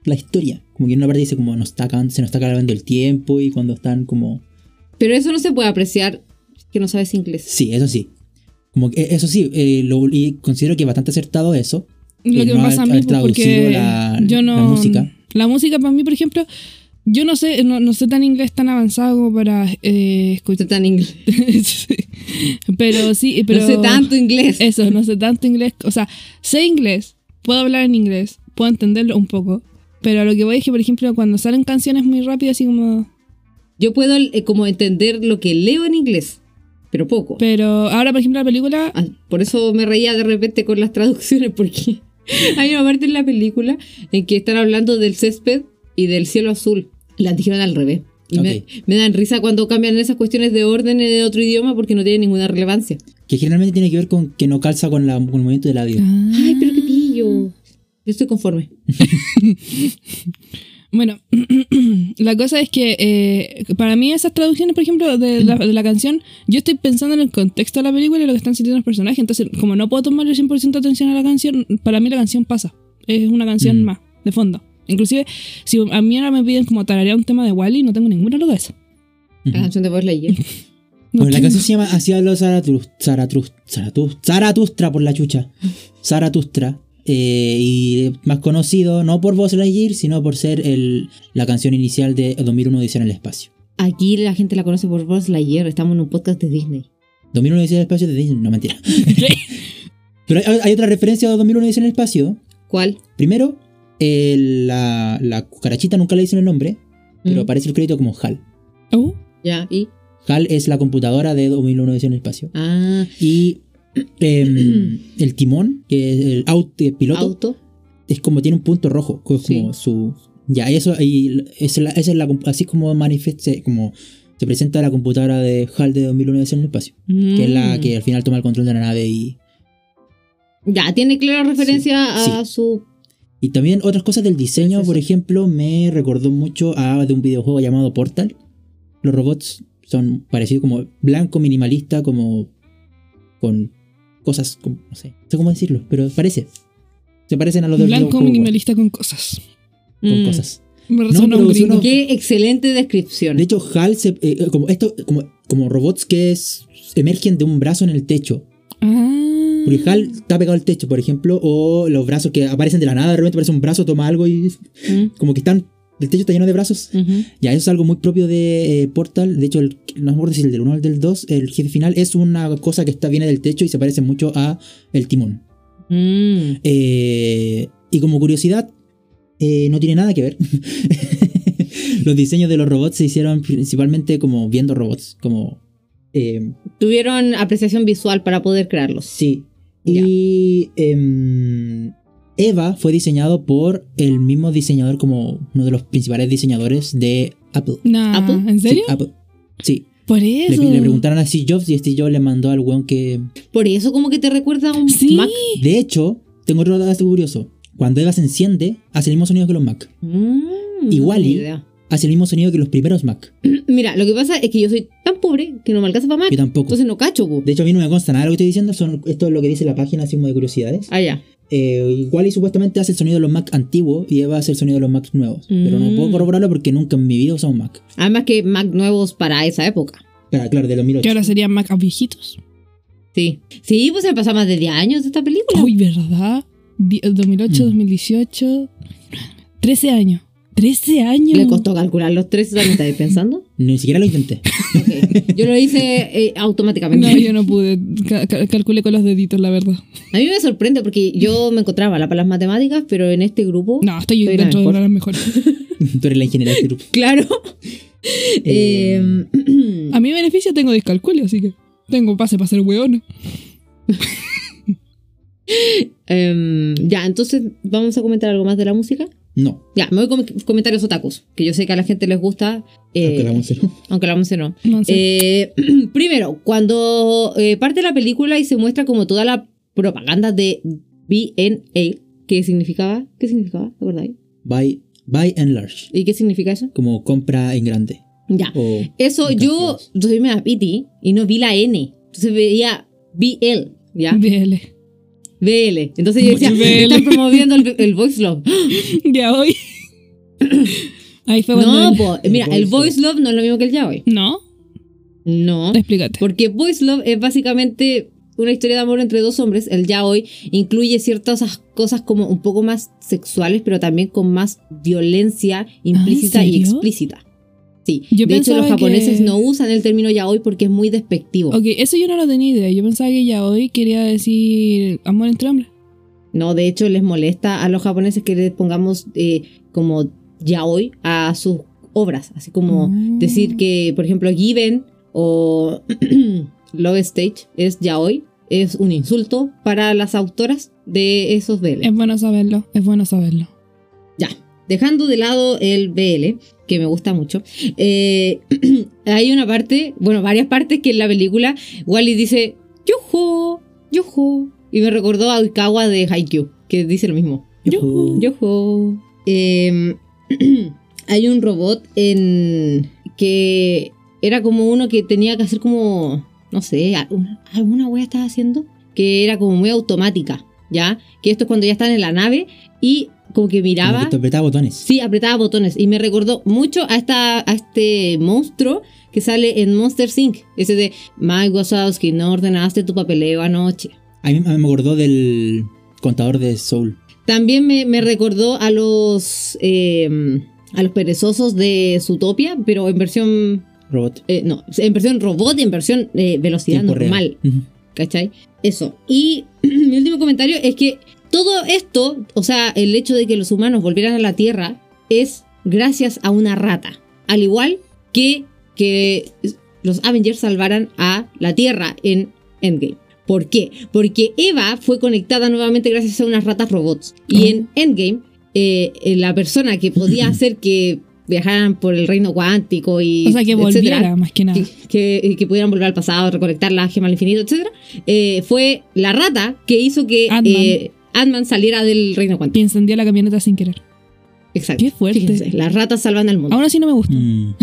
Speaker 5: la historia. Como que en una parte dice como nos está acabando- se nos está acabando el tiempo y cuando están como...
Speaker 4: Pero eso no se puede apreciar que no sabes inglés. *laughs*
Speaker 5: Sí, eso sí. Como que, eh, eso sí, eh, lo- y considero que bastante acertado eso.
Speaker 2: Lo
Speaker 5: Eh,
Speaker 2: que
Speaker 5: no
Speaker 2: me pasa a
Speaker 5: haber-
Speaker 2: mí
Speaker 5: haber
Speaker 2: pues, porque
Speaker 5: traducido la-
Speaker 2: yo no...
Speaker 5: la música.
Speaker 2: La música para mí, por ejemplo, yo no sé, no, no sé tan inglés tan avanzado como para eh,
Speaker 4: No sé
Speaker 2: escuchar. *laughs*
Speaker 4: tan inglés.
Speaker 2: Sí. pero sí, pero...
Speaker 4: No sé tanto inglés.
Speaker 2: Eso, no sé tanto inglés. O sea, sé inglés, puedo hablar en inglés, puedo entenderlo un poco. Pero a lo que voy es que, por ejemplo, cuando salen canciones muy rápidas, así como...
Speaker 4: Yo puedo eh, como entender lo que leo en inglés, pero poco.
Speaker 2: Pero ahora, por ejemplo, la película...
Speaker 4: Ah, Por eso me reía de repente con las traducciones, *laughs* porque hay una parte en la película en que están hablando del césped y del cielo azul. Las dijeron al revés. Y me-
Speaker 5: Ok.
Speaker 4: me, dan risa cuando cambian esas cuestiones de orden en otro idioma porque no tienen ninguna relevancia.
Speaker 5: Que generalmente tiene que ver con que no calza con, la- con el movimiento de la vida.
Speaker 2: Ah.
Speaker 4: Ay, pero qué pillo. Yo estoy conforme.
Speaker 2: Bueno, *clears throat* la cosa es que eh, para mí esas traducciones, por ejemplo, de la, de la canción, yo estoy pensando en el contexto de la película y lo que están sintiendo los personajes, entonces como no puedo tomarle 100% atención a la canción, para mí la canción pasa, es una canción
Speaker 5: Mm.
Speaker 2: más, de fondo. Inclusive, si a mí ahora me piden como tararear un tema de Wally, no tengo ninguna duda de eso.
Speaker 4: La canción de Buzz Lightyear.
Speaker 2: No
Speaker 5: bueno, la
Speaker 2: tengo.
Speaker 5: canción se llama Así habló Zaratrus- Zaratrus- Zaratus- Zaratustra por la chucha. Zaratustra. eh, y más conocido no por Buzz Lightyear, sino por ser el, la canción inicial de 2001 Odisea en el Espacio.
Speaker 4: Aquí la gente la conoce por Buzz Lightyear. Estamos en un podcast de Disney.
Speaker 5: 2001 Odisea en el Espacio de Disney,
Speaker 4: *laughs*
Speaker 5: no mentira. Pero hay, hay otra referencia de 2001 Odisea en el Espacio.
Speaker 4: ¿Cuál?
Speaker 5: Primero, eh, la, la cucarachita nunca le dicen el nombre, pero
Speaker 4: Mm.
Speaker 5: aparece el crédito como HAL.
Speaker 2: Oh,
Speaker 4: Ya, y.
Speaker 5: HAL es la computadora de 2001 Odisea en el Espacio.
Speaker 4: Ah,
Speaker 5: Y *clears throat*
Speaker 4: *clears throat*
Speaker 5: em, el timón, que es el auto, piloto,
Speaker 4: auto.
Speaker 5: es como tiene un punto rojo, que es como su... Ya, eso y esa es la, esa es la comp- así es como manifieste, como se presenta la computadora de HAL de 2001 en el espacio, que es la
Speaker 4: Mm.
Speaker 5: que al final toma el control de la nave y,
Speaker 4: Ya, tiene clara referencia
Speaker 5: Sí,
Speaker 4: a su.
Speaker 5: y también otras cosas del diseño,
Speaker 4: Es
Speaker 5: por
Speaker 4: eso.
Speaker 5: ejemplo, me recordó mucho a de un videojuego llamado Portal. Los robots son parecidos como blanco minimalista, como con cosas, como- no sé, no sé cómo decirlo, pero parece. Se parecen a los del
Speaker 2: blanco
Speaker 5: videojuego,
Speaker 2: minimalista con cosas.
Speaker 5: Con
Speaker 4: Mm.
Speaker 5: cosas.
Speaker 2: Me
Speaker 5: No,
Speaker 2: resuena
Speaker 5: pero
Speaker 2: un
Speaker 5: si
Speaker 2: gringo.
Speaker 5: uno-
Speaker 4: Qué excelente descripción.
Speaker 5: De hecho, HAL se- eh, eh, como esto, como, como robots que es- emergen de un brazo en el techo.
Speaker 2: Ah.
Speaker 5: Porque HAL está pegado al techo, por ejemplo, o los brazos que aparecen de la nada, de repente aparece un brazo, toma algo y
Speaker 4: Mm.
Speaker 5: como que están. El techo está lleno de brazos.
Speaker 4: Ujú.
Speaker 5: Ya, eso es algo muy propio de eh, Portal. De hecho, el, no me acuerdo si el del 1 o el del 2, el jefe final es una cosa que está, viene del techo y se parece mucho a el timón.
Speaker 4: Mm.
Speaker 5: Eh, y como curiosidad, eh, no tiene nada que ver. *laughs* los diseños de los robots se hicieron principalmente como viendo robots. Como. eh,
Speaker 4: Tuvieron apreciación visual para poder crearlos.
Speaker 5: sí. Y. em, Eva fue diseñado por el mismo diseñador, como uno de los principales diseñadores de Apple.
Speaker 2: Nah,
Speaker 4: Apple?
Speaker 2: ¿En
Speaker 5: Sí,
Speaker 2: serio?
Speaker 5: Apple. Sí.
Speaker 2: Por
Speaker 5: Le,
Speaker 2: eso.
Speaker 5: le preguntaron a Steve Jobs y Steve Jobs le mandó al weón que.
Speaker 4: Por eso, como que te recuerda a un
Speaker 2: Sí.
Speaker 4: Mac.
Speaker 5: De hecho, tengo otro dato curioso. Cuando Eva se enciende, hace el mismo sonido que los Mac.
Speaker 4: Mm,
Speaker 5: Igual ¿eh?
Speaker 4: no
Speaker 5: y-
Speaker 4: tenía idea.
Speaker 5: Hace el mismo sonido que los primeros Mac.
Speaker 4: Mira, lo que pasa es que yo soy tan pobre que no me alcanza para Mac.
Speaker 5: Yo tampoco.
Speaker 4: Entonces no cacho, pues. po.
Speaker 5: De hecho, a mí no me consta nada de lo que estoy diciendo. Son, esto es lo que dice la página, así como de curiosidades.
Speaker 4: Ah, ya.
Speaker 5: Eh, igual y supuestamente hace el sonido de los Mac antiguos y Eva hace el sonido de los Mac nuevos. Pero no
Speaker 4: Mm.
Speaker 5: puedo corroborarlo porque nunca en mi vida he usado un Mac.
Speaker 4: Además que Mac nuevos para esa época.
Speaker 5: Claro, claro, de
Speaker 2: Que
Speaker 5: 2008.
Speaker 2: ahora serían Mac a viejitos.
Speaker 4: Sí. Sí, pues se pasa más de 10 años de esta película.
Speaker 2: Uy, ¿verdad? eh, Di- 2008,
Speaker 5: Mm.
Speaker 2: 2018. 13 años. 13 años.
Speaker 4: Le costó calcular los tres, también estáis pensando.
Speaker 5: Ni siquiera
Speaker 4: *laughs*
Speaker 5: lo intenté.
Speaker 4: Ok. Yo lo hice eh, automáticamente.
Speaker 2: *laughs* No, yo no pude. Ca- ca- calculé con los deditos, la verdad.
Speaker 4: A mí me sorprende porque yo me encontraba la para las matemáticas, pero en este grupo.
Speaker 2: No, estoy
Speaker 4: Soy la
Speaker 2: dentro de
Speaker 4: mejor.
Speaker 2: las mejores.
Speaker 5: Tú eres la ingeniera del grupo.
Speaker 4: *laughs* Claro.
Speaker 5: Eh,
Speaker 4: Eh,
Speaker 2: A mi beneficio tengo discalculio, así que tengo pase para ser hueón.
Speaker 4: *clears throat* em, ya, entonces, ¿vamos a comentar algo más de la música?
Speaker 5: No,
Speaker 4: Ya, me voy con comentarios otacos, que yo sé que a la gente les gusta. eh,
Speaker 5: aunque la once no.
Speaker 4: aunque la once no.
Speaker 2: No sé.
Speaker 4: Eh, *clears throat* primero, cuando eh, parte la película y se muestra como toda la propaganda de BNA, que significaba, ¿qué significaba? ¿Te acordáis?
Speaker 5: By, by and large.
Speaker 4: ¿Y qué significa eso?
Speaker 5: Como compra en grande.
Speaker 4: Ya.
Speaker 5: O
Speaker 4: Eso
Speaker 5: en
Speaker 4: yo,
Speaker 5: cantidades.
Speaker 4: yo soy media piti y no vi la N. Entonces veía BL,
Speaker 2: Mm.
Speaker 4: ¿ya?
Speaker 2: Dele.
Speaker 4: BL. Entonces yo decía,
Speaker 2: BL.
Speaker 4: están promoviendo el, el voice love.
Speaker 2: *laughs* Ya hoy.
Speaker 4: *coughs*
Speaker 2: Ahí fue cuando.
Speaker 4: No,
Speaker 2: el-
Speaker 4: po,
Speaker 5: El
Speaker 4: mira, el
Speaker 5: voice
Speaker 4: voice love no es lo mismo que el ya hoy.
Speaker 2: No,
Speaker 4: No.
Speaker 2: explícate.
Speaker 4: Porque Voice Love es básicamente una historia de amor entre dos hombres. El ya hoy incluye ciertas as- cosas como un poco más sexuales, pero también con más violencia implícita y
Speaker 2: Ah, serio?
Speaker 4: explícita. Sí.
Speaker 2: Yo
Speaker 4: de hecho, los
Speaker 2: pensaba que-
Speaker 4: japoneses no usan el término ya hoy porque es muy despectivo.
Speaker 2: Ok, eso yo no lo tenía idea. Yo pensaba que ya hoy quería decir amor entre hombres.
Speaker 4: No, de hecho, les molesta a los japoneses que les pongamos eh, como ya hoy a sus obras. Así como
Speaker 2: Mm.
Speaker 4: decir que, por ejemplo, Given o *clears throat* Love Stage es ya hoy. Es un insulto para las autoras de esos BL.
Speaker 2: Es bueno saberlo, es bueno saberlo.
Speaker 4: Ya, dejando de lado el BL, que me gusta mucho, *clears throat* eh, hay una parte, bueno, varias partes que en la película Wally dice, ¡Yujú! ¡Yujú! Y me recordó a Oikawa de Haikyuu, que dice lo mismo.
Speaker 5: Yujú.
Speaker 4: ¡Yujú! Em, *clears throat* hay un robot en que era como uno que tenía que hacer como, no sé, alguna, alguna wea estaba haciendo, que era como muy automática, ¿ya? Que esto es cuando ya están en la nave y como que
Speaker 5: Como
Speaker 4: miraba...
Speaker 5: que te apretaba botones.
Speaker 4: Sí, apretaba botones. Y me recordó mucho a, esta, a este monstruo que sale en Monster Inc. Ese de Mike Wazowski, no ordenaste tu papeleo anoche.
Speaker 5: A mí me acordó del contador de Soul.
Speaker 4: También me, me recordó a los eh, a los perezosos de Zootopia, pero en versión
Speaker 5: Robot.
Speaker 4: eh, no, en versión robot, en versión eh, velocidad
Speaker 5: Tiempo real.
Speaker 4: normal.
Speaker 2: *laughs*
Speaker 5: Ujú.
Speaker 4: ¿Cachai? Eso. Y *clears throat* mi último comentario es que todo esto, o sea, el hecho de que los humanos volvieran a la Tierra es gracias a una rata. Al igual que que los Avengers salvaran a la Tierra en Endgame. ¿Por qué? Porque Eva fue conectada nuevamente gracias a unas ratas robots. Y
Speaker 2: Oh.
Speaker 4: en Endgame, eh, eh, la persona que
Speaker 2: *clears throat*
Speaker 4: podía hacer que viajaran por el reino cuántico y...
Speaker 2: O sea, que
Speaker 4: etcétera,
Speaker 2: volviera, más que nada.
Speaker 4: que, que- que pudieran volver al pasado, recolectar la gema al infinito, etc. fue la rata que hizo que
Speaker 2: Ant-Man.
Speaker 4: eh, Ant-Man saliera del reino
Speaker 2: Que
Speaker 4: cuántico.
Speaker 2: incendió la camioneta sin querer.
Speaker 4: Exacto.
Speaker 2: Qué fuerte.
Speaker 4: Fíjense, las ratas salvan al mundo.
Speaker 2: Aún así no me gusta.
Speaker 5: Mm.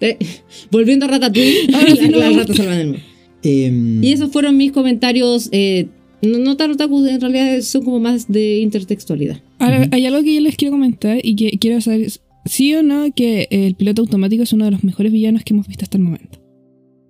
Speaker 4: Eh, *laughs* volviendo a Ratatouille,
Speaker 2: *laughs* Ahora sí
Speaker 4: las-
Speaker 2: no Mm. me
Speaker 4: las
Speaker 2: gusta.
Speaker 4: ratas salvan al mundo.
Speaker 5: Em,
Speaker 4: Y esos fueron mis comentarios. eh, no, no tan otakus, en realidad son como más de intertextualidad.
Speaker 2: Ahora,
Speaker 5: Ujú.
Speaker 2: hay algo que yo les quiero comentar y que quiero saber, es, ¿sí o no que el piloto automático es uno de los mejores villanos que hemos visto hasta el momento?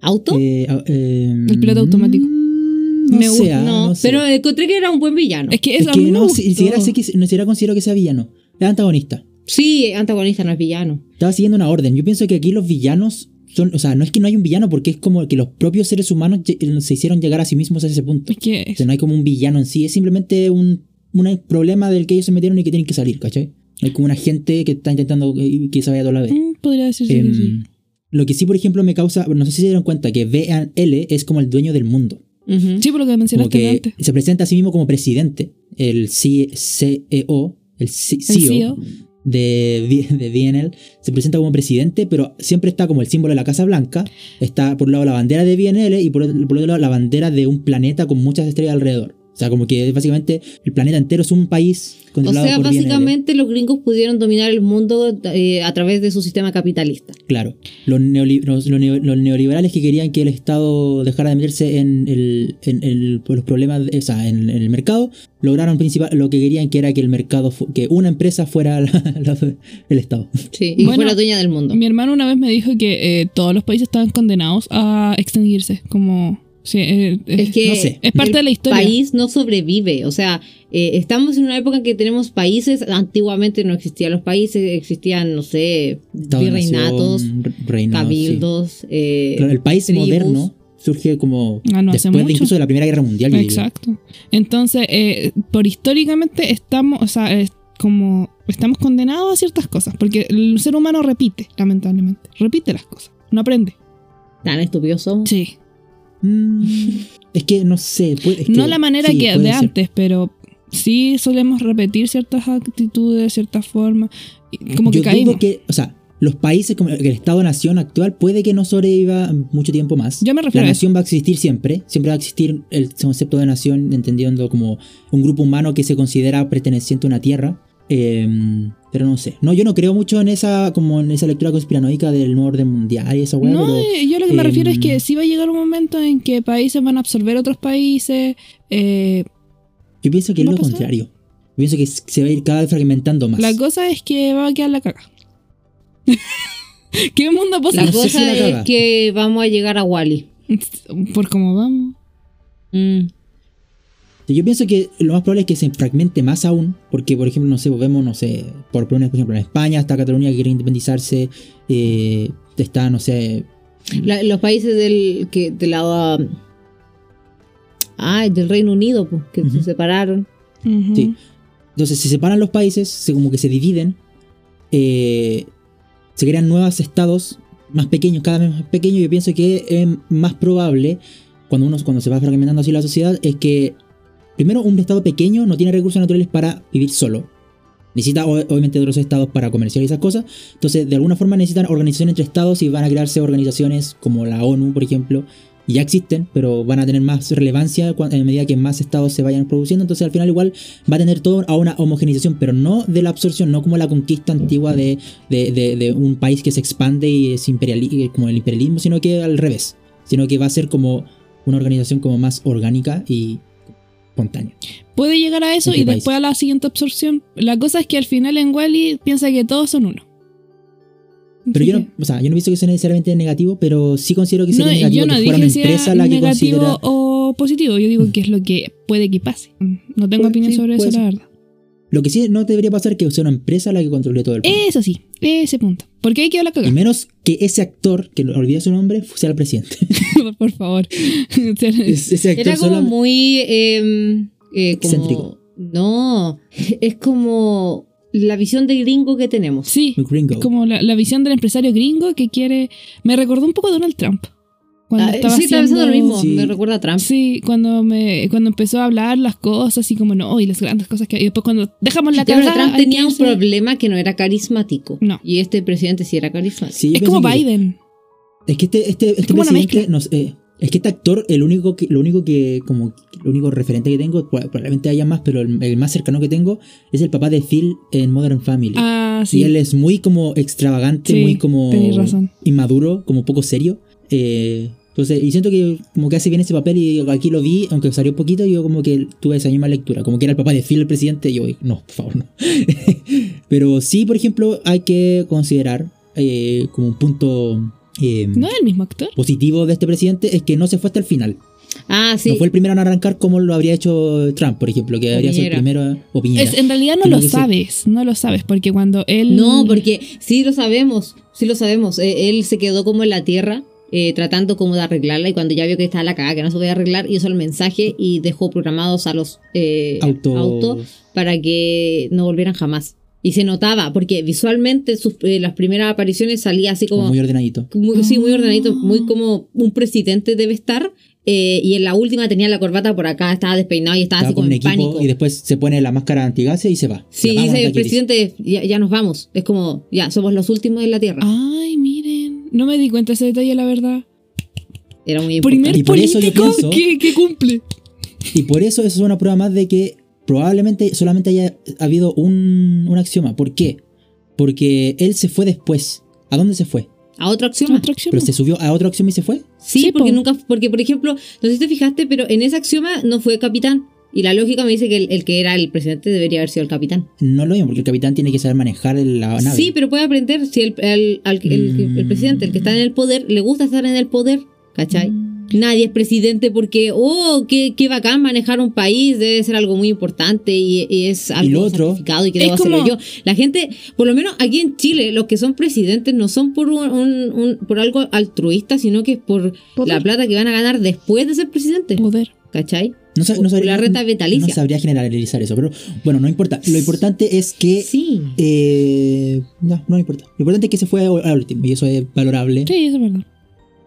Speaker 4: ¿Auto?
Speaker 5: eh, ah, em,
Speaker 2: El piloto automático.
Speaker 5: mm, No
Speaker 2: Me
Speaker 5: sé,
Speaker 2: gusta.
Speaker 5: ah,
Speaker 4: no,
Speaker 5: no sé.
Speaker 4: pero encontré que era un buen villano.
Speaker 2: Es que
Speaker 5: Es
Speaker 2: eso
Speaker 5: que
Speaker 2: a mí me
Speaker 5: no,
Speaker 2: gustó.
Speaker 5: si, siquiera sé que, no siquiera considero que sea villano. Es antagonista.
Speaker 4: Sí, antagonista no es villano.
Speaker 5: Estaba siguiendo una orden. Yo pienso que aquí los villanos son. O sea, no es que no hay un villano, porque es como que los propios seres humanos lle- se hicieron llegar a sí mismos a ese punto.
Speaker 2: Es que
Speaker 5: O sea, no hay como un villano en sí, es simplemente un, un problema del que ellos se metieron y que tienen que salir, ¿cachai? Hay como una gente que está intentando eh, que se vaya toda la vez.
Speaker 2: mm, podría decirse que sí.
Speaker 5: Em, Lo que sí, por ejemplo, me causa. No sé si se dieron cuenta que VL es como el dueño del mundo.
Speaker 4: Ujú.
Speaker 2: Sí, por lo que
Speaker 5: Como
Speaker 2: mencionaste
Speaker 5: que
Speaker 2: antes.
Speaker 5: se presenta a sí mismo como presidente, el C- CEO, el C-
Speaker 2: El
Speaker 5: CEO,
Speaker 2: CEO.
Speaker 5: de, D- de DNL, se presenta como presidente, pero siempre está como el símbolo de la Casa Blanca, está por un lado la bandera de DNL y por otro, por otro lado la bandera de un planeta con muchas estrellas alrededor. O sea, como que básicamente el planeta entero es un país
Speaker 4: O
Speaker 5: controlado
Speaker 4: sea,
Speaker 5: por DNL.
Speaker 2: eh.
Speaker 4: básicamente los gringos pudieron dominar el mundo eh, a través de su sistema capitalista.
Speaker 5: Claro, los, neoli- los- los neo- los neoliberales que querían que el Estado dejara de meterse en, el, en el- los problemas, de- o sea, en, en el mercado, lograron principal, lo que querían que era que el mercado, fu- que una empresa fuera la- *laughs* la- el Estado.
Speaker 4: Sí, y
Speaker 2: Bueno,
Speaker 4: fue la dueña del mundo.
Speaker 2: Mi hermano una vez me dijo que eh, todos los países estaban condenados a extinguirse, como... sí, eh, eh,
Speaker 4: Es que
Speaker 5: no sé.
Speaker 2: es parte
Speaker 4: el
Speaker 2: de la historia.
Speaker 4: país no sobrevive. O sea, eh, estamos en una época en que tenemos países. Antiguamente no existían los países, existían, no sé,
Speaker 5: Estado,
Speaker 4: virreinatos,
Speaker 5: nación, re- reinado,
Speaker 4: cabildos. eh,
Speaker 5: sí. Claro, el país
Speaker 4: tribus.
Speaker 5: moderno surge como
Speaker 2: Ah, no, hace
Speaker 5: después
Speaker 2: mucho.
Speaker 5: de incluso de la Primera Guerra Mundial. yo diría.
Speaker 2: Exacto. Entonces, eh, por históricamente estamos, o sea, es como estamos condenados a ciertas cosas, porque el ser humano repite, lamentablemente, repite las cosas, no aprende.
Speaker 4: Tan estúpidos somos.
Speaker 2: Sí.
Speaker 5: Mm, es que no sé. puede- es que-
Speaker 2: no la manera
Speaker 5: sí,
Speaker 2: que
Speaker 5: puede
Speaker 2: de
Speaker 5: ser.
Speaker 2: antes, pero sí solemos repetir ciertas actitudes, ciertas formas, y como que
Speaker 5: Yo
Speaker 2: caímos.
Speaker 5: dudo que, o sea, los países como el el Estado-nación actual puede que no sobreviva mucho tiempo más.
Speaker 2: Yo me
Speaker 5: La
Speaker 2: refiero a eso.
Speaker 5: nación va a existir siempre, siempre va a existir el concepto de nación, entendiendo como un grupo humano que se considera perteneciente a una tierra. Em, pero no sé. No, yo no creo mucho en esa, como en esa lectura conspiranoica del nuevo orden mundial y esa weá,
Speaker 2: No,
Speaker 5: pero
Speaker 2: eh, yo lo que me
Speaker 5: em,
Speaker 2: refiero es que sí va a llegar un momento en que países van a absorber otros países, eh,
Speaker 5: yo pienso que es
Speaker 2: ¿va a
Speaker 5: lo
Speaker 2: pasar?
Speaker 5: contrario. Yo pienso que s- se va a ir cada vez fragmentando más.
Speaker 2: La cosa es que va a quedar la caga. *laughs* ¿Qué mundo
Speaker 4: La
Speaker 5: No
Speaker 2: posible?
Speaker 5: sé
Speaker 4: cosa
Speaker 5: si la
Speaker 4: es
Speaker 5: caga.
Speaker 4: que vamos a llegar a Wally.
Speaker 2: Por cómo vamos.
Speaker 5: Mm. Yo pienso que lo más probable es que se fragmente más aún, porque por ejemplo, no sé, pues vemos, no sé, por poner, por ejemplo, en España está Cataluña que quiere independizarse, eh, está, no sé,
Speaker 4: los países del que de la um, ay, del Reino Unido, pues, que se
Speaker 5: Ujú.
Speaker 4: separaron.
Speaker 2: Ujú.
Speaker 5: Sí. Entonces se separan los países, se, como que se dividen, eh, se crean nuevos estados más pequeños, cada vez más pequeños. Yo pienso que es más probable, cuando uno cuando se va fragmentando así la sociedad, es que primero un estado pequeño no tiene recursos naturales para vivir solo. Necesita ob- obviamente otros estados para comerciar y esas cosas. Entonces, de alguna forma necesitan organización entre estados y van a crearse organizaciones como la ONU, por ejemplo, y ya existen, pero van a tener más relevancia cua- en medida que más estados se vayan produciendo. Entonces al final igual va a tener todo a una homogenización, pero no de la absorción, no como la conquista antigua de, de- de- de un país que se expande y es imperiali- eh, como el imperialismo, sino que al revés, sino que va a ser como una organización como más orgánica y espontánea.
Speaker 2: Puede llegar a eso
Speaker 5: ¿En qué
Speaker 2: y
Speaker 5: país?
Speaker 2: después a la siguiente absorción. La cosa es que al final en Wally piensa que todos son uno.
Speaker 5: Pero
Speaker 2: Así
Speaker 5: yo no,
Speaker 2: que-
Speaker 5: o sea, yo no pienso que sea necesariamente negativo, pero sí considero que sería
Speaker 2: No,
Speaker 5: negativo
Speaker 2: yo no
Speaker 5: que fuera una
Speaker 2: dije si
Speaker 5: empresa
Speaker 2: era
Speaker 5: la que
Speaker 2: negativo
Speaker 5: considera Mm.
Speaker 2: o positivo. Yo digo que es lo que puede que pase. Mm, No tengo
Speaker 5: Puede-
Speaker 2: opinión
Speaker 5: sí,
Speaker 2: sobre eso,
Speaker 5: puede
Speaker 2: la
Speaker 5: ser.
Speaker 2: verdad.
Speaker 5: Lo que sí no debería pasar es que sea una empresa la que controle todo el mundo.
Speaker 2: Eso sí, ese punto. Porque ahí quedó la
Speaker 5: Y
Speaker 2: cagada.
Speaker 5: menos que ese actor, que lo- olvidé su nombre, sea el presidente.
Speaker 2: *laughs*
Speaker 5: *laughs*
Speaker 2: Por favor. *laughs* Ser-
Speaker 5: Es- ese actor
Speaker 4: Era como
Speaker 5: solo-
Speaker 4: muy. eh, eh, como-
Speaker 5: Excéntrico.
Speaker 4: No, *laughs* es como la visión de gringo que tenemos.
Speaker 2: sí,
Speaker 5: muy gringo.
Speaker 2: como la, la visión del empresario gringo que quiere. Me recordó un poco a Donald Trump. Cuando
Speaker 4: Ah,
Speaker 2: estaba
Speaker 4: sí, estaba pensando lo
Speaker 2: haciendo-
Speaker 4: mismo.
Speaker 5: Sí.
Speaker 4: Me recuerda a Trump.
Speaker 2: Sí, cuando me cuando empezó a hablar las cosas y como no, y las grandes cosas que y después cuando dejamos la
Speaker 4: Ya, pero
Speaker 2: cagada,
Speaker 4: Trump
Speaker 2: hay que
Speaker 4: tenía un
Speaker 2: irse.
Speaker 4: problema que no era carismático.
Speaker 2: No.
Speaker 4: Y este presidente sí era carismático.
Speaker 5: Sí, yo
Speaker 2: Es
Speaker 5: pensé
Speaker 2: como
Speaker 5: que-
Speaker 2: Biden.
Speaker 5: Es que este, este, este
Speaker 2: como una
Speaker 5: presidente
Speaker 2: mezcla.
Speaker 5: nos- eh, es que este actor, el único que, lo único que, como el único referente que tengo, pro- probablemente haya más, pero el, el más cercano que tengo es el papá de Phil en Modern Family.
Speaker 2: Ah,
Speaker 5: Y
Speaker 2: sí.
Speaker 5: él es muy como extravagante,
Speaker 2: Sí,
Speaker 5: muy como
Speaker 2: tenés razón.
Speaker 5: inmaduro, como poco serio. Eh, entonces, y siento que como que hace bien ese papel y aquí lo vi, aunque salió poquito, yo como que tuve esa misma lectura, como que era el papá de Phil el presidente, y yo, no, por favor, no. *laughs* Pero sí, por ejemplo, hay que considerar eh, como un punto eh,
Speaker 2: ¿No es el mismo actor?
Speaker 5: positivo de este presidente es que no se fue hasta el final.
Speaker 4: Ah, sí.
Speaker 5: No fue el primero en arrancar como lo habría hecho Trump, por ejemplo, que
Speaker 4: O
Speaker 5: habría sido el
Speaker 4: Piñera.
Speaker 5: primero o Piñera.
Speaker 2: Es- en realidad no
Speaker 5: Creo
Speaker 2: lo
Speaker 5: que sí.
Speaker 2: sabes, no lo sabes, porque cuando él...
Speaker 4: No, porque sí lo sabemos, sí lo sabemos. Eh, él se quedó como en la tierra, eh, tratando como de arreglarla y cuando ya vio que estaba la cagada, que no se podía arreglar, hizo el mensaje y dejó programados a los eh,
Speaker 5: Auto-
Speaker 4: autos para que no volvieran jamás. Y se notaba, porque visualmente sus, eh, las primeras apariciones salía así
Speaker 5: como
Speaker 4: como...
Speaker 5: muy ordenadito.
Speaker 4: muy- sí, muy
Speaker 2: Ah.
Speaker 4: ordenadito, muy como un presidente debe estar. eh, y en la última tenía la corbata por acá, estaba despeinado y estaba,
Speaker 5: Estaba
Speaker 4: así como
Speaker 5: con un
Speaker 4: en
Speaker 5: equipo
Speaker 4: pánico.
Speaker 5: y después se pone la máscara antigase y se va.
Speaker 4: Sí,
Speaker 5: Ya, vámonos de
Speaker 4: dice el
Speaker 5: aquí, dice.
Speaker 4: presidente, ya, ya nos vamos. Es como, ya, somos los últimos en la Tierra.
Speaker 2: Ay, miren. No me di cuenta de ese detalle, la verdad.
Speaker 4: Era muy
Speaker 2: Primer
Speaker 4: importante.
Speaker 5: Y por eso yo
Speaker 2: político
Speaker 5: pienso-
Speaker 2: que, que cumple.
Speaker 5: Y por eso eso es una prueba más de que probablemente solamente haya habido un, un axioma. ¿Por qué? Porque él se fue después. ¿A dónde se fue?
Speaker 4: A otro axioma.
Speaker 2: Otra acción.
Speaker 5: ¿Pero se subió a otro axioma y se fue?
Speaker 4: Sí,
Speaker 2: Sí,
Speaker 4: porque
Speaker 2: po.
Speaker 4: nunca, porque por ejemplo, no sé si te fijaste, pero en ese axioma no fue capitán. Y la lógica me dice que el, el que era el presidente debería haber sido el capitán.
Speaker 5: No lo mismo, porque el capitán tiene que saber manejar la nave.
Speaker 4: Sí, pero puede aprender si el, el- al- el- el
Speaker 5: Mm.
Speaker 4: presidente, el que está en el poder, le gusta estar en el poder, ¿cachai?
Speaker 5: Mm.
Speaker 4: Nadie es presidente porque, oh, qué, qué bacán manejar un país, debe ser algo muy importante y, y es algo
Speaker 5: lo otro-
Speaker 4: sacrificado y que
Speaker 2: Es
Speaker 4: debo hacerlo
Speaker 2: como-
Speaker 4: yo. La gente, por lo menos aquí en Chile, los que son presidentes no son por, un, un- un- por algo altruista, sino que es por
Speaker 2: Poder.
Speaker 4: la plata que van a ganar después de ser presidente,
Speaker 2: Poder.
Speaker 4: ¿cachai?
Speaker 5: no, sab- no sabría,
Speaker 4: la renta vitalicia.
Speaker 5: no sabría generalizar eso, pero bueno, no importa. Lo importante es que...
Speaker 4: Sí.
Speaker 5: eh, no, no importa. Lo importante es que se fue al al último y eso es valorable.
Speaker 2: Sí, eso es verdad.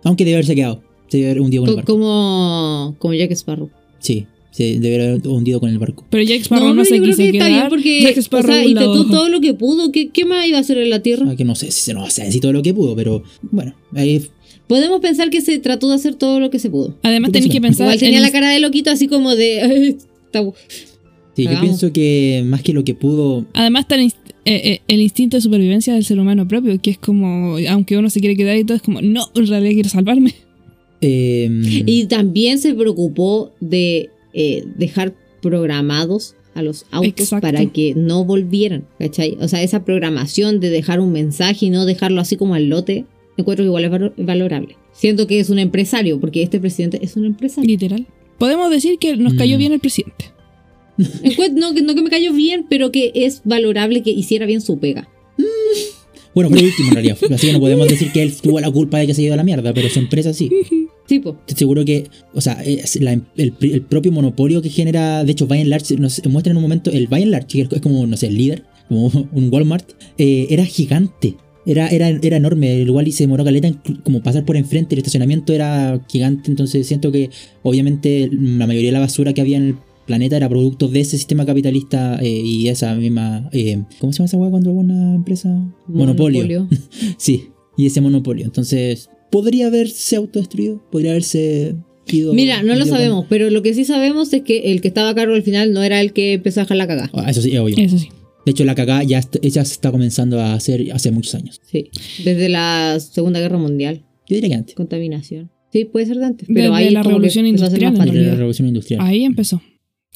Speaker 5: Aunque debe haberse quedado. Debe haber hundido con el
Speaker 4: Co-
Speaker 5: barco.
Speaker 4: Como, como Jack Sparrow.
Speaker 5: Sí, se debe haber hundido con el barco.
Speaker 2: Pero Jack Sparrow no,
Speaker 4: pero
Speaker 2: se
Speaker 4: yo creo
Speaker 2: quiso
Speaker 4: que está bien
Speaker 2: quedar. Jack
Speaker 4: porque o
Speaker 2: Sparrow
Speaker 4: sea,
Speaker 2: la
Speaker 4: intentó
Speaker 2: ojo.
Speaker 4: todo lo que pudo. ¿Qué, ¿Qué más iba a hacer en la Tierra?
Speaker 5: Ah, que no sé si se nos hace todo lo que pudo, pero bueno, ahí
Speaker 4: Podemos pensar que se trató de hacer todo lo que se pudo.
Speaker 2: *laughs* Además
Speaker 5: ¿Qué
Speaker 2: tenés
Speaker 5: pasó?
Speaker 2: que pensar...
Speaker 4: Igual tenía
Speaker 2: en-
Speaker 4: la cara de loquito así como de... *laughs* "Ay, está bu-".
Speaker 5: sí, yo
Speaker 4: Hagamos.
Speaker 5: pienso que más que lo que pudo,
Speaker 2: Además está el, inst- eh, eh, el instinto de supervivencia del ser humano propio, que es como, aunque uno se quiere quedar y todo, es como, no, en realidad quiero
Speaker 4: *laughs*
Speaker 2: salvarme.
Speaker 5: eh,
Speaker 2: Mm.
Speaker 4: Y también se preocupó de eh, dejar programados a los autos
Speaker 2: Exacto.
Speaker 4: para que no volvieran, ¿cachai? O sea, esa programación de dejar un mensaje y no dejarlo así como al lote, encuentro que igual es valo- valorable. Siento que es un empresario, porque este presidente es un empresario.
Speaker 2: Literal. Podemos decir que nos cayó
Speaker 5: Mm.
Speaker 2: bien el presidente.
Speaker 4: Encuent- no, que- no que me cayó bien, pero que es valorable que hiciera bien su pega.
Speaker 5: bueno, fue el último en realidad, así que no podemos decir que él tuvo la culpa de que se haya ido a la mierda, pero su empresa sí.
Speaker 4: Tipo,
Speaker 5: Estoy seguro que, o sea, es la- el, pri- el propio monopolio que genera, de hecho, By and Large, nos muestra en un momento, el By and Large, que es como, no sé, el líder, como *laughs* un Walmart, eh, era gigante. Era, era, era enorme, el Wally se demoró caleta en cru- como pasar por enfrente, el estacionamiento era gigante, entonces siento que obviamente la mayoría de la basura que había en el planeta era producto de ese sistema capitalista eh, y esa misma... eh, ¿Cómo se llama esa hueá cuando una empresa? monopolio. Sí, y ese monopolio. Entonces, podría haberse autodestruido, podría haberse ido.
Speaker 4: Mira, no lo
Speaker 5: ido con-
Speaker 4: sabemos, pero lo que sí sabemos es que el que estaba a cargo al final no era el que empezó a dejar la cagada.
Speaker 5: Ah, eso sí, es obvio.
Speaker 2: Eso sí.
Speaker 5: De hecho, la cagada ya, est- ya se está comenzando a hacer hace muchos años.
Speaker 4: Sí. Desde la Segunda Guerra Mundial.
Speaker 5: Yo diría que antes.
Speaker 4: Contaminación. Sí, puede ser de antes. Pero
Speaker 2: Desde
Speaker 4: ahí
Speaker 2: la
Speaker 4: como que
Speaker 2: Revolución
Speaker 4: empezó a hacer
Speaker 2: Industrial, en
Speaker 4: más
Speaker 5: Antes
Speaker 4: patente.
Speaker 5: de la
Speaker 2: realidad.
Speaker 5: revolución industrial.
Speaker 2: Ahí empezó.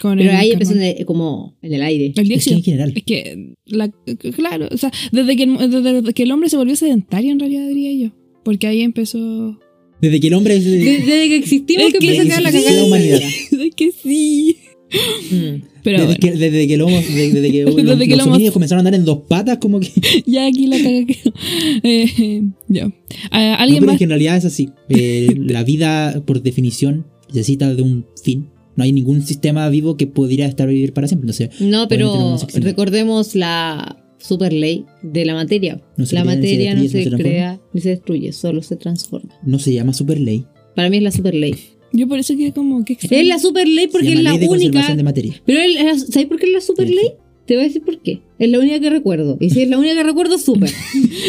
Speaker 2: Con
Speaker 4: Pero
Speaker 2: el
Speaker 4: ahí empezó
Speaker 2: carbón.
Speaker 4: en el- como en el aire.
Speaker 2: El
Speaker 5: Es que
Speaker 2: dióxido.
Speaker 5: en general.
Speaker 2: Es que, la- claro, o sea, desde que, el, desde que el hombre se volvió sedentario, en realidad diría yo. Porque ahí empezó. *laughs*
Speaker 5: Desde que el hombre. es-
Speaker 4: Desde, desde que existimos
Speaker 2: Es
Speaker 4: que
Speaker 2: que
Speaker 4: empezó a quedar la
Speaker 5: existió
Speaker 4: cagada.
Speaker 5: la humanidad.
Speaker 2: Ay, que sí.
Speaker 4: Mm.
Speaker 2: Pero
Speaker 5: desde,
Speaker 2: bueno,
Speaker 5: que, desde que el homo- de- desde que
Speaker 2: Desde
Speaker 5: los,
Speaker 2: que el
Speaker 5: los
Speaker 2: homo-
Speaker 5: homínidos comenzaron a andar en dos patas, como que.
Speaker 2: *laughs* ya aquí la caga quedó. *laughs* Eh, ya. Ah,
Speaker 5: No,
Speaker 2: ¿Alguien
Speaker 5: pero es
Speaker 2: más?
Speaker 5: que en realidad es así. Eh, la vida, por definición, necesita de un fin. No hay ningún sistema vivo que pudiera estar vivir para siempre. Entonces,
Speaker 4: No,
Speaker 5: Obviamente
Speaker 4: pero
Speaker 5: no se extingue.
Speaker 4: recordemos la super ley de la materia.
Speaker 5: No se
Speaker 4: la
Speaker 5: crea, ni se
Speaker 4: materia no
Speaker 5: destruye,
Speaker 4: se
Speaker 5: no se
Speaker 4: crea ni se destruye, solo se transforma.
Speaker 5: no se llama super ley.
Speaker 4: Para mí es la super ley.
Speaker 2: Yo por eso quedé como que extraño.
Speaker 4: Es la super ley porque es
Speaker 5: llama
Speaker 4: la
Speaker 5: ley de
Speaker 4: única.
Speaker 5: conservación de materia.
Speaker 4: Pero es la- ¿sabes por qué es la super
Speaker 5: Ya.
Speaker 4: ley? Te voy a decir por qué. Es la única que recuerdo. Y si es la única que recuerdo,
Speaker 5: *laughs*
Speaker 4: super.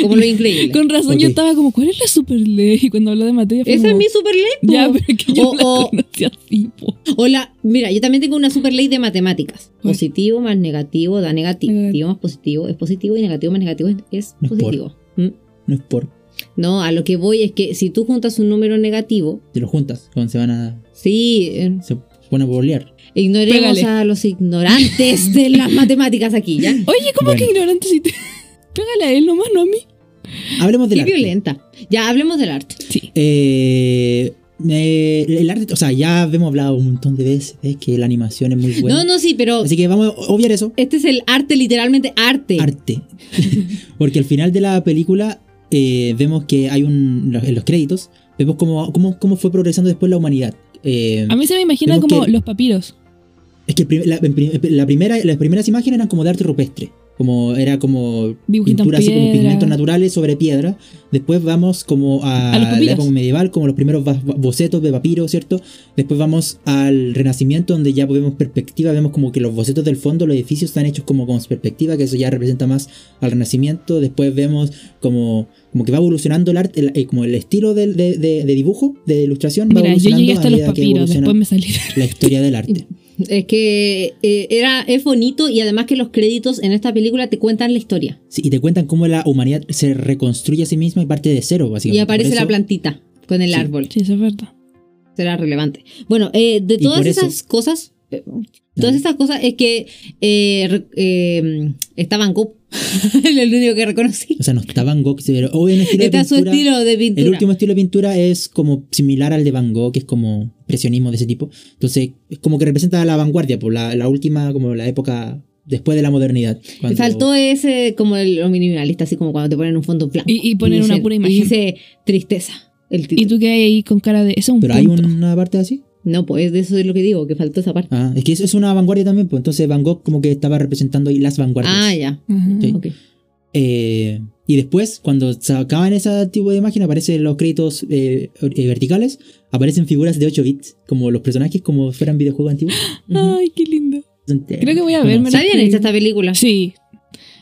Speaker 4: Como lo increíble.
Speaker 2: Con razón, yo
Speaker 5: Ok.
Speaker 2: estaba como, ¿cuál es la super ley? Y cuando habló de materia, fue
Speaker 4: Esa es
Speaker 2: como,
Speaker 4: mi super ley. po.
Speaker 2: Ya, pero que yo
Speaker 4: O-
Speaker 2: la
Speaker 4: o-
Speaker 2: conocí así, po.
Speaker 4: O la, mira, yo también tengo una super ley de matemáticas.
Speaker 2: ¿Cuál?
Speaker 4: Positivo más negativo da negativo.
Speaker 2: Negativo.
Speaker 4: más positivo es positivo y negativo más negativo es, es
Speaker 5: No es por.
Speaker 4: positivo. ¿Mm?
Speaker 5: No es por.
Speaker 4: No, a lo que voy es que si tú juntas un número negativo,
Speaker 5: Te lo juntas. Cuando se van a.
Speaker 4: sí, eh,
Speaker 5: Se ponen a bolear.
Speaker 4: ignoremos
Speaker 2: Pégale.
Speaker 4: a los ignorantes de las matemáticas aquí,
Speaker 5: *laughs*
Speaker 4: ¿ya?
Speaker 2: Oye, ¿cómo
Speaker 5: Bueno.
Speaker 2: que ignorante si te. *laughs* Pégale a él nomás, no a mí.
Speaker 5: Hablemos del
Speaker 4: Qué
Speaker 5: arte.
Speaker 4: violenta. Ya, hablemos del arte.
Speaker 2: Sí.
Speaker 5: Eh, me- el arte, o sea, ya hemos hablado un montón de veces de que la animación es muy buena.
Speaker 4: No, no, sí, pero
Speaker 5: Así que vamos a obviar eso.
Speaker 4: este es el arte, literalmente arte. *laughs*
Speaker 5: arte. Porque al final de la película eh, vemos que hay un. En los créditos, vemos cómo, cómo, cómo fue progresando después la humanidad. Eh,
Speaker 2: A mí se me imagina
Speaker 5: Tenemos
Speaker 2: como
Speaker 5: que-
Speaker 2: los papiros.
Speaker 5: es que el prim- la, en pri- la primera, las primeras imágenes eran como de arte rupestre. Como era como
Speaker 2: Dibujito en
Speaker 5: pintura así como
Speaker 2: piedra.
Speaker 5: pigmentos naturales sobre piedra. Después vamos como a,
Speaker 2: A los
Speaker 5: la
Speaker 2: papiros.
Speaker 5: época medieval, como los primeros ba- ba- bocetos de papiro, ¿cierto? Después vamos al Renacimiento, donde ya vemos perspectiva, vemos como que los bocetos del fondo, los edificios están hechos como con perspectiva, que eso ya representa más al Renacimiento. Después vemos como, como que va evolucionando el arte, el- eh, como el estilo del- de, de- de dibujo, de ilustración. va
Speaker 2: Mira, yo
Speaker 5: evolucionando
Speaker 2: llegué hasta
Speaker 5: a
Speaker 2: los
Speaker 5: medida que
Speaker 2: papiros,
Speaker 5: evoluciona
Speaker 2: después me salí.
Speaker 5: la
Speaker 2: *laughs*
Speaker 5: historia del arte.
Speaker 4: Es que eh, era, es bonito y además que los créditos en esta película te cuentan la historia.
Speaker 5: Sí, y te cuentan cómo la humanidad se reconstruye a sí misma y parte de cero, básicamente.
Speaker 4: Y
Speaker 5: Por
Speaker 4: aparece la
Speaker 5: eso-
Speaker 4: plantita con el
Speaker 5: Sí.
Speaker 4: árbol.
Speaker 2: Sí, eso es verdad.
Speaker 4: será relevante. Bueno, eh, de
Speaker 5: Y
Speaker 4: todas
Speaker 5: por eso-
Speaker 4: esas cosas, eh, todas
Speaker 5: Dale.
Speaker 4: esas cosas es que eh, re- eh, está Van Gogh, *laughs* el único que reconocí.
Speaker 5: O sea, no está Van Gogh, pero hoy en estilo
Speaker 4: *laughs*
Speaker 5: de
Speaker 4: Está su
Speaker 5: pintura-
Speaker 4: estilo de pintura.
Speaker 5: El último estilo de pintura es como similar al de Van Gogh, que es como presionismo de ese tipo. Entonces, es como que representa la vanguardia, por la, la última, como la época después de la modernidad. cuando-
Speaker 4: Faltó ese como el lo minimalista, así como cuando te ponen un fondo blanco.
Speaker 2: Y, y poner una
Speaker 4: dicen-
Speaker 2: pura
Speaker 4: y
Speaker 2: imagen.
Speaker 4: dice tristeza. El
Speaker 2: Y
Speaker 4: título.
Speaker 2: tú quedas ahí con cara de. Eso es un
Speaker 5: Pero hay
Speaker 2: punto.
Speaker 5: una parte así.
Speaker 4: No, pues de eso es lo que digo, que faltó esa parte.
Speaker 5: Ah, es que eso es una vanguardia también, pues. Entonces, Van Gogh como que estaba representando ahí las vanguardias.
Speaker 4: Ah, ya.
Speaker 2: Ajá.
Speaker 5: Sí.
Speaker 4: ok.
Speaker 5: Eh, y después, cuando sacaban ese tipo de imagen, aparecen los créditos eh, eh, verticales, aparecen figuras de 8 bits, como los personajes como fueran videojuegos antiguos.
Speaker 4: Ujú.
Speaker 2: Ay, qué lindo. Creo que voy a verme
Speaker 4: Está bien hecha esta película.
Speaker 2: Sí.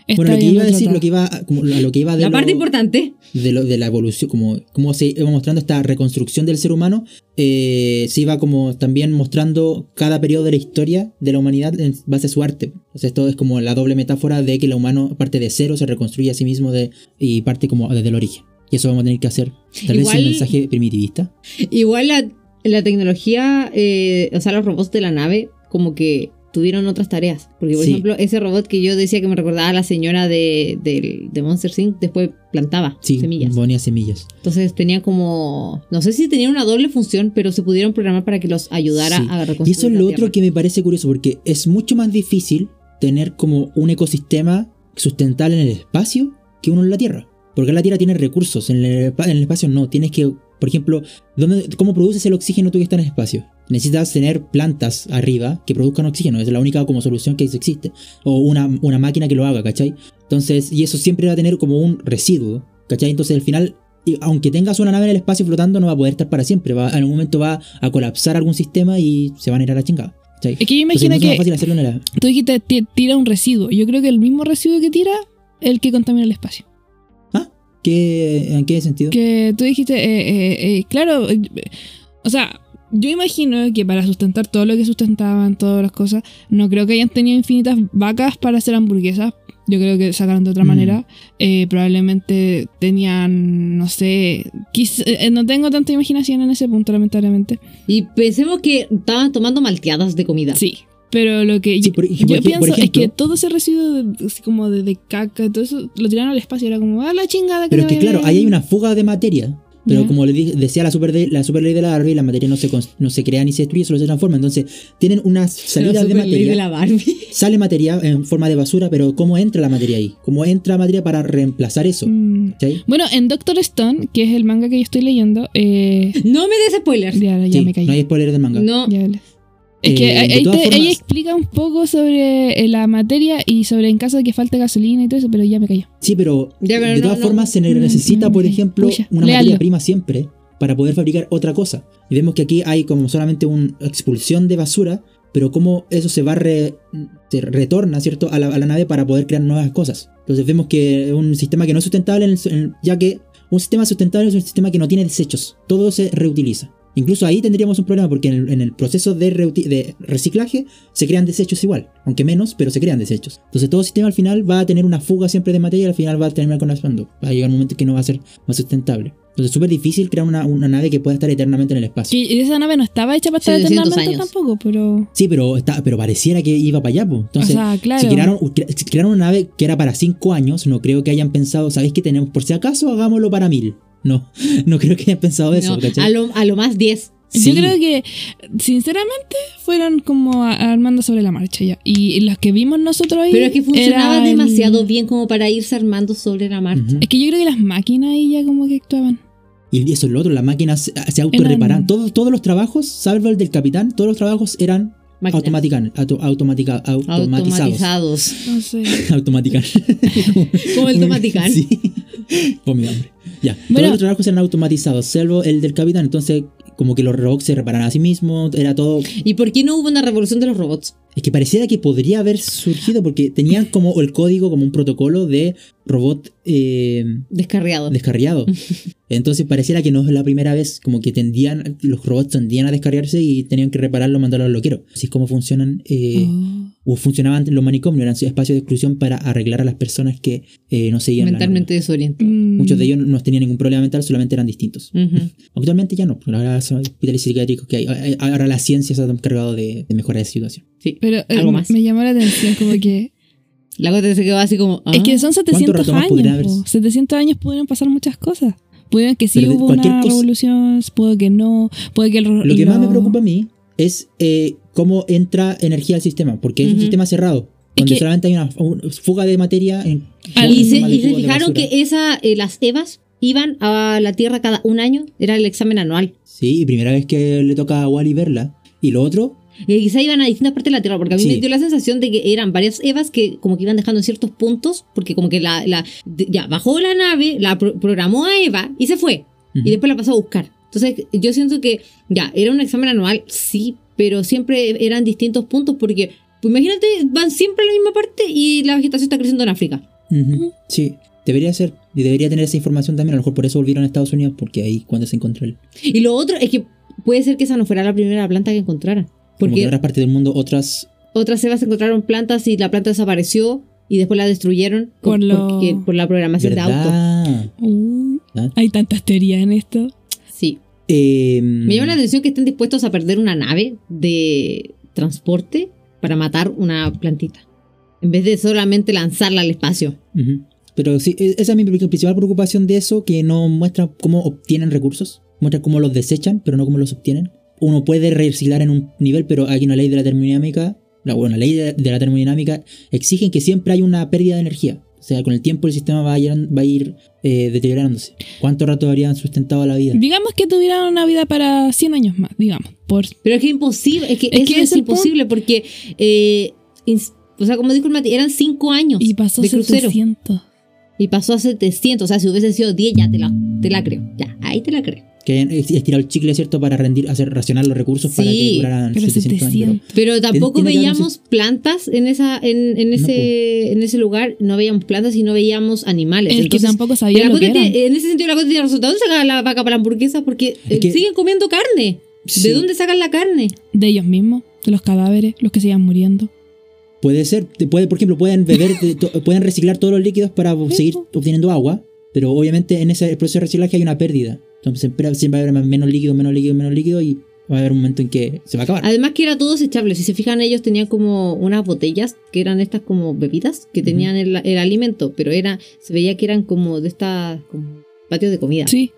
Speaker 2: Está
Speaker 5: Bueno, lo que
Speaker 2: bien
Speaker 5: iba a decir,
Speaker 2: retratada.
Speaker 5: lo que iba, a- como a lo que iba de
Speaker 4: La
Speaker 5: lo-
Speaker 4: parte importante.
Speaker 5: de, lo- de la evolución, como, como se iba mostrando esta reconstrucción del ser humano, eh, se iba como también mostrando cada periodo de la historia de la humanidad en base a su arte. O sea, esto es como la doble metáfora de que el humano parte de cero, se reconstruye a sí mismo de, y parte como desde el origen. Y eso vamos a tener que hacer. Tal vez
Speaker 4: Igual-
Speaker 5: un mensaje primitivista.
Speaker 4: Igual la, la tecnología, eh, o sea, los robots de la nave, como que tuvieron otras tareas. Porque, por
Speaker 5: Sí.
Speaker 4: ejemplo, ese robot que yo decía que me recordaba a la señora de, del- de Monster Inc., después plantaba
Speaker 5: Sí,
Speaker 4: semillas.
Speaker 5: ponía semillas.
Speaker 4: Entonces tenía como. No sé si tenía una doble función, pero se pudieron programar para que los ayudara
Speaker 5: Sí.
Speaker 4: a reconstruir.
Speaker 5: Y eso es
Speaker 4: la
Speaker 5: lo otro
Speaker 4: Tierra.
Speaker 5: que me parece curioso, porque es mucho más difícil tener como un ecosistema sustentable en el espacio que uno en la Tierra. Porque la Tierra tiene recursos, en el, espa- en el espacio no. Tienes que, por ejemplo, ¿dónde- ¿cómo produces el oxígeno tú que estás en el espacio? Necesitas tener plantas arriba que produzcan oxígeno. Esa es la única como solución que existe. O una, una máquina que lo haga, ¿cachai? Entonces, y eso siempre va a tener como un residuo, ¿cachai? Entonces al final, y aunque tengas una nave en el espacio flotando, no va a poder estar para siempre. Va, en algún momento va a colapsar algún sistema y se van a ir a la chingada. ¿cachai?
Speaker 2: Es que yo
Speaker 5: Entonces,
Speaker 2: imagino
Speaker 5: es mucho más
Speaker 2: que
Speaker 5: fácil hacerlo en la-
Speaker 2: tú dijiste ti- tira un residuo. Yo creo que el mismo residuo que tira, el que contamina el espacio.
Speaker 5: Ah, ¿Qué, ¿En qué sentido?
Speaker 2: Que tú dijiste, eh, eh, eh, claro, eh, o sea, yo imagino que para sustentar todo lo que sustentaban, todas las cosas, no creo que hayan tenido infinitas vacas para hacer hamburguesas. Yo creo que sacaron de otra
Speaker 5: Mm.
Speaker 2: manera. Eh, probablemente tenían, no sé, quiz- eh, eh, no tengo tanta imaginación en ese punto, lamentablemente.
Speaker 4: Y pensemos que estaban tomando malteadas de comida.
Speaker 2: Sí, pero lo que
Speaker 5: Sí,
Speaker 2: yo,
Speaker 5: por-
Speaker 2: yo
Speaker 5: por- por
Speaker 2: pienso es
Speaker 5: ejemplo-
Speaker 2: que todo ese residuo de, así como de, de caca, todo eso lo tiraron al espacio. Era como, ah, la chingada que
Speaker 5: Pero
Speaker 2: le
Speaker 5: es que
Speaker 2: vaya
Speaker 5: claro,
Speaker 2: bien".
Speaker 5: ahí hay una fuga de materia. Pero
Speaker 2: Ya.
Speaker 5: como le di- decía la super, de- la super ley de la Barbie, la materia no se, cons- no se crea ni se destruye, solo se transforma. Entonces, tienen
Speaker 2: *laughs*
Speaker 5: unas
Speaker 4: Pero
Speaker 5: salidas de
Speaker 4: súper ley
Speaker 5: materia.
Speaker 4: de la Barbie.
Speaker 5: Sale materia en forma de basura, pero ¿cómo entra la materia ahí? ¿Cómo entra materia para reemplazar eso?
Speaker 2: Mm.
Speaker 5: ¿Cachai?
Speaker 2: Bueno, en Doctor Stone, que es el manga que yo estoy leyendo, eh,
Speaker 4: No me des spoilers.
Speaker 2: ya, ya
Speaker 5: Sí,
Speaker 2: me callé.
Speaker 5: no hay spoiler del manga.
Speaker 4: No.
Speaker 2: Ya hablas. es que
Speaker 5: Eh,
Speaker 2: ahí-
Speaker 5: de
Speaker 2: ahí
Speaker 5: todas
Speaker 2: te-
Speaker 5: formas-
Speaker 2: ella explica un poco sobre eh, la materia y sobre en caso de que falte gasolina y todo eso, pero ya me cayó.
Speaker 5: Sí, pero,
Speaker 4: Ya, pero
Speaker 5: de
Speaker 4: no,
Speaker 5: todas
Speaker 4: no. Mm,
Speaker 5: formas se
Speaker 2: No,
Speaker 5: ne-
Speaker 2: no,
Speaker 5: necesita,
Speaker 2: no,
Speaker 5: por
Speaker 2: no.
Speaker 5: ejemplo,
Speaker 2: Pucha,
Speaker 5: una
Speaker 2: léalo.
Speaker 5: materia prima siempre para poder fabricar otra cosa. Y vemos que aquí hay como solamente una expulsión de basura, pero cómo eso se va re- se retorna, ¿cierto?, a la, a la nave para poder crear nuevas cosas. Entonces vemos que es un sistema que no es sustentable, en el- en- ya que un sistema sustentable es un sistema que no tiene desechos, todo se reutiliza. Incluso ahí tendríamos un problema porque en el, en el proceso de, reuti- de reciclaje se crean desechos igual, aunque menos, pero se crean desechos. Entonces todo sistema al final va a tener una fuga siempre de materia y al final va a terminar colapsando. Va a llegar un momento que no va a ser más sustentable. Entonces es súper difícil crear una, una nave que pueda estar eternamente en el espacio.
Speaker 2: Que esa nave no estaba hecha para estar
Speaker 4: 700
Speaker 2: eternamente
Speaker 4: años.
Speaker 2: tampoco, pero.
Speaker 5: Sí, pero, está, pero pareciera que iba para allá. po. Entonces,
Speaker 2: o sea, claro.
Speaker 5: si, crearon, cre- si crearon una nave que era para 5 años, no creo que hayan pensado, ¿sabéis qué tenemos? Por si acaso, hagámoslo para 1000. No, *laughs* no creo que hayan pensado eso.
Speaker 4: No,
Speaker 5: ¿cachai?
Speaker 4: a, lo, a lo más 10.
Speaker 5: Sí.
Speaker 2: Yo creo que, sinceramente, fueron como a- armando sobre la marcha ya. Y los que vimos nosotros ahí.
Speaker 4: Pero es que funcionaba
Speaker 2: era el-
Speaker 4: demasiado bien como para irse armando sobre la marcha.
Speaker 5: Ujú.
Speaker 2: Es que yo creo que las máquinas ahí ya como que actuaban.
Speaker 5: Y eso es lo otro, las máquinas se, se autorreparan. Todos, todos los trabajos, salvo el del capitán, todos los trabajos eran
Speaker 4: Máquinas.
Speaker 5: automatican- auto- automatica- automatizados.
Speaker 4: Automatizados.
Speaker 5: *laughs*
Speaker 2: No sé.
Speaker 5: Automatican.
Speaker 2: *laughs*
Speaker 4: Como el tomaticán.
Speaker 5: Sí. Oh, mi hambre. Ya.
Speaker 2: Bueno.
Speaker 5: Todos los trabajos eran automatizados, salvo el del capitán. Entonces, como que los robots se reparan a sí mismos, era todo.
Speaker 4: ¿Y por qué no hubo una revolución de los robots?
Speaker 5: Es que pareciera que podría haber surgido, porque tenían como el código, como un protocolo de robot. eh,
Speaker 2: *laughs*
Speaker 4: Descarriados.
Speaker 5: descarriado. Entonces pareciera que no es la primera vez, como que tendían, los robots tendían a descarriarse y tenían que repararlo, mandarlo al loquero. Así es como funcionan, eh,
Speaker 2: Oh.
Speaker 5: o funcionaban antes los manicomios, eran espacios de exclusión para arreglar a las personas que eh, no seguían la norma.
Speaker 4: mentalmente desorientados.
Speaker 2: Mm.
Speaker 5: Muchos de ellos no- no tenían ningún problema mental, solamente eran distintos.
Speaker 4: Ujú.
Speaker 5: Actualmente ya no, porque ahora son hospitales psiquiátricos que hay. eh, Ahora la ciencia se ha encargado de, de mejorar esa situación.
Speaker 4: Sí.
Speaker 2: Pero eh,
Speaker 4: Algo más.
Speaker 2: me llamó la atención como que...
Speaker 4: La gota se quedó así como. ah.
Speaker 2: Es que son 700
Speaker 5: rato más podría
Speaker 2: años.
Speaker 5: haber?
Speaker 2: po. 700 años pudieron pasar muchas cosas. Pudieron que sí
Speaker 5: Pero de
Speaker 2: hubo una
Speaker 5: cualquier cosa-
Speaker 2: revolución, pudo que no, puede que el... ro-
Speaker 5: Lo que más
Speaker 2: lo-
Speaker 5: me preocupa a mí es eh, cómo entra energía al sistema, porque es un
Speaker 4: Ujú.
Speaker 5: sistema cerrado,
Speaker 2: Es
Speaker 5: donde
Speaker 2: que-
Speaker 5: solamente hay una una fuga de materia. En,
Speaker 2: Ah,
Speaker 4: Y
Speaker 5: en
Speaker 4: se,
Speaker 5: forma de
Speaker 4: y se
Speaker 5: tubos de
Speaker 4: fijaron
Speaker 5: basura.
Speaker 4: que esa, eh, las Evas iban a la Tierra cada un año. Era el examen anual.
Speaker 5: Sí, y primera vez que le toca a Wally verla. Y lo otro,
Speaker 4: Y quizá iban a distintas partes de la Tierra, porque a mí
Speaker 5: Sí.
Speaker 4: me dio la sensación de que eran varias Evas que como que iban dejando en ciertos puntos, porque como que la, la- de- ya bajó la nave, la pro- programó a Eva y se fue.
Speaker 5: Ujú.
Speaker 4: Y después la pasó a buscar. Entonces yo siento que ya, era un examen anual, sí, pero siempre eran distintos puntos porque, pues imagínate, van siempre a la misma parte y la vegetación está creciendo en África.
Speaker 5: ujú, sí, debería ser, y debería tener esa información también. A lo mejor por eso volvieron a Estados Unidos, porque ahí cuando se encontró él.
Speaker 4: Y lo otro es que puede ser que esa no fuera la primera planta que encontraran.
Speaker 5: Porque en
Speaker 4: Porque
Speaker 5: otras partes del mundo, otras.
Speaker 4: otras cebas encontraron plantas y la planta desapareció y después la destruyeron co-
Speaker 2: Por lo-
Speaker 4: porque- por la programación de auto.
Speaker 5: ¿Verdad?
Speaker 2: Uh,
Speaker 5: ¿Ah?
Speaker 2: hay tantas teorías en esto.
Speaker 4: Sí.
Speaker 5: Eh,
Speaker 4: Me llama la atención que estén dispuestos a perder una nave de transporte para matar una plantita. En vez de solamente lanzarla al espacio.
Speaker 5: ujú. Pero sí, e- esa es mi principal preocupación de eso, que no muestra cómo obtienen recursos, muestra cómo los desechan, pero no cómo los obtienen. Uno puede reciclar en un nivel, pero hay una ley de la termodinámica, la buena ley de, de la termodinámica exigen que siempre hay una pérdida de energía. O sea, con el tiempo el sistema va a, llegar- va a ir eh, deteriorándose. ¿Cuánto rato habrían sustentado la vida?
Speaker 2: Digamos que tuvieran una vida para 100 años más, digamos. Por...
Speaker 4: Pero es que imposible, es que
Speaker 2: Es
Speaker 4: eso
Speaker 2: que
Speaker 4: es,
Speaker 2: es el
Speaker 4: imposible porque, eh, ins- o sea, como dijo el Mati, eran cinco años
Speaker 2: Y pasó
Speaker 4: de crucero.
Speaker 2: 700.
Speaker 4: Y pasó a 700, o sea, si hubiese sido 10 ya te la, te la creo, ya, ahí te la creo.
Speaker 5: que hayan estirado el chicle, ¿cierto? Para rendir, hacer racionar los recursos para
Speaker 4: Sí,
Speaker 5: que duraran
Speaker 2: pero
Speaker 5: 700 años.
Speaker 2: 700.
Speaker 5: pero-
Speaker 4: Pero tampoco
Speaker 5: tiene que haber un
Speaker 4: veíamos plantas en esa en, en ese en ese lugar, no veíamos plantas y no veíamos animales.
Speaker 2: pues. Es que
Speaker 4: Entonces,
Speaker 2: tampoco sabía
Speaker 4: la
Speaker 2: lo
Speaker 4: Cote
Speaker 2: que
Speaker 4: tiene-
Speaker 2: eran.
Speaker 4: En ese sentido la cosa tiene razón. ¿De dónde sacan la vaca para la hamburguesa? Porque eh,
Speaker 5: que-
Speaker 4: siguen comiendo carne.
Speaker 5: Sí.
Speaker 4: ¿De dónde sacan la carne?
Speaker 2: De ellos mismos, de los cadáveres, los que se iban muriendo.
Speaker 5: Puede ser, te puede, por ejemplo, pueden beber, de to- pueden reciclar todos los líquidos para seguir obteniendo agua, pero obviamente en ese proceso de reciclaje hay una pérdida. Entonces siempre, siempre va a haber menos líquido, menos líquido, menos líquido y va a haber un momento en que se va a acabar.
Speaker 4: Además que era todo desechable. Si se fijan, ellos tenían como unas botellas que eran estas como bebidas que tenían el, el alimento, pero era se veía que eran como de estas como patios de comida.
Speaker 2: Sí,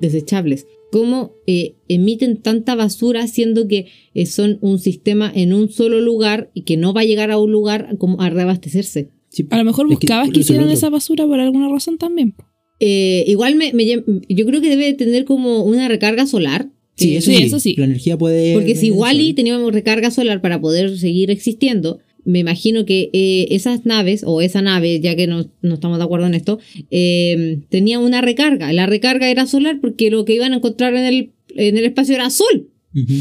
Speaker 4: desechables. ¿Cómo eh, emiten tanta basura siendo que eh, son un sistema en un solo lugar y que no va a llegar a un lugar como a reabastecerse?
Speaker 5: Sí,
Speaker 2: a lo mejor
Speaker 5: es que
Speaker 2: buscabas que
Speaker 5: eso es lo
Speaker 2: hicieran
Speaker 5: otro.
Speaker 2: esa basura por alguna razón también. po.
Speaker 4: Eh, igual me, me llam- yo creo que debe tener como una recarga solar. eh,
Speaker 5: Sí, eso
Speaker 2: Sí,
Speaker 5: sí,
Speaker 2: eso sí.
Speaker 5: La energía puede.
Speaker 4: Porque si
Speaker 5: venir del
Speaker 4: igual y
Speaker 5: sol.
Speaker 4: teníamos recarga solar para poder seguir existiendo, me imagino que eh, esas naves, o esa nave, ya que no, no estamos de acuerdo en esto, eh, tenía una recarga. La recarga era solar porque lo que iban a encontrar en el, en el espacio era sol.
Speaker 5: Ujú.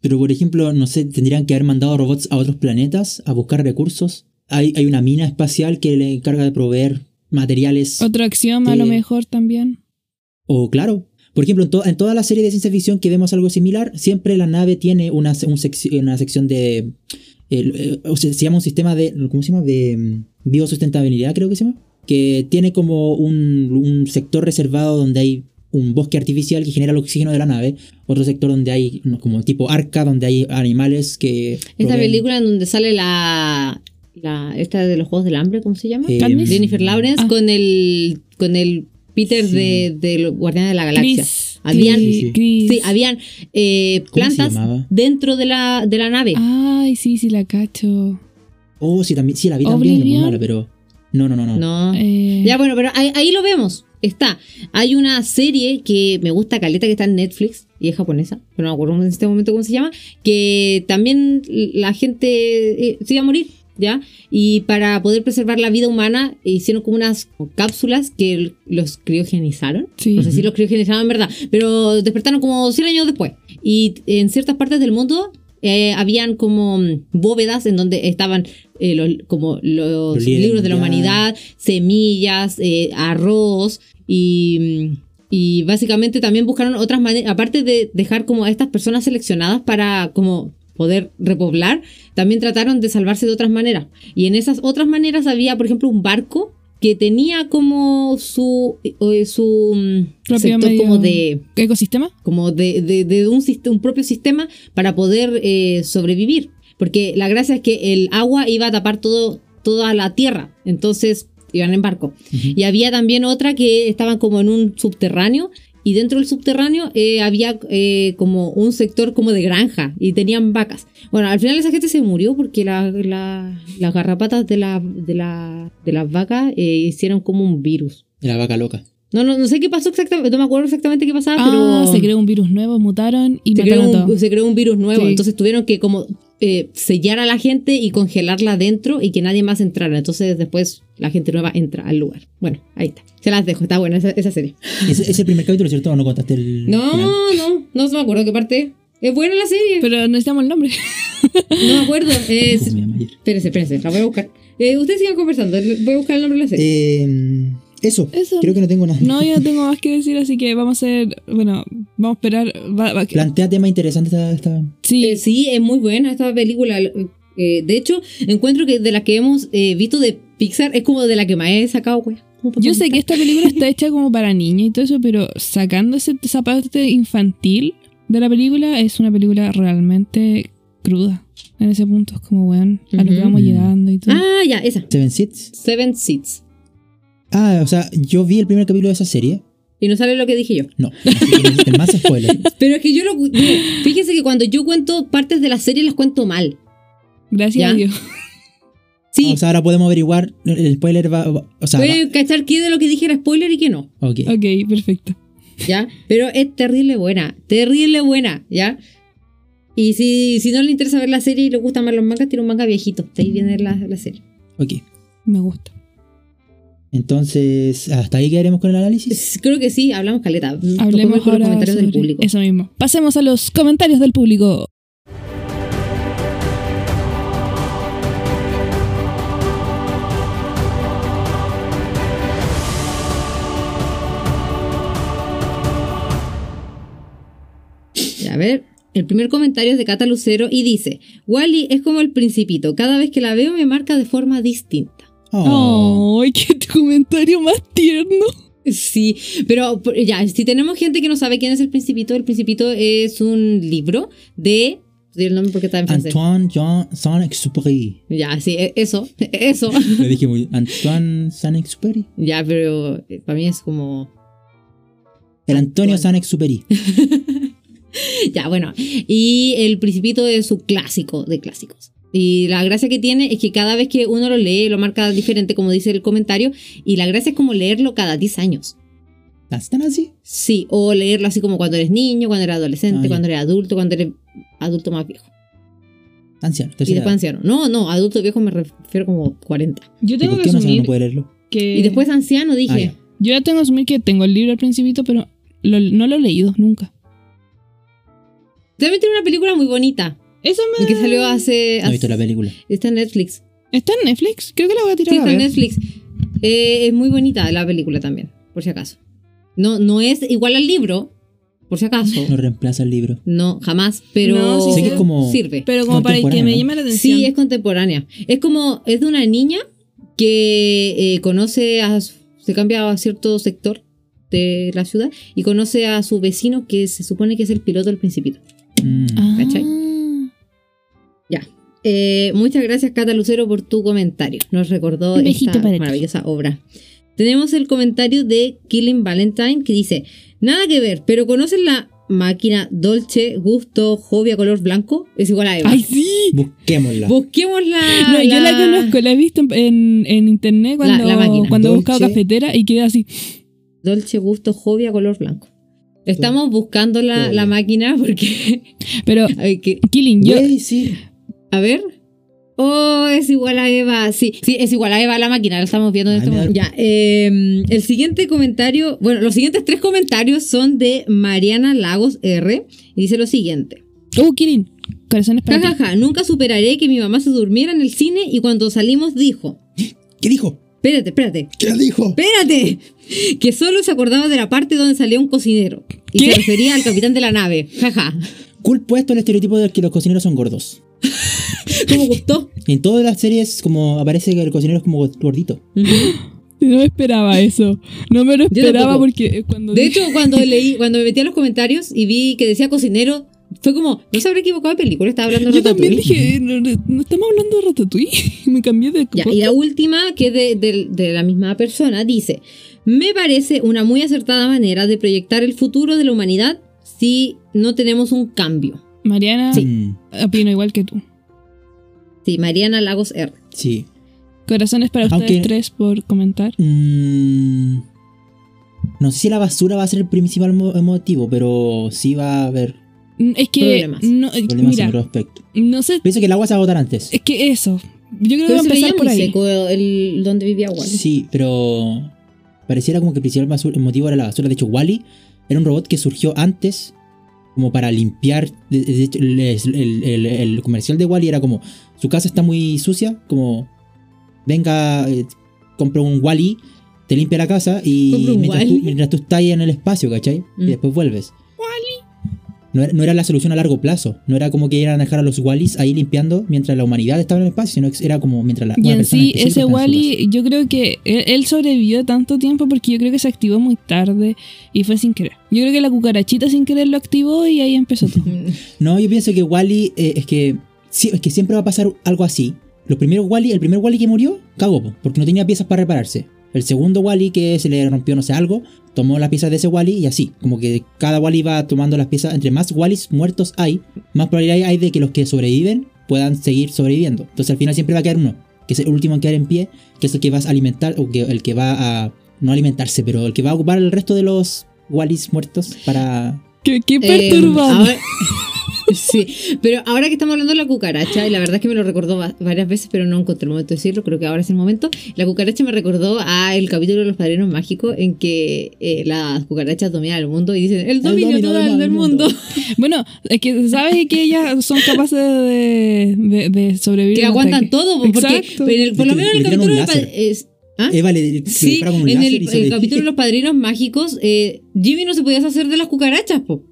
Speaker 5: Pero por ejemplo, no sé, tendrían que haber mandado robots a otros planetas a buscar recursos. Hay, hay una mina espacial que le encarga de proveer materiales.
Speaker 2: Otro axioma a lo
Speaker 5: Sí.
Speaker 2: mejor también.
Speaker 5: O claro, por ejemplo, en, to- en toda la serie de ciencia ficción que vemos algo similar, siempre la nave tiene una, se- un sec- una sección de... el- eh, o sea, se llama un sistema de... ¿Cómo se llama? De mm, biosustentabilidad, creo que se llama. Que tiene como un, un sector reservado donde hay un bosque artificial que genera el oxígeno de la nave. Otro sector donde hay no, como tipo arca, donde hay animales que...
Speaker 4: Esta
Speaker 5: proveen,
Speaker 4: película en donde sale la, la- esta de los Juegos del Hambre, ¿cómo se llama?
Speaker 5: eh,
Speaker 2: Katniss.
Speaker 4: Jennifer Lawrence
Speaker 2: Ah.
Speaker 4: con el con el Peter
Speaker 5: Sí.
Speaker 4: de, de los Guardianes de la Galaxia.
Speaker 2: Chris.
Speaker 4: Habían-
Speaker 5: Sí,
Speaker 2: Chris.
Speaker 5: sí.
Speaker 2: Chris.
Speaker 4: Sí, habían eh,
Speaker 5: ¿Cómo se
Speaker 4: plantas
Speaker 5: llamaba?
Speaker 4: dentro de la, de la nave.
Speaker 2: Ah. Ay, sí, sí, la cacho.
Speaker 5: Oh, sí, también, sí, la vi también, es muy
Speaker 2: Oblivion.
Speaker 5: mala, pero... No, no, no, no.
Speaker 4: No.
Speaker 2: Eh,
Speaker 4: Ah. Ya, bueno, pero ahí, ahí lo vemos. Está. Hay una serie que me gusta, Caleta, que está en Netflix y es japonesa, pero no me acuerdo en este momento cómo se llama, que también la gente eh, se iba a morir, ¿ya? Y para poder preservar la vida humana hicieron como unas cápsulas que los criogenizaron.
Speaker 2: sí.
Speaker 4: No sé si los criogenizaron en verdad, pero despertaron como 100 años después. Y en ciertas partes del mundo eh, habían como mm, bóvedas en donde estaban eh, los, como los,
Speaker 5: Los líderes
Speaker 4: libros de la
Speaker 5: mundiales.
Speaker 4: humanidad, semillas, eh, arroz y... mm, Y básicamente también buscaron otras maneras, aparte de dejar como a estas personas seleccionadas para como poder repoblar, también trataron de salvarse de otras maneras. Y en esas otras maneras había, por ejemplo, un barco que tenía como su, eh, su mm,
Speaker 2: Propio
Speaker 4: sector
Speaker 2: medio-
Speaker 4: como de
Speaker 2: ¿Qué ecosistema?
Speaker 4: como de, de- de un, sist- un propio sistema para poder eh, sobrevivir. Porque la gracia es que el agua iba a tapar todo, toda la tierra. Entonces iban en barco. Y había también otra que estaban como en un subterráneo. Y dentro del subterráneo eh, había eh, como un sector como de granja y tenían vacas. Bueno, al final esa gente se murió porque la- la- las garrapatas de, la- de, la- de las vacas eh, hicieron como un virus.
Speaker 5: La vaca loca.
Speaker 4: No, no, no sé qué pasó exactamente, no me acuerdo exactamente qué pasaba,
Speaker 2: Ah,
Speaker 4: pero
Speaker 2: se creó un virus nuevo, mutaron y
Speaker 4: se creó,
Speaker 2: mataron a
Speaker 4: un,
Speaker 2: todos.
Speaker 4: se creó un virus nuevo.
Speaker 2: Sí.
Speaker 4: Entonces tuvieron que como eh, sellar a la gente y congelarla adentro y que nadie más entrara. Entonces después la gente nueva entra al lugar. Bueno, ahí está. Se las dejo. Está buena esa, esa serie.
Speaker 5: Ese es el primer capítulo, ¿cierto? ¿O no contaste el... final?
Speaker 4: No, no, no se me acuerdo qué parte. Es buena la serie.
Speaker 2: Pero necesitamos el nombre. *laughs*
Speaker 4: no me acuerdo. Es...
Speaker 5: Como me llama ayer.
Speaker 4: Espérense, espérense. La voy a buscar. Eh, ustedes sigan conversando. Voy a buscar el nombre de la serie.
Speaker 5: Eh, eso.
Speaker 2: Eso.
Speaker 5: Creo que no tengo nada.
Speaker 2: No,
Speaker 5: *laughs*
Speaker 2: yo no tengo más que decir, así que vamos a hacer. Bueno, vamos a esperar. va- va-
Speaker 5: Plantea temas interesantes esta, esta-
Speaker 2: sí,
Speaker 4: Eh, sí, es muy buena esta película. Eh, de hecho, encuentro que de las que hemos eh, visto de Pixar es como de la que más he sacado, güey.
Speaker 2: yo sé que esta película está hecha como para niños y todo eso, pero sacando ese- esa parte infantil de la película, es una película realmente cruda. En ese punto es como, weón, a lo que
Speaker 4: Ujú.
Speaker 5: Mm.
Speaker 2: vamos llegando y todo.
Speaker 4: Ah, ya, esa.
Speaker 5: Seven Seeds.
Speaker 4: Seven Seats.
Speaker 5: Ah, o sea, yo vi el primer capítulo de esa serie.
Speaker 4: Y no sale lo que dije yo. *laughs*
Speaker 5: No. Así que no existen más spoilers.
Speaker 4: Pero es que yo lo. mire, Fíjense que cuando yo cuento partes de la serie las cuento mal.
Speaker 2: Gracias
Speaker 4: ya.
Speaker 2: a Dios.
Speaker 4: *laughs* Sí.
Speaker 5: O sea, ahora podemos averiguar. El spoiler va. va- Ah, o sea, va-
Speaker 4: Pueden cachar qué de lo que dije era spoiler y qué no.
Speaker 5: ok.
Speaker 2: Ok, perfecto.
Speaker 4: ¿Ya? Pero es terrible buena. Terrible buena, ¿ya? Y si, si no le interesa ver la serie y le gustan más los mangas, tiene un manga viejito. Está ahí viene la, la serie.
Speaker 5: Ok.
Speaker 2: Me gusta.
Speaker 5: Entonces, hasta ahí quedaremos con el análisis.
Speaker 4: S- Creo que sí, hablamos caleta. Topemos
Speaker 2: Hablemos
Speaker 4: con los
Speaker 2: ahora
Speaker 4: comentarios del
Speaker 2: sobre
Speaker 4: público.
Speaker 2: Eso mismo. Pasemos a los comentarios del público.
Speaker 4: Ya, A ver, el primer comentario es de Cata Lucero y dice: Wally es como el principito. Cada vez que la veo me marca de forma distinta.
Speaker 2: ¡Ay,
Speaker 5: Oh.
Speaker 2: qué *laughs* comentario más tierno!
Speaker 4: Sí, pero por- ya, si tenemos gente que no sabe quién es el Principito, el Principito es un libro de. di el nombre porque está en francés.
Speaker 5: Antoine Jean Saint-Exupéry.
Speaker 4: Ya, sí, e- eso, *laughs* e- eso.
Speaker 5: Le dije muy Antoine Saint-Exupéry.
Speaker 4: ya, pero eh, para mí es como.
Speaker 5: El Antonio Saint-Exupéry.
Speaker 4: Ya, bueno. Y el Principito es su clásico de clásicos. Y la gracia que tiene es que cada vez que uno lo lee, lo marca diferente, como dice el comentario. Y la gracia es como leerlo cada 10 años.
Speaker 5: ¿Están así?
Speaker 4: Sí, o leerlo así como cuando eres niño, cuando eres adolescente,
Speaker 5: Ah, ya.
Speaker 4: cuando eres adulto, cuando eres adulto más viejo.
Speaker 5: Anciano,
Speaker 4: Y
Speaker 5: tercera
Speaker 4: después
Speaker 5: edad.
Speaker 4: anciano. No, no, adulto viejo me refiero como 40.
Speaker 2: Yo
Speaker 5: ¿Y
Speaker 2: tengo
Speaker 5: por
Speaker 2: que
Speaker 5: qué un anciano
Speaker 2: asumir
Speaker 5: no puede leerlo?
Speaker 2: que.
Speaker 4: Y después anciano
Speaker 5: Ah,
Speaker 4: dije,
Speaker 5: ya.
Speaker 2: Yo ya tengo que asumir que tengo el libro al principito, pero lo- no lo he leído nunca.
Speaker 4: también tiene una película muy bonita
Speaker 2: Eso me.
Speaker 4: que salió hace...
Speaker 5: No he visto la
Speaker 4: hace-
Speaker 5: película.
Speaker 4: está en Netflix.
Speaker 2: ¿Está en Netflix? Creo que la voy a tirar
Speaker 4: Sí,
Speaker 2: a
Speaker 4: está en
Speaker 2: ver.
Speaker 4: Netflix. Eh, es muy bonita la película también, por si acaso. No, no es igual al libro, por si acaso.
Speaker 5: No reemplaza el libro.
Speaker 4: No, jamás, pero
Speaker 2: No, sí
Speaker 5: Sé que es como...
Speaker 4: sirve.
Speaker 2: Pero como para que
Speaker 5: Contemporáneo,
Speaker 2: me
Speaker 5: ¿no?
Speaker 2: llame la atención.
Speaker 4: Sí, es contemporánea. Es como, es de una niña que eh, conoce a, su- se cambia a cierto sector de la ciudad y conoce a su vecino que se supone que es el piloto del principito.
Speaker 5: Mm.
Speaker 2: Ah.
Speaker 4: ¿cachai? Eh, muchas gracias Cata Lucero por tu comentario. Nos recordó
Speaker 2: Un besito
Speaker 4: esta
Speaker 2: para ti.
Speaker 4: maravillosa obra. Tenemos el comentario de Killing Valentine que dice, nada que ver, pero ¿conocen la máquina Dolce Gusto Jovia Color Blanco? Es igual a Eva.
Speaker 2: ¡Ay, sí!
Speaker 5: Mm, Busquémosla.
Speaker 4: Busquemos la...
Speaker 2: No, yo la conozco, la he visto en, en- en internet
Speaker 4: La-
Speaker 2: cuando,
Speaker 4: la máquina.
Speaker 2: cuando he buscado
Speaker 5: Dolce.
Speaker 2: cafetera y quedé así.
Speaker 4: Dolce Gusto Jovia color blanco. Estamos buscando la,
Speaker 5: Jovia.
Speaker 4: la máquina porque. *laughs*
Speaker 2: Pero,
Speaker 4: ay, que-
Speaker 2: Killing, yo.
Speaker 5: Güey, sí.
Speaker 4: a ver. Oh, es igual a Eva. Sí, sí, es igual a Eva la máquina. La estamos viendo en
Speaker 5: Ay,
Speaker 4: este
Speaker 5: me da-
Speaker 4: momento. Ya. eh, el siguiente comentario. Bueno, los siguientes tres comentarios son de Mariana Lagos R. Y dice lo siguiente:
Speaker 2: ¡Oh, Killing! Corazones para
Speaker 4: Jajaja,
Speaker 2: ti.
Speaker 4: nunca superaré que mi mamá se durmiera en el cine y cuando salimos dijo:
Speaker 5: ¿Qué dijo?
Speaker 4: Espérate, espérate.
Speaker 5: ¿Qué dijo?
Speaker 4: ¡Espérate! Que solo se acordaba de la parte donde salía un cocinero. Y
Speaker 2: ¿Qué?
Speaker 4: se refería al capitán de la nave. Jaja.
Speaker 5: Cool puesto el estereotipo de que los cocineros son gordos.
Speaker 2: *laughs*
Speaker 4: ¿Cómo gustó?
Speaker 5: En todas las series como aparece que el cocinero es como gordito.
Speaker 2: No me
Speaker 4: *laughs*
Speaker 2: esperaba eso. No me lo
Speaker 4: Yo
Speaker 2: esperaba
Speaker 4: tampoco.
Speaker 2: porque eh, cuando.
Speaker 4: De
Speaker 2: dije-
Speaker 4: hecho, cuando leí, cuando me metí a los comentarios y vi que decía cocinero, fue como, no se habrá equivocado de película, estaba hablando de
Speaker 2: yo también
Speaker 4: Ratatouille.
Speaker 2: dije, eh, no, no- no estamos hablando de Ratatouille. *laughs* me cambié de.
Speaker 4: Ya, y la última, que es de, de- de la misma persona, dice: Me parece una muy acertada manera de proyectar el futuro de la humanidad si no tenemos un cambio.
Speaker 2: Mariana,
Speaker 5: Mm,
Speaker 2: opino igual que tú.
Speaker 4: Sí, Mariana Lagos R.
Speaker 5: sí.
Speaker 2: Corazones para ustedes
Speaker 5: Aunque-
Speaker 2: tres por comentar.
Speaker 5: Mm, no sé si la basura va a ser el principal mo- motivo, pero sí va a haber
Speaker 2: Mm, Es que.
Speaker 4: Problemas.
Speaker 2: No, eh,
Speaker 5: problemas en
Speaker 2: mira,
Speaker 5: otro aspecto.
Speaker 2: no sé.
Speaker 5: Pienso que el agua se va a agotar antes.
Speaker 2: Es que eso. Yo creo que
Speaker 4: Pero
Speaker 2: va a
Speaker 4: se veía
Speaker 2: empezar por
Speaker 4: muy
Speaker 2: ahí.
Speaker 4: seco el, donde vivía Wally.
Speaker 5: Sí, pero pareciera como que el principal basu- el motivo era la basura. De hecho, Wally era un robot que surgió antes como para limpiar. De, de hecho, el, el- el- el comercial de Wally era como, su casa está muy sucia, como, venga, eh, compra un Wally, te limpia la casa
Speaker 4: Compra
Speaker 5: y
Speaker 4: un
Speaker 5: mientras tú,
Speaker 4: Wall-E.
Speaker 5: mientras tú estás ahí en el espacio, ¿cachai?
Speaker 4: Mm.
Speaker 5: Y después vuelves. No era, no era la solución a largo plazo. No era como que iban a dejar a los Wallis ahí limpiando mientras la humanidad estaba en el espacio, sino que era como mientras la
Speaker 2: Y
Speaker 5: una
Speaker 2: en
Speaker 5: persona
Speaker 2: sí,
Speaker 5: específica
Speaker 2: ese
Speaker 5: estaba en su casa.
Speaker 2: Wally, yo creo que él, él sobrevivió tanto tiempo porque yo creo que se activó muy tarde y fue sin querer. Yo creo que la cucarachita sin querer lo activó y ahí empezó todo.
Speaker 4: *laughs*
Speaker 5: No, yo pienso que Wally eh, es que sí, es que siempre va a pasar algo así. Los primeros Wally, el primer Wally que murió, cagó, po, porque no tenía piezas para repararse. El segundo Wally que se le rompió no sé algo, tomó las piezas de ese Wally y así, como que cada Wally va tomando las piezas, entre más Wallys muertos hay, más probabilidad hay de que los que sobreviven puedan seguir sobreviviendo. Entonces al final siempre va a quedar uno, que es el último en quedar en pie, que es el que vas a alimentar o que el que va a no alimentarse, pero el que va a ocupar el resto de los Wallys muertos para
Speaker 2: Qué, qué
Speaker 4: Eh,
Speaker 2: perturbado.
Speaker 4: ahora- *laughs* Sí, pero ahora que estamos hablando de la cucaracha, y la verdad es que me lo recordó va- varias veces, pero no encontré el momento de decirlo, creo que ahora es el momento. La cucaracha me recordó a el capítulo de los padrinos mágicos en que eh, las cucarachas dominan el mundo y dicen, el dominio,
Speaker 5: dominio
Speaker 4: total del mundo.
Speaker 2: Bueno, es que sabes que ellas son capaces de, de- de sobrevivir.
Speaker 4: Que
Speaker 2: a un
Speaker 4: aguantan
Speaker 2: ataque.
Speaker 4: todo, po, porque
Speaker 2: Exacto.
Speaker 4: en el- por lo
Speaker 5: Le-
Speaker 4: menos en
Speaker 5: le
Speaker 4: el
Speaker 5: tiran un
Speaker 4: capítulo de los
Speaker 5: láser.
Speaker 4: pa- es- ¿Ah?
Speaker 5: Eva le, le
Speaker 4: Sí,
Speaker 5: dispara con un
Speaker 4: en
Speaker 5: láser
Speaker 4: el,
Speaker 5: y se
Speaker 4: el
Speaker 5: le-
Speaker 4: capítulo de los padrinos mágicos, eh, Jimmy no se podía hacer de las cucarachas, po,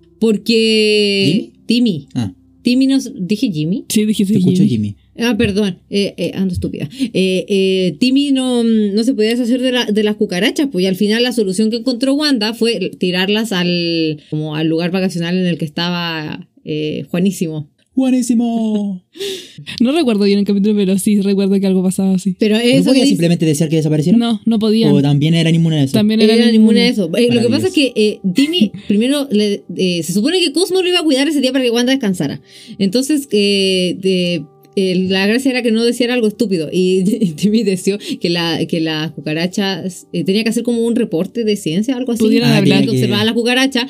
Speaker 4: porque... Timmy.
Speaker 5: Ah,
Speaker 4: Timmy no... se- ¿Dije Jimmy?
Speaker 2: Sí, dijiste
Speaker 5: te escucho
Speaker 2: Jimmy.
Speaker 5: Jimmy.
Speaker 4: Ah, perdón, eh, eh, ando estúpida. Eh, eh, Timmy no, no se podía deshacer de, la- de las cucarachas, pues y al final la solución que encontró Wanda fue tirarlas al, como al lugar vacacional en el que estaba eh, Juanísimo.
Speaker 5: Buenísimo.
Speaker 2: No recuerdo bien el capítulo, pero sí recuerdo que algo pasaba así.
Speaker 4: Pero
Speaker 5: ¿No
Speaker 4: eso que
Speaker 5: podía
Speaker 4: dice-
Speaker 5: simplemente desear que desapareciera?
Speaker 2: No, no podían.
Speaker 5: ¿O también era ninguna de esas?
Speaker 2: También
Speaker 4: era
Speaker 2: era,
Speaker 4: ninguna de eso. Eh, lo que
Speaker 5: Maravilloso.
Speaker 4: pasa es que eh,
Speaker 2: *laughs*
Speaker 4: Timmy primero le- eh, se supone que Cosmo lo iba a cuidar ese día para que Wanda descansara. Entonces, eh, de- eh, la gracia era que no decía algo estúpido. Y, *laughs* Timmy deseó que la, que la cucaracha eh, tenía que hacer como un reporte de ciencia, algo así.
Speaker 2: Pudieran
Speaker 4: Ah,
Speaker 2: hablar.
Speaker 4: tenía
Speaker 5: que-
Speaker 4: Que observaba a la cucaracha.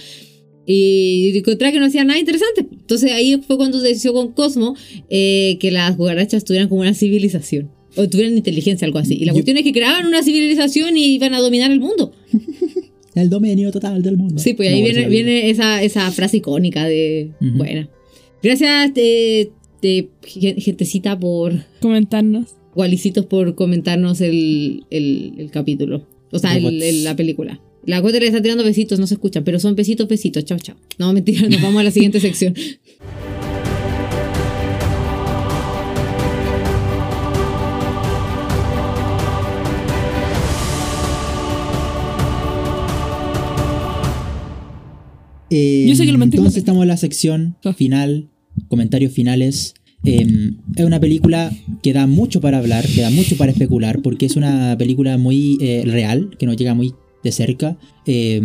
Speaker 4: Y encontraba que no hacía nada interesante. Entonces ahí fue cuando decidió con Cosmo eh, que las cucarachas tuvieran como una civilización. O tuvieran inteligencia, algo así. Y la
Speaker 5: Yo-
Speaker 4: cuestión es que creaban una civilización y iban a dominar el mundo.
Speaker 5: El dominio total del mundo.
Speaker 4: Sí, pues ahí
Speaker 5: No,
Speaker 4: viene,
Speaker 5: parece que-
Speaker 4: viene esa, esa frase icónica de.
Speaker 5: Ujú.
Speaker 4: Buena. Gracias, eh, te- gen- gentecita, por.
Speaker 2: Comentarnos.
Speaker 4: Gualicitos, por comentarnos el, el- el capítulo. O sea, el-
Speaker 5: Robots.
Speaker 4: el- la película. La cuota le está tirando besitos, no se escuchan, pero son besitos, besitos. Chao, chao. No, mentira, nos vamos a la siguiente
Speaker 5: *laughs*
Speaker 4: sección.
Speaker 5: Eh,
Speaker 2: Yo sé que lo mantengo.
Speaker 5: Entonces estamos en la sección
Speaker 2: Ah.
Speaker 5: final, comentarios finales. Eh, es una película que da mucho para hablar, que da mucho para especular, porque es una película muy eh, real, que nos llega muy de cerca. Eh,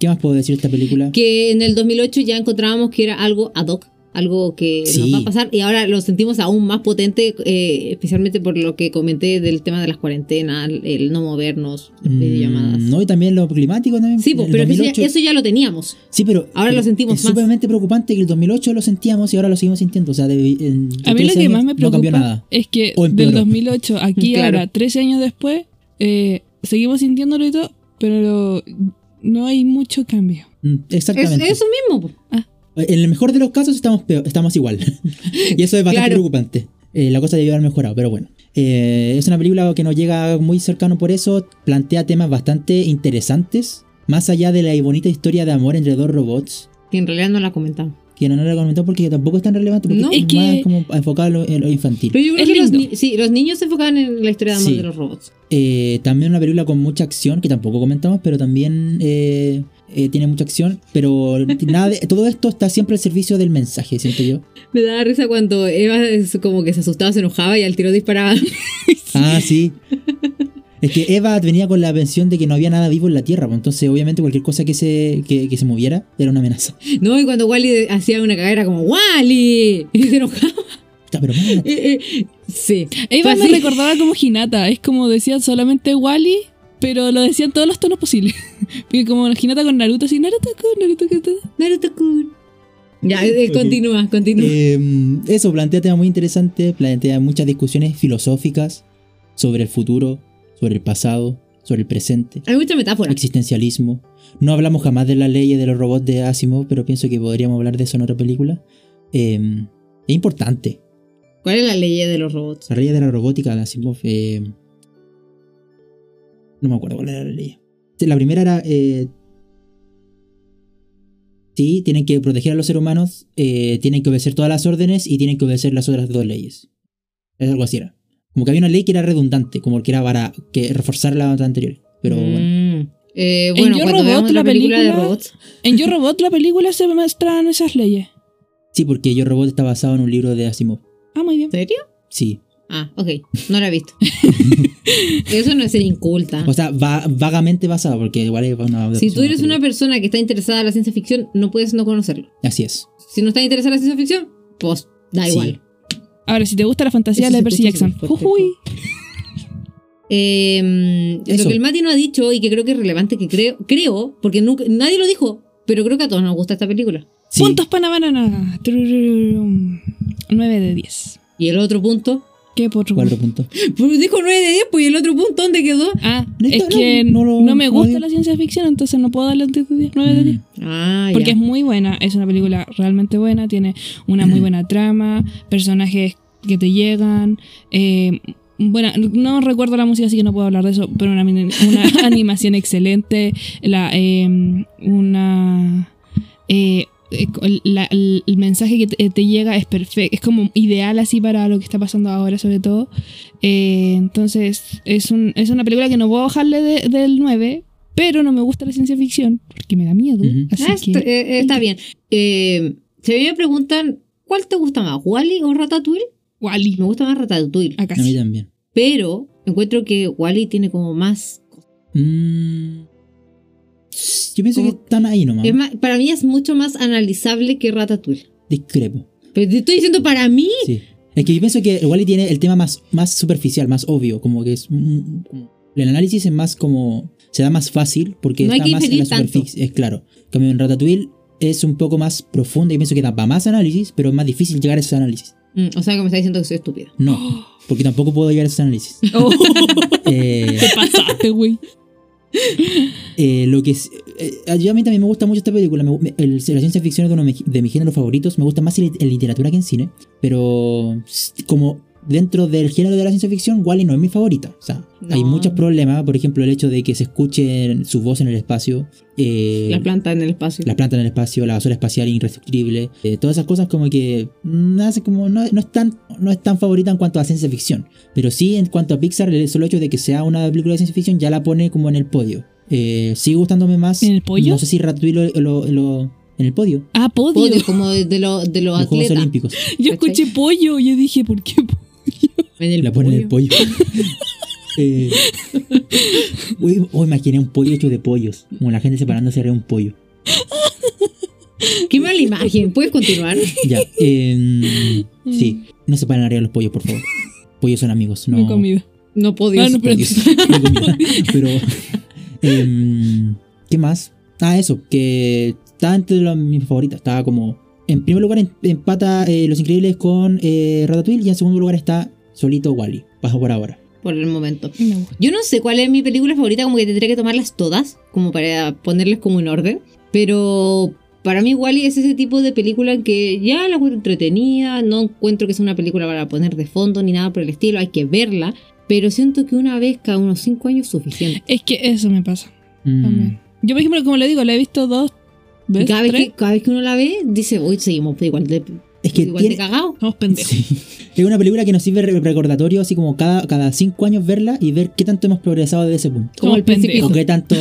Speaker 5: ¿Qué más puedo decir de esta película?
Speaker 4: Que en el 2008 ya encontrábamos que era algo ad hoc. Algo que nos
Speaker 5: Sí.
Speaker 4: va a pasar y ahora lo sentimos aún más potente, eh, especialmente por lo que comenté del tema de las cuarentenas, el no movernos, las
Speaker 5: Mm,
Speaker 4: videollamadas.
Speaker 5: no, y también lo climático también.
Speaker 4: Sí, pues,
Speaker 5: El
Speaker 4: pero que eso ya,
Speaker 5: 2008.
Speaker 4: eso ya lo teníamos.
Speaker 5: Sí, pero
Speaker 4: ahora lo sentimos
Speaker 5: es
Speaker 4: más.
Speaker 5: sumamente preocupante que el 2008 lo sentíamos y ahora lo seguimos sintiendo. O sea, de- en
Speaker 2: A mí lo
Speaker 5: 13
Speaker 2: que
Speaker 5: años
Speaker 2: más me
Speaker 5: no
Speaker 2: preocupa
Speaker 5: cambió nada.
Speaker 2: es que
Speaker 5: O
Speaker 2: del
Speaker 5: empeoró.
Speaker 2: 2008 aquí
Speaker 4: Claro.
Speaker 2: ahora, 13 años después, eh, seguimos sintiéndolo y todo, pero no hay mucho cambio.
Speaker 5: Mm,
Speaker 4: Es,
Speaker 5: Exactamente.
Speaker 4: eso mismo. po.
Speaker 5: En el mejor de los casos estamos peor, estamos igual. *laughs* y eso es bastante
Speaker 4: Claro.
Speaker 5: preocupante. Eh, la cosa debió haber mejorado, pero bueno. Eh, es una película que nos llega muy cercano por eso. Plantea temas bastante interesantes. Más allá de la bonita historia de amor entre dos robots.
Speaker 4: Que en realidad no la comentamos.
Speaker 5: Que no la he comentado porque tampoco es tan relevante. Porque
Speaker 4: No,
Speaker 5: es,
Speaker 2: es que-
Speaker 5: más como enfocado en lo, en lo infantil.
Speaker 4: Pero yo creo
Speaker 2: Es
Speaker 4: que los,
Speaker 2: lindo.
Speaker 4: ni- sí, los niños se enfocaban en la historia de amor
Speaker 5: Sí.
Speaker 4: de los robots.
Speaker 5: Eh, también una película con mucha acción, que tampoco comentamos, pero también eh, eh, tiene mucha acción. Pero *laughs* nada de- todo esto está siempre al servicio del mensaje, siento yo.
Speaker 4: Me daba risa cuando Eva es como que se asustaba, se enojaba y al tiro disparaba. *laughs*
Speaker 5: Ah, sí. Es que Eva venía con la pensión de que no había nada vivo en la Tierra, pues, entonces obviamente cualquier cosa que se, que, que se moviera era una amenaza.
Speaker 4: No, y cuando Wally de- hacía una cagada era como ¡Wally! *laughs* Y se enojaba.
Speaker 5: Puta, pero
Speaker 4: *laughs*
Speaker 5: mala.
Speaker 4: Eh, eh, sí.
Speaker 2: Eva
Speaker 5: Pues
Speaker 4: Fue
Speaker 2: me
Speaker 4: así.
Speaker 2: recordaba como Hinata, es como decían solamente Wally, pero lo decían todos los tonos posibles. *laughs* Porque como Hinata con Naruto, así Naruto con Naruto con todo.
Speaker 4: Naruto-kun. Ya, eh, eh,
Speaker 5: Ok.
Speaker 4: continúa, continúa.
Speaker 5: Eh, eso, plantea temas muy interesantes, plantea muchas discusiones filosóficas sobre el futuro, sobre el pasado, sobre el presente,
Speaker 4: Hay mucha metáfora.
Speaker 5: existencialismo. No hablamos jamás de las leyes de los robots de Asimov, pero pienso que podríamos hablar de eso en otra película. Eh, es importante.
Speaker 4: ¿Cuál es la ley de los robots?
Speaker 5: La ley de la robótica de Asimov. eh, no me acuerdo cuál era la ley. La primera era. eh, sí, tienen que proteger a los seres humanos, eh, tienen que obedecer todas las órdenes y tienen que obedecer las otras dos leyes. Es algo así era. Como que había una ley que era redundante, como que era para que reforzar la otra anterior. Pero bueno.
Speaker 4: Mm. Eh, bueno,
Speaker 2: Yo,
Speaker 4: cuando
Speaker 2: Robot,
Speaker 4: veamos la
Speaker 2: la
Speaker 4: película, de
Speaker 2: película-
Speaker 4: robots.
Speaker 2: En Yo Robot, la película, se muestran esas leyes.
Speaker 5: Sí, porque Yo Robot está basado en un libro de Asimov.
Speaker 2: Ah, muy bien.
Speaker 4: ¿Serio?
Speaker 5: Sí.
Speaker 4: Ah, ok. No la he visto. *laughs* Eso no es ser inculta.
Speaker 5: O sea, va- vagamente basado, porque igual es una.
Speaker 4: Ah. Si tú eres una persona que está interesada en la ciencia ficción, no puedes no conocerlo.
Speaker 5: Así es.
Speaker 4: Si no estás interesada en la ciencia ficción, pues da
Speaker 5: Sí.
Speaker 4: igual.
Speaker 2: Ahora, si te gusta la fantasía,
Speaker 4: Eso
Speaker 2: la de
Speaker 4: se
Speaker 2: Percy
Speaker 4: escucha
Speaker 2: Jackson.
Speaker 4: súper fuerte.
Speaker 2: Jujuy.
Speaker 4: Eh, lo
Speaker 5: Eso.
Speaker 4: que el Mati no ha dicho y que creo que es relevante, que creo, creo, porque nunca, nadie lo dijo, pero creo que a todos nos gusta esta película.
Speaker 5: Sí.
Speaker 2: Puntos Panabanana. 9 de 10.
Speaker 4: ¿Y el otro punto? *laughs*
Speaker 2: ¿Qué por
Speaker 5: Cuatro puntos.
Speaker 4: Pues dijo 9 de 10, pues ¿y el otro punto dónde quedó?
Speaker 2: Ah,
Speaker 5: No,
Speaker 2: es
Speaker 5: no,
Speaker 2: que no,
Speaker 5: no lo-
Speaker 2: me
Speaker 5: no
Speaker 2: gusta
Speaker 5: digo.
Speaker 2: la ciencia ficción, entonces no puedo darle un 10 de 10, 9 de 10.
Speaker 5: Mm,
Speaker 4: Ah,
Speaker 2: Porque
Speaker 4: ya.
Speaker 2: es muy buena, es una película realmente buena, tiene una muy
Speaker 4: *clears throat*
Speaker 2: buena trama, personajes que te llegan. eh, bueno, no recuerdo la música, así que no puedo hablar de eso, pero una, mini-
Speaker 4: *laughs*
Speaker 2: una animación excelente, la, eh, una... eh, eh, col- la- el el mensaje que te, te llega es perfecto, es como ideal así para lo que está pasando ahora sobre todo. Eh, entonces es, un- es una película que no puedo bajarle de- del 9, pero no me gusta la ciencia ficción porque me da miedo.
Speaker 5: Ujú.
Speaker 2: así
Speaker 4: Ah,
Speaker 2: que-
Speaker 4: está, eh, eh, está bien. Eh, si a mí me preguntan, ¿cuál te gusta más, Wally o Ratatouille?
Speaker 2: Wally.
Speaker 4: Me gusta más Ratatouille.
Speaker 2: Acá
Speaker 5: A mí
Speaker 2: sí.
Speaker 5: también.
Speaker 4: Pero encuentro que Wally tiene como más.
Speaker 5: Mm. yo pienso que
Speaker 4: Como-
Speaker 5: están ahí nomás.
Speaker 4: Es más- para mí es mucho más analizable que Ratatouille.
Speaker 5: Discrepo.
Speaker 4: Pero te estoy diciendo para mí.
Speaker 5: Sí. Es que yo pienso que Wally tiene el tema más, más superficial, más obvio. Como que es. mm, como- el análisis es más como. Se da más fácil porque
Speaker 4: No hay
Speaker 5: está
Speaker 4: que
Speaker 5: más en la
Speaker 4: inferir tanto.
Speaker 5: superficie. Es claro. En Cambio en Ratatouille es un poco más profundo y pienso que da para más análisis, pero es más difícil llegar a esos análisis.
Speaker 4: Mm, o sea, que me está diciendo que soy estúpida.
Speaker 5: No, porque tampoco puedo llegar a esos análisis. *laughs* Eh,
Speaker 2: Te pasaste, güey.
Speaker 5: eh, lo que es, eh, yo a mí también me gusta mucho esta película. Me gu- me- el- la ciencia ficción es uno de, mi- de mis géneros favoritos. Me gusta más en, en literatura que en cine. Pero s- como dentro del género de la ciencia ficción, Wally no es mi favorita. O sea, hay
Speaker 4: No.
Speaker 5: muchos problemas. Por ejemplo, el hecho de que se escuche su voz en el espacio. eh,
Speaker 4: La planta en el espacio.
Speaker 5: las plantas en el espacio, la basura espacial irreductible, eh, todas esas cosas como que mm, hace como no, no es tan, no es tan favorita en cuanto a ciencia ficción. Pero sí en cuanto a Pixar, el solo hecho de que sea una película de ciencia ficción ya la pone como en el podio. Eh, sigue gustándome más.
Speaker 2: ¿En el podio?
Speaker 5: No sé si Ratatouille lo, lo- lo- en el podio.
Speaker 2: Ah, podio.
Speaker 4: Podio, como de, de lo- de los
Speaker 5: los Juegos
Speaker 4: atletas.
Speaker 2: *laughs*
Speaker 5: Olímpicos.
Speaker 2: Yo escuché pollo. Yo dije, ¿por qué? po-
Speaker 4: En el
Speaker 5: la pone en el
Speaker 4: podio.
Speaker 5: pollo.
Speaker 2: *laughs*
Speaker 5: eh, uy, uy, imaginé un pollo hecho de pollos. Como la gente separándose de un pollo.
Speaker 4: Qué mala imagen. ¿Puedes continuar?
Speaker 2: *laughs*
Speaker 5: Ya. em, sí. No se paren arriba los pollos, por favor. Pollos son amigos. No,
Speaker 2: No Mm. he comido.
Speaker 4: No podía.
Speaker 2: Ah, no, pero- *laughs*
Speaker 5: Dios, no comía. Pero. em, ¿Qué más? Ah, eso, que está entre las- mis favoritas. Estaba como. En primer lugar en- empata eh, Los Increíbles con eh, Ratatouille y en segundo lugar está solito Wally. Bajo por ahora.
Speaker 4: Por el momento.
Speaker 2: Me gusta.
Speaker 4: Yo no sé cuál es mi película favorita, como que tendría que tomarlas todas, como para ponerles como en orden. Pero para mí Wally es ese tipo de película que ya la encuentro entretenida, no encuentro que sea una película para poner de fondo ni nada por el estilo, hay que verla. Pero siento que una vez cada unos 5 años es suficiente.
Speaker 2: Es que eso me pasa.
Speaker 5: Mm,
Speaker 2: también. Yo, por ejemplo, como le digo, la he visto dos
Speaker 4: Y
Speaker 2: veces.
Speaker 4: Cada vez,
Speaker 2: tres.
Speaker 4: que, cada vez que uno la ve, dice, hoy seguimos pues, igual de,
Speaker 5: Es
Speaker 2: Pues
Speaker 5: que
Speaker 4: igual de
Speaker 5: tiene,
Speaker 4: cagado.
Speaker 2: Somos pendejos.
Speaker 5: sí. es una película que nos sirve de recordatorio, así como cada, cada cinco años verla y ver qué tanto hemos progresado desde ese punto.
Speaker 4: Como el
Speaker 5: O
Speaker 4: principio.
Speaker 5: qué tanto,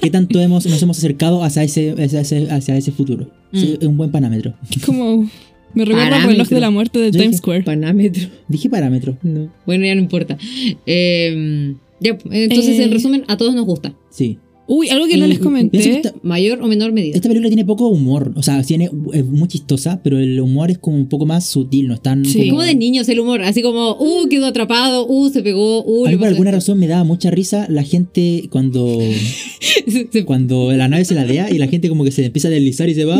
Speaker 5: qué tanto hemos, nos hemos acercado hacia ese, hacia ese, hacia ese futuro. Sí,
Speaker 4: Mm.
Speaker 5: es un buen parámetro.
Speaker 2: Como. Me recuerda el reloj
Speaker 4: Parámetro.
Speaker 2: de la muerte de
Speaker 5: Yo
Speaker 2: Times
Speaker 5: dije,
Speaker 2: Square.
Speaker 4: Panámetro.
Speaker 5: Dije parámetro.
Speaker 4: No. Bueno, ya no importa. Eh, ya, entonces,
Speaker 2: Eh.
Speaker 4: en resumen, a todos nos gusta.
Speaker 5: Sí.
Speaker 2: Uy, algo que no
Speaker 4: Y-
Speaker 2: les
Speaker 5: Pienso que
Speaker 2: comenté.
Speaker 5: esta-
Speaker 4: Mayor o menor medida.
Speaker 5: Esta película tiene poco humor, o sea, tiene, es muy chistosa, pero el humor es como un poco más sutil, no es tan...
Speaker 2: Sí.
Speaker 5: como-
Speaker 4: Como de niños el humor, así como, uh, quedó atrapado, uh, se pegó, uh,
Speaker 5: A
Speaker 4: le
Speaker 5: mí por
Speaker 4: pasó
Speaker 5: alguna
Speaker 4: esto.
Speaker 5: razón me daba mucha risa la gente cuando,
Speaker 4: Se- *laughs* se-
Speaker 5: cuando la nave se la dea y la gente como que se empieza a deslizar y se va...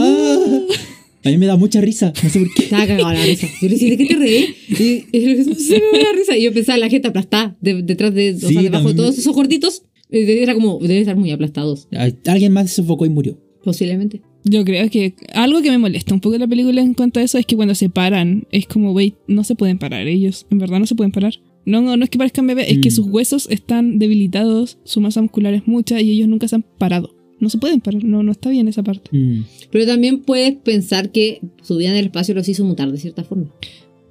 Speaker 5: A mí me da mucha risa, no sé por qué.
Speaker 4: Estaba cagado la risa. Yo le decía, ¿de qué te reí? Y, y *laughs* le dije, se me va la risa. Y yo pensaba, la gente aplastada, de- detrás de, o
Speaker 5: Sí,
Speaker 4: sea, debajo de
Speaker 5: también.
Speaker 4: todos esos gorditos. Eh, Era como, deben estar muy aplastados,
Speaker 5: Alguien más se sofocó y murió.
Speaker 4: posiblemente.
Speaker 2: Yo creo que algo que me molesta un poco de la película en cuanto a eso es que cuando se paran, es como, wey, no se pueden parar ellos. En verdad no se pueden parar. No, no, no es que parezcan bebés, es que
Speaker 5: Mm.
Speaker 2: sus huesos están debilitados, su masa muscular es mucha y ellos nunca se han parado. No se pueden parar, no, no está bien esa parte.
Speaker 5: Mm.
Speaker 4: Pero también puedes pensar que su vida en el espacio los hizo mutar de cierta forma.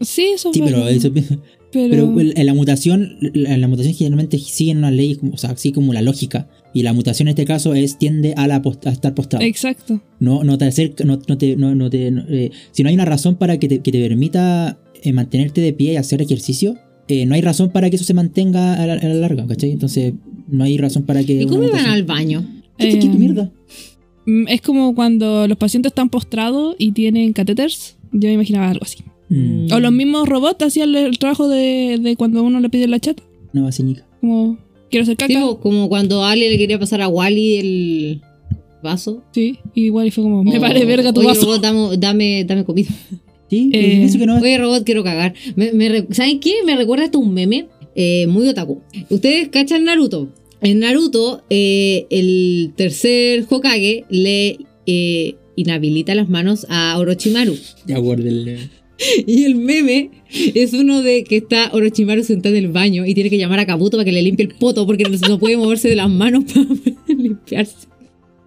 Speaker 2: Sí, eso es
Speaker 5: Sí, pero,
Speaker 2: verdad,
Speaker 5: eso-
Speaker 2: pero-
Speaker 5: pero
Speaker 4: Em,
Speaker 5: en la mutación, en la mutación generalmente siguen una ley, como- o sea, así como la lógica. Y la mutación en este caso es tiende a, la post- a estar postrado.
Speaker 2: Exacto.
Speaker 5: No, no te acerca, no, no te, no, no te- no, eh, si no hay una razón para que te, que te permita eh, mantenerte de pie y hacer ejercicio, eh, no hay razón para que eso se mantenga a la, a la larga, ¿cachai? Entonces, no hay razón para que...
Speaker 4: ¿Y cómo
Speaker 5: una
Speaker 4: iban
Speaker 5: mutación-
Speaker 4: al baño? Em,
Speaker 5: ¿Qué- qué- qué
Speaker 2: Eh,
Speaker 5: mierda?
Speaker 2: Mm, Es como cuando los pacientes están postrados y tienen catéteres. Yo me imaginaba algo así.
Speaker 5: Mm,
Speaker 2: O los mismos robots hacían el trabajo de, de cuando uno le pide la chata.
Speaker 5: no, va a ceñica.
Speaker 2: Como, quiero hacer caca.
Speaker 4: Tipo, como cuando Ali le quería pasar a Wally el, vaso.
Speaker 2: Sí, igual y fue como,
Speaker 5: Oh,
Speaker 2: me vale
Speaker 4: O,
Speaker 2: verga tu
Speaker 4: Oye,
Speaker 2: vaso.
Speaker 4: robot, dame, dame, dame comida.
Speaker 5: Sí, pero
Speaker 2: Eh,
Speaker 5: pienso que no es-
Speaker 4: Oye, robot, quiero cagar. Me, me re- ¿Saben qué? Me recuerda esto a un meme eh, muy otaku. Ustedes cachan Naruto. En Naruto, eh, el tercer Hokage le eh, inhabilita las manos a Orochimaru. *laughs*
Speaker 5: Ya guardé el.
Speaker 4: Y el meme es uno de que está Orochimaru sentado en el baño y tiene que llamar a Kabuto para que le limpie el poto porque no, no puede moverse de las manos *laughs* para limpiarse.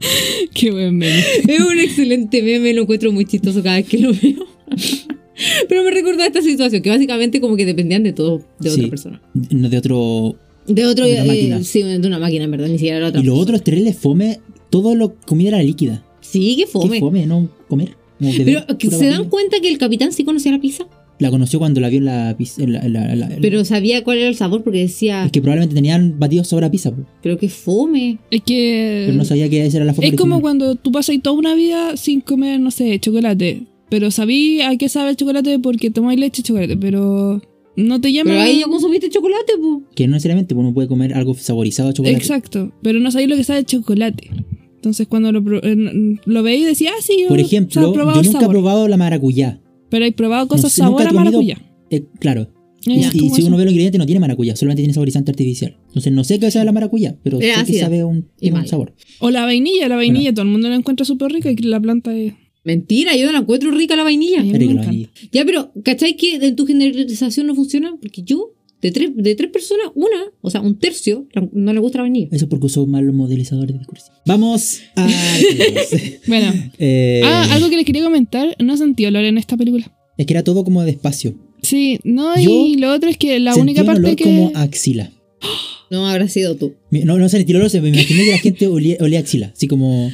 Speaker 2: *laughs* Qué buen meme.
Speaker 4: *laughs* Es un excelente meme, lo encuentro muy chistoso cada vez que lo veo. *laughs* Pero me recuerda a esta situación, que básicamente como que dependían de todo, de otra
Speaker 5: Sí.
Speaker 4: persona.
Speaker 5: No de otro.
Speaker 4: De otro,
Speaker 5: De una
Speaker 4: eh,
Speaker 5: máquina.
Speaker 4: sí, de una máquina, en verdad, ni siquiera era otra.
Speaker 5: Y lo
Speaker 4: persona.
Speaker 5: otro es tenerle fome. Todo lo comida era líquida.
Speaker 4: Sí, qué
Speaker 5: Qué
Speaker 4: fome.
Speaker 5: fome, ¿no? Comer. Como que
Speaker 4: Pero
Speaker 5: de-
Speaker 4: ¿que
Speaker 5: pura
Speaker 4: se dan
Speaker 5: comida.
Speaker 4: cuenta que el capitán sí conocía la pizza,
Speaker 5: La conoció cuando la vio en la. pis- en la- en la- en la- en la-
Speaker 4: pero sabía cuál era el sabor porque decía,
Speaker 5: Es que probablemente tenían batidos sobre la pizza, po,
Speaker 4: pero qué fome.
Speaker 2: Es que...
Speaker 5: pero no sabía que esa era la forma.
Speaker 2: Mm. Es como
Speaker 5: original.
Speaker 2: cuando tú pasas toda una vida sin comer, no sé, chocolate. Pero sabí a qué sabe el chocolate porque tomáis leche y chocolate, pero no te llama.
Speaker 4: Pero ahí ya consumiste chocolate, po.
Speaker 5: Que no necesariamente pues, uno puede comer algo saborizado a chocolate.
Speaker 2: Exacto, pero no sabéis lo que sabe el chocolate. Entonces cuando lo, pro- eh, lo veí decía, ah, sí, yo
Speaker 5: Por
Speaker 2: o sea,
Speaker 5: ejemplo,
Speaker 2: he
Speaker 5: yo
Speaker 2: probado
Speaker 5: nunca
Speaker 2: sabor,
Speaker 5: he probado la maracuyá.
Speaker 2: Pero he probado cosas
Speaker 5: sé,
Speaker 2: sabor
Speaker 5: nunca he
Speaker 2: a
Speaker 5: comido-
Speaker 2: maracuyá.
Speaker 5: Eh, claro.
Speaker 2: Eh,
Speaker 5: Y,
Speaker 2: es
Speaker 5: y
Speaker 2: como
Speaker 5: si
Speaker 2: eso.
Speaker 5: uno ve los ingredientes, no tiene maracuyá, solamente tiene saborizante artificial. Entonces no sé qué sabe la maracuyá, pero
Speaker 4: Era
Speaker 5: sé que
Speaker 4: ácida.
Speaker 5: sabe un,
Speaker 4: Y
Speaker 5: tiene un
Speaker 4: mala.
Speaker 5: sabor.
Speaker 2: O la vainilla, la vainilla, todo el mundo la encuentra súper rica y la planta es...
Speaker 4: Mentira, yo no la encuentro rica la
Speaker 2: Ay,
Speaker 4: vainilla.
Speaker 2: a mí
Speaker 5: Era que
Speaker 2: me
Speaker 5: la
Speaker 2: encanta.
Speaker 5: vainilla.
Speaker 4: Ya, pero ¿cachai que en tu generalización no funciona? Porque yo, de tres, de tres personas, una, o sea, un tercio, la- no le gusta la vainilla.
Speaker 5: Eso es porque usó mal los modelizadores de discurso. Vamos
Speaker 2: *laughs*
Speaker 5: a. *laughs*
Speaker 2: Bueno.
Speaker 5: Eh,
Speaker 2: Ah, algo que les quería comentar, no sentí olor en esta película.
Speaker 5: Es que era todo como despacio.
Speaker 2: Sí, no, y
Speaker 5: Yo
Speaker 2: lo otro es que la
Speaker 5: Sentí
Speaker 2: única
Speaker 5: un
Speaker 2: parte
Speaker 5: olor
Speaker 2: que...
Speaker 5: como a axila.
Speaker 4: No habrá sido tú.
Speaker 5: Mi- No, no sentí el olor, se me imaginé que la gente olía, olía axila. Así como.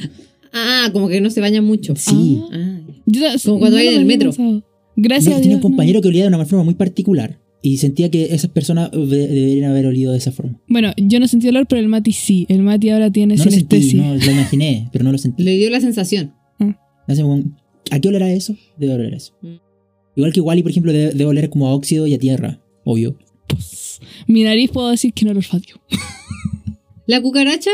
Speaker 4: Ah, como que no se baña mucho.
Speaker 5: Sí.
Speaker 2: Ah.
Speaker 4: Ah.
Speaker 2: Yo ta-
Speaker 4: Como cuando
Speaker 2: no
Speaker 4: hay
Speaker 2: lo
Speaker 4: en el
Speaker 2: había
Speaker 4: metro.
Speaker 2: pensado.
Speaker 5: No,
Speaker 2: Gracias a
Speaker 5: tenía
Speaker 2: Dios,
Speaker 5: un compañero que olía de una forma muy particular. Y sentía que esas personas de- deberían haber olido de esa forma.
Speaker 2: no. Bueno, yo no sentí olor, pero el Mati sí. El Mati ahora tiene
Speaker 5: No lo sentí,
Speaker 2: sinestesia.
Speaker 5: no, lo imaginé, pero no lo sentí.
Speaker 4: Le dio la sensación.
Speaker 5: Hace un- ¿A qué olerá eso? Debe oler a eso.
Speaker 4: Mm.
Speaker 5: Igual que Wally, por ejemplo, debe, debe oler como a óxido y a tierra. Obvio.
Speaker 2: Pues, mi nariz puedo decir que no lo olfateo.
Speaker 4: La cucaracha,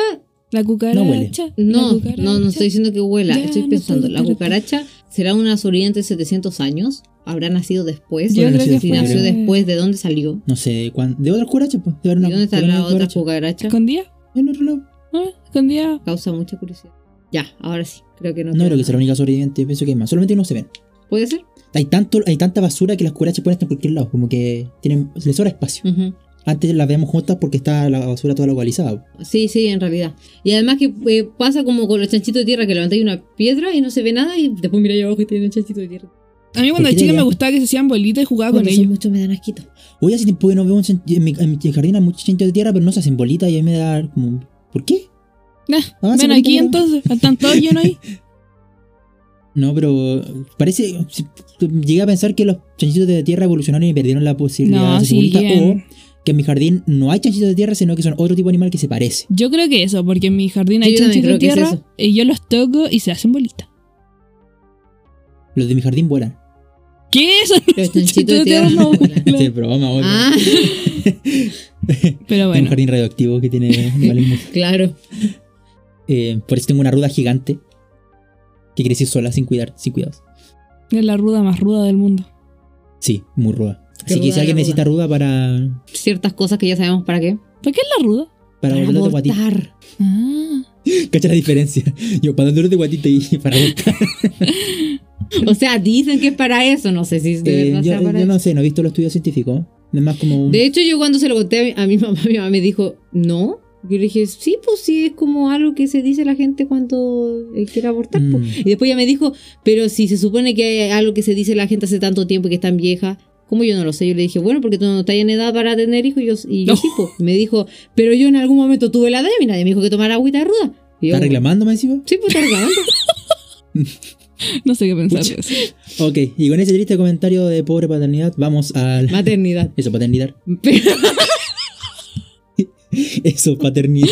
Speaker 2: La cucaracha.
Speaker 5: huele.
Speaker 2: la
Speaker 4: no,
Speaker 2: cucaracha.
Speaker 4: no, no estoy diciendo que huela.
Speaker 2: Ya
Speaker 4: estoy
Speaker 2: no
Speaker 4: pensando,
Speaker 2: te
Speaker 4: la
Speaker 2: interesa.
Speaker 4: cucaracha será una sobreviviente de 700 años. Habrá nacido después.
Speaker 2: Yo
Speaker 5: Bueno,
Speaker 2: creo
Speaker 5: sí,
Speaker 2: que
Speaker 4: si
Speaker 5: sí,
Speaker 2: fue-
Speaker 4: nació después, ¿de dónde salió?
Speaker 5: No sé, ¿cuán- ¿de otra cucaracha? Pues, debe haber
Speaker 4: ¿Y
Speaker 5: una,
Speaker 4: dónde está
Speaker 5: debe haber
Speaker 4: la
Speaker 5: una
Speaker 4: otra
Speaker 5: cucaracha.
Speaker 4: cucaracha?
Speaker 2: ¿Escondida?
Speaker 5: En otro lado.
Speaker 2: ¿Ah? ¿Escondida?
Speaker 4: Causa mucha curiosidad. Ya, ahora sí. Creo que no.
Speaker 5: No
Speaker 4: queda
Speaker 5: creo que sea la
Speaker 4: nada.
Speaker 5: única sobreviviente, pienso que hay más. Solamente no se ven.
Speaker 4: ¿Puede ser?
Speaker 5: Hay, tanto, hay tanta basura que las cucarachas pueden estar en cualquier lado, como que tienen, les sobra espacio.
Speaker 4: Ujú.
Speaker 5: Antes las veíamos juntas porque está la basura toda localizada.
Speaker 4: Sí, sí, en realidad. Y además que eh, pasa como con los chanchitos de tierra, que levantáis una piedra y no se ve nada y después mira allá abajo y tiene un chanchito de tierra.
Speaker 2: A mí cuando
Speaker 5: qué
Speaker 2: era chica
Speaker 5: diría?
Speaker 2: me gustaba que se hacían bolitas Ah, y jugaba con
Speaker 4: Porque son
Speaker 2: ellos.
Speaker 4: mucho me dan asquito.
Speaker 5: Hoy hace tiempo que no veo un chan- en mi, en mi jardín hay muchos chanchitos de tierra, pero no se hacen bolitas y a mí me da como... ¿Por qué?
Speaker 2: Nah,
Speaker 5: Ah, se
Speaker 2: ven
Speaker 5: bonita,
Speaker 2: aquí
Speaker 5: mira.
Speaker 2: entonces. Están
Speaker 5: *laughs*
Speaker 2: todos llenos ahí.
Speaker 5: No, pero parece... si- Llegué a pensar que los chanchitos de tierra evolucionaron y perdieron la posibilidad de
Speaker 2: No,
Speaker 5: hacerse
Speaker 2: sí.
Speaker 5: bolitas, o que en mi jardín no hay chanchitos de tierra, sino que son otro tipo de animal que se parece.
Speaker 2: Yo creo que eso, porque en mi jardín hay
Speaker 4: Yo también
Speaker 2: chanchitos de
Speaker 4: creo que es
Speaker 2: tierra y yo los toco y se hacen bolitas.
Speaker 5: Los de mi jardín vuelan.
Speaker 2: ¿Qué? *laughs* Son
Speaker 4: Los chanchitos de tierra. *laughs*
Speaker 2: no
Speaker 5: *laughs* Es
Speaker 2: vuelan.
Speaker 5: broma, obvio.
Speaker 4: Ah,
Speaker 2: Pero
Speaker 5: Tengo un
Speaker 2: bueno.
Speaker 5: jardín radioactivo
Speaker 2: *laughs*
Speaker 5: que tiene animales muy-
Speaker 4: claro.
Speaker 5: Eh, por eso tengo una ruda gigante que creció sola sin cuidar, sin cuidados.
Speaker 2: Es la ruda más ruda del mundo.
Speaker 5: Sí, muy ruda.
Speaker 4: Qué
Speaker 5: Así que
Speaker 4: ruda
Speaker 5: si
Speaker 4: la
Speaker 5: alguien
Speaker 4: ruda.
Speaker 5: necesita ruda para
Speaker 4: Ciertas cosas que ya sabemos para qué.
Speaker 2: ¿Por qué es la ruda?
Speaker 5: para
Speaker 4: Para
Speaker 5: volver de guatita,
Speaker 4: abortar.
Speaker 2: Ah.
Speaker 5: *laughs* cacha la diferencia. *laughs* Yo para dolor de guatita y para abortar.
Speaker 4: O sea, dicen que es para eso. No sé si es *laughs* de
Speaker 5: Eh,
Speaker 4: verdad sea
Speaker 5: yo,
Speaker 4: para
Speaker 5: yo
Speaker 4: eso.
Speaker 5: no sé, no he visto los estudios científicos. Es más como un-
Speaker 4: De hecho, yo cuando se lo conté a mi, *laughs* a mi mamá, mi mamá me dijo, no. Yo le dije, sí, pues sí, es como algo que se dice la gente cuando eh, quiere abortar. pues".
Speaker 5: Mm.
Speaker 4: Y después ella me dijo, pero si se supone que hay algo que se dice la gente hace tanto tiempo y que es tan vieja, ¿cómo yo no lo sé? Yo le dije, bueno, porque tú no estás en edad para tener hijos y yo, y yo
Speaker 2: No.
Speaker 4: sí, po. Y Me dijo, pero yo en algún momento tuve la anemia y nadie me dijo que tomara agüita de ruda. Y yo,
Speaker 5: ¿Está reclamándome encima?
Speaker 4: Sí, pues está
Speaker 5: *laughs*
Speaker 4: reclamando.
Speaker 2: No sé qué pensar
Speaker 5: Pucha.
Speaker 2: de eso.
Speaker 5: Ok, y con ese triste comentario de pobre paternidad, vamos al.
Speaker 4: Maternidad.
Speaker 5: *laughs* Eso, paternidad.
Speaker 4: Pero- *laughs*
Speaker 5: Eso, paternidad.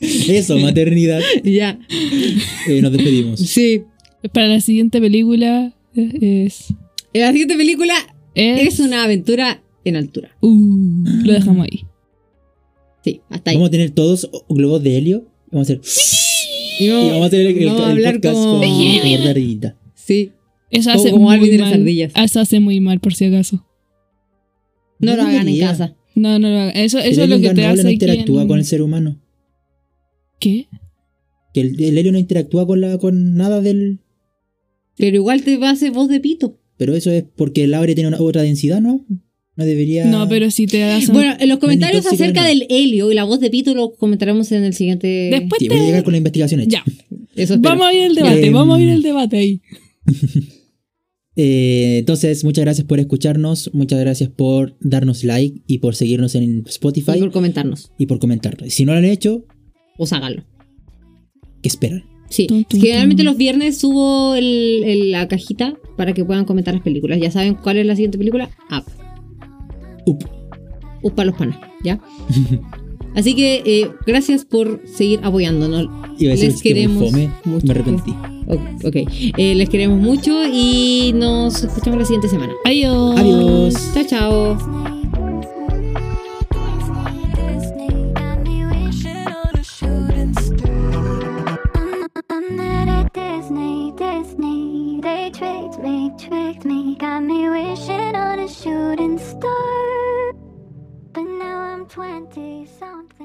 Speaker 5: *laughs* Eso, maternidad.
Speaker 4: ya,
Speaker 5: Eh, nos despedimos.
Speaker 4: sí.
Speaker 2: *laughs* Para la siguiente película eh, es.
Speaker 4: La siguiente película es una aventura en altura.
Speaker 2: Uh, lo dejamos ahí.
Speaker 4: Sí, hasta ahí.
Speaker 5: Vamos a tener todos globos de helio. Vamos a hacer.
Speaker 4: Y
Speaker 5: Y vamos a tener el, el-
Speaker 4: vamos a Eh,
Speaker 5: el
Speaker 4: hablar
Speaker 5: podcast
Speaker 4: como-
Speaker 5: con con Ardillita.
Speaker 4: Sí.
Speaker 2: Eso
Speaker 4: Como-
Speaker 2: hace
Speaker 4: como
Speaker 2: muy
Speaker 4: Alvin de las
Speaker 2: mal.
Speaker 4: ardillas.
Speaker 2: Eso hace muy mal, por si acaso.
Speaker 4: No,
Speaker 5: No
Speaker 4: lo hagan en
Speaker 5: debería.
Speaker 4: casa.
Speaker 2: No, no, no. Eso,
Speaker 5: El
Speaker 2: eso es lo
Speaker 5: alien
Speaker 2: que te
Speaker 5: garnoble
Speaker 2: hace.
Speaker 5: no interactúa
Speaker 2: quien-
Speaker 5: con el ser humano.
Speaker 2: ¿Qué?
Speaker 5: Que el, el helio no interactúa con, la, con nada del...
Speaker 4: Pero igual te va a hacer voz de pito.
Speaker 5: Pero eso es porque el aire tiene una, otra densidad, ¿no? No debería...
Speaker 2: No, pero si te das. un-
Speaker 4: Bueno, en los comentarios
Speaker 5: tóxico,
Speaker 4: acerca
Speaker 5: no.
Speaker 4: del helio y la voz de pito lo comentaremos en el siguiente.
Speaker 2: Después
Speaker 5: Sí,
Speaker 2: te.
Speaker 5: voy a llegar con la investigación hecha.
Speaker 2: Ya.
Speaker 4: Eso espero.
Speaker 2: Vamos a ir el debate,
Speaker 5: Eh,
Speaker 2: vamos a ir el debate ahí.
Speaker 5: Eh, entonces, muchas gracias por escucharnos, muchas gracias por darnos like y por seguirnos en Spotify
Speaker 4: Y por comentarnos.
Speaker 5: y por comentar. Si no lo han hecho,
Speaker 4: Pues háganlo.
Speaker 5: ¿qué esperan?
Speaker 4: Sí.
Speaker 2: Tum, tum,
Speaker 4: Generalmente
Speaker 2: tum.
Speaker 4: los viernes subo el- el- la cajita para que puedan comentar las películas. Ya saben cuál es la siguiente película. Up.
Speaker 5: Up.
Speaker 4: Up para los panas. *laughs* ¿Ya? Así que eh, gracias por seguir apoyándonos.
Speaker 5: Iba a decir
Speaker 4: Les
Speaker 5: que muy
Speaker 4: queremos
Speaker 5: fome,
Speaker 4: mucho.
Speaker 5: me arrepentí.
Speaker 4: Ok. ok. Eh, les queremos mucho y nos escuchamos la siguiente semana.
Speaker 2: Adiós.
Speaker 5: Adiós.
Speaker 4: Chao, chao.
Speaker 3: I'm not at Disney, Disney. They tricked me, tricked me. Got me wishing on a shooting star. But now I'm 20 something.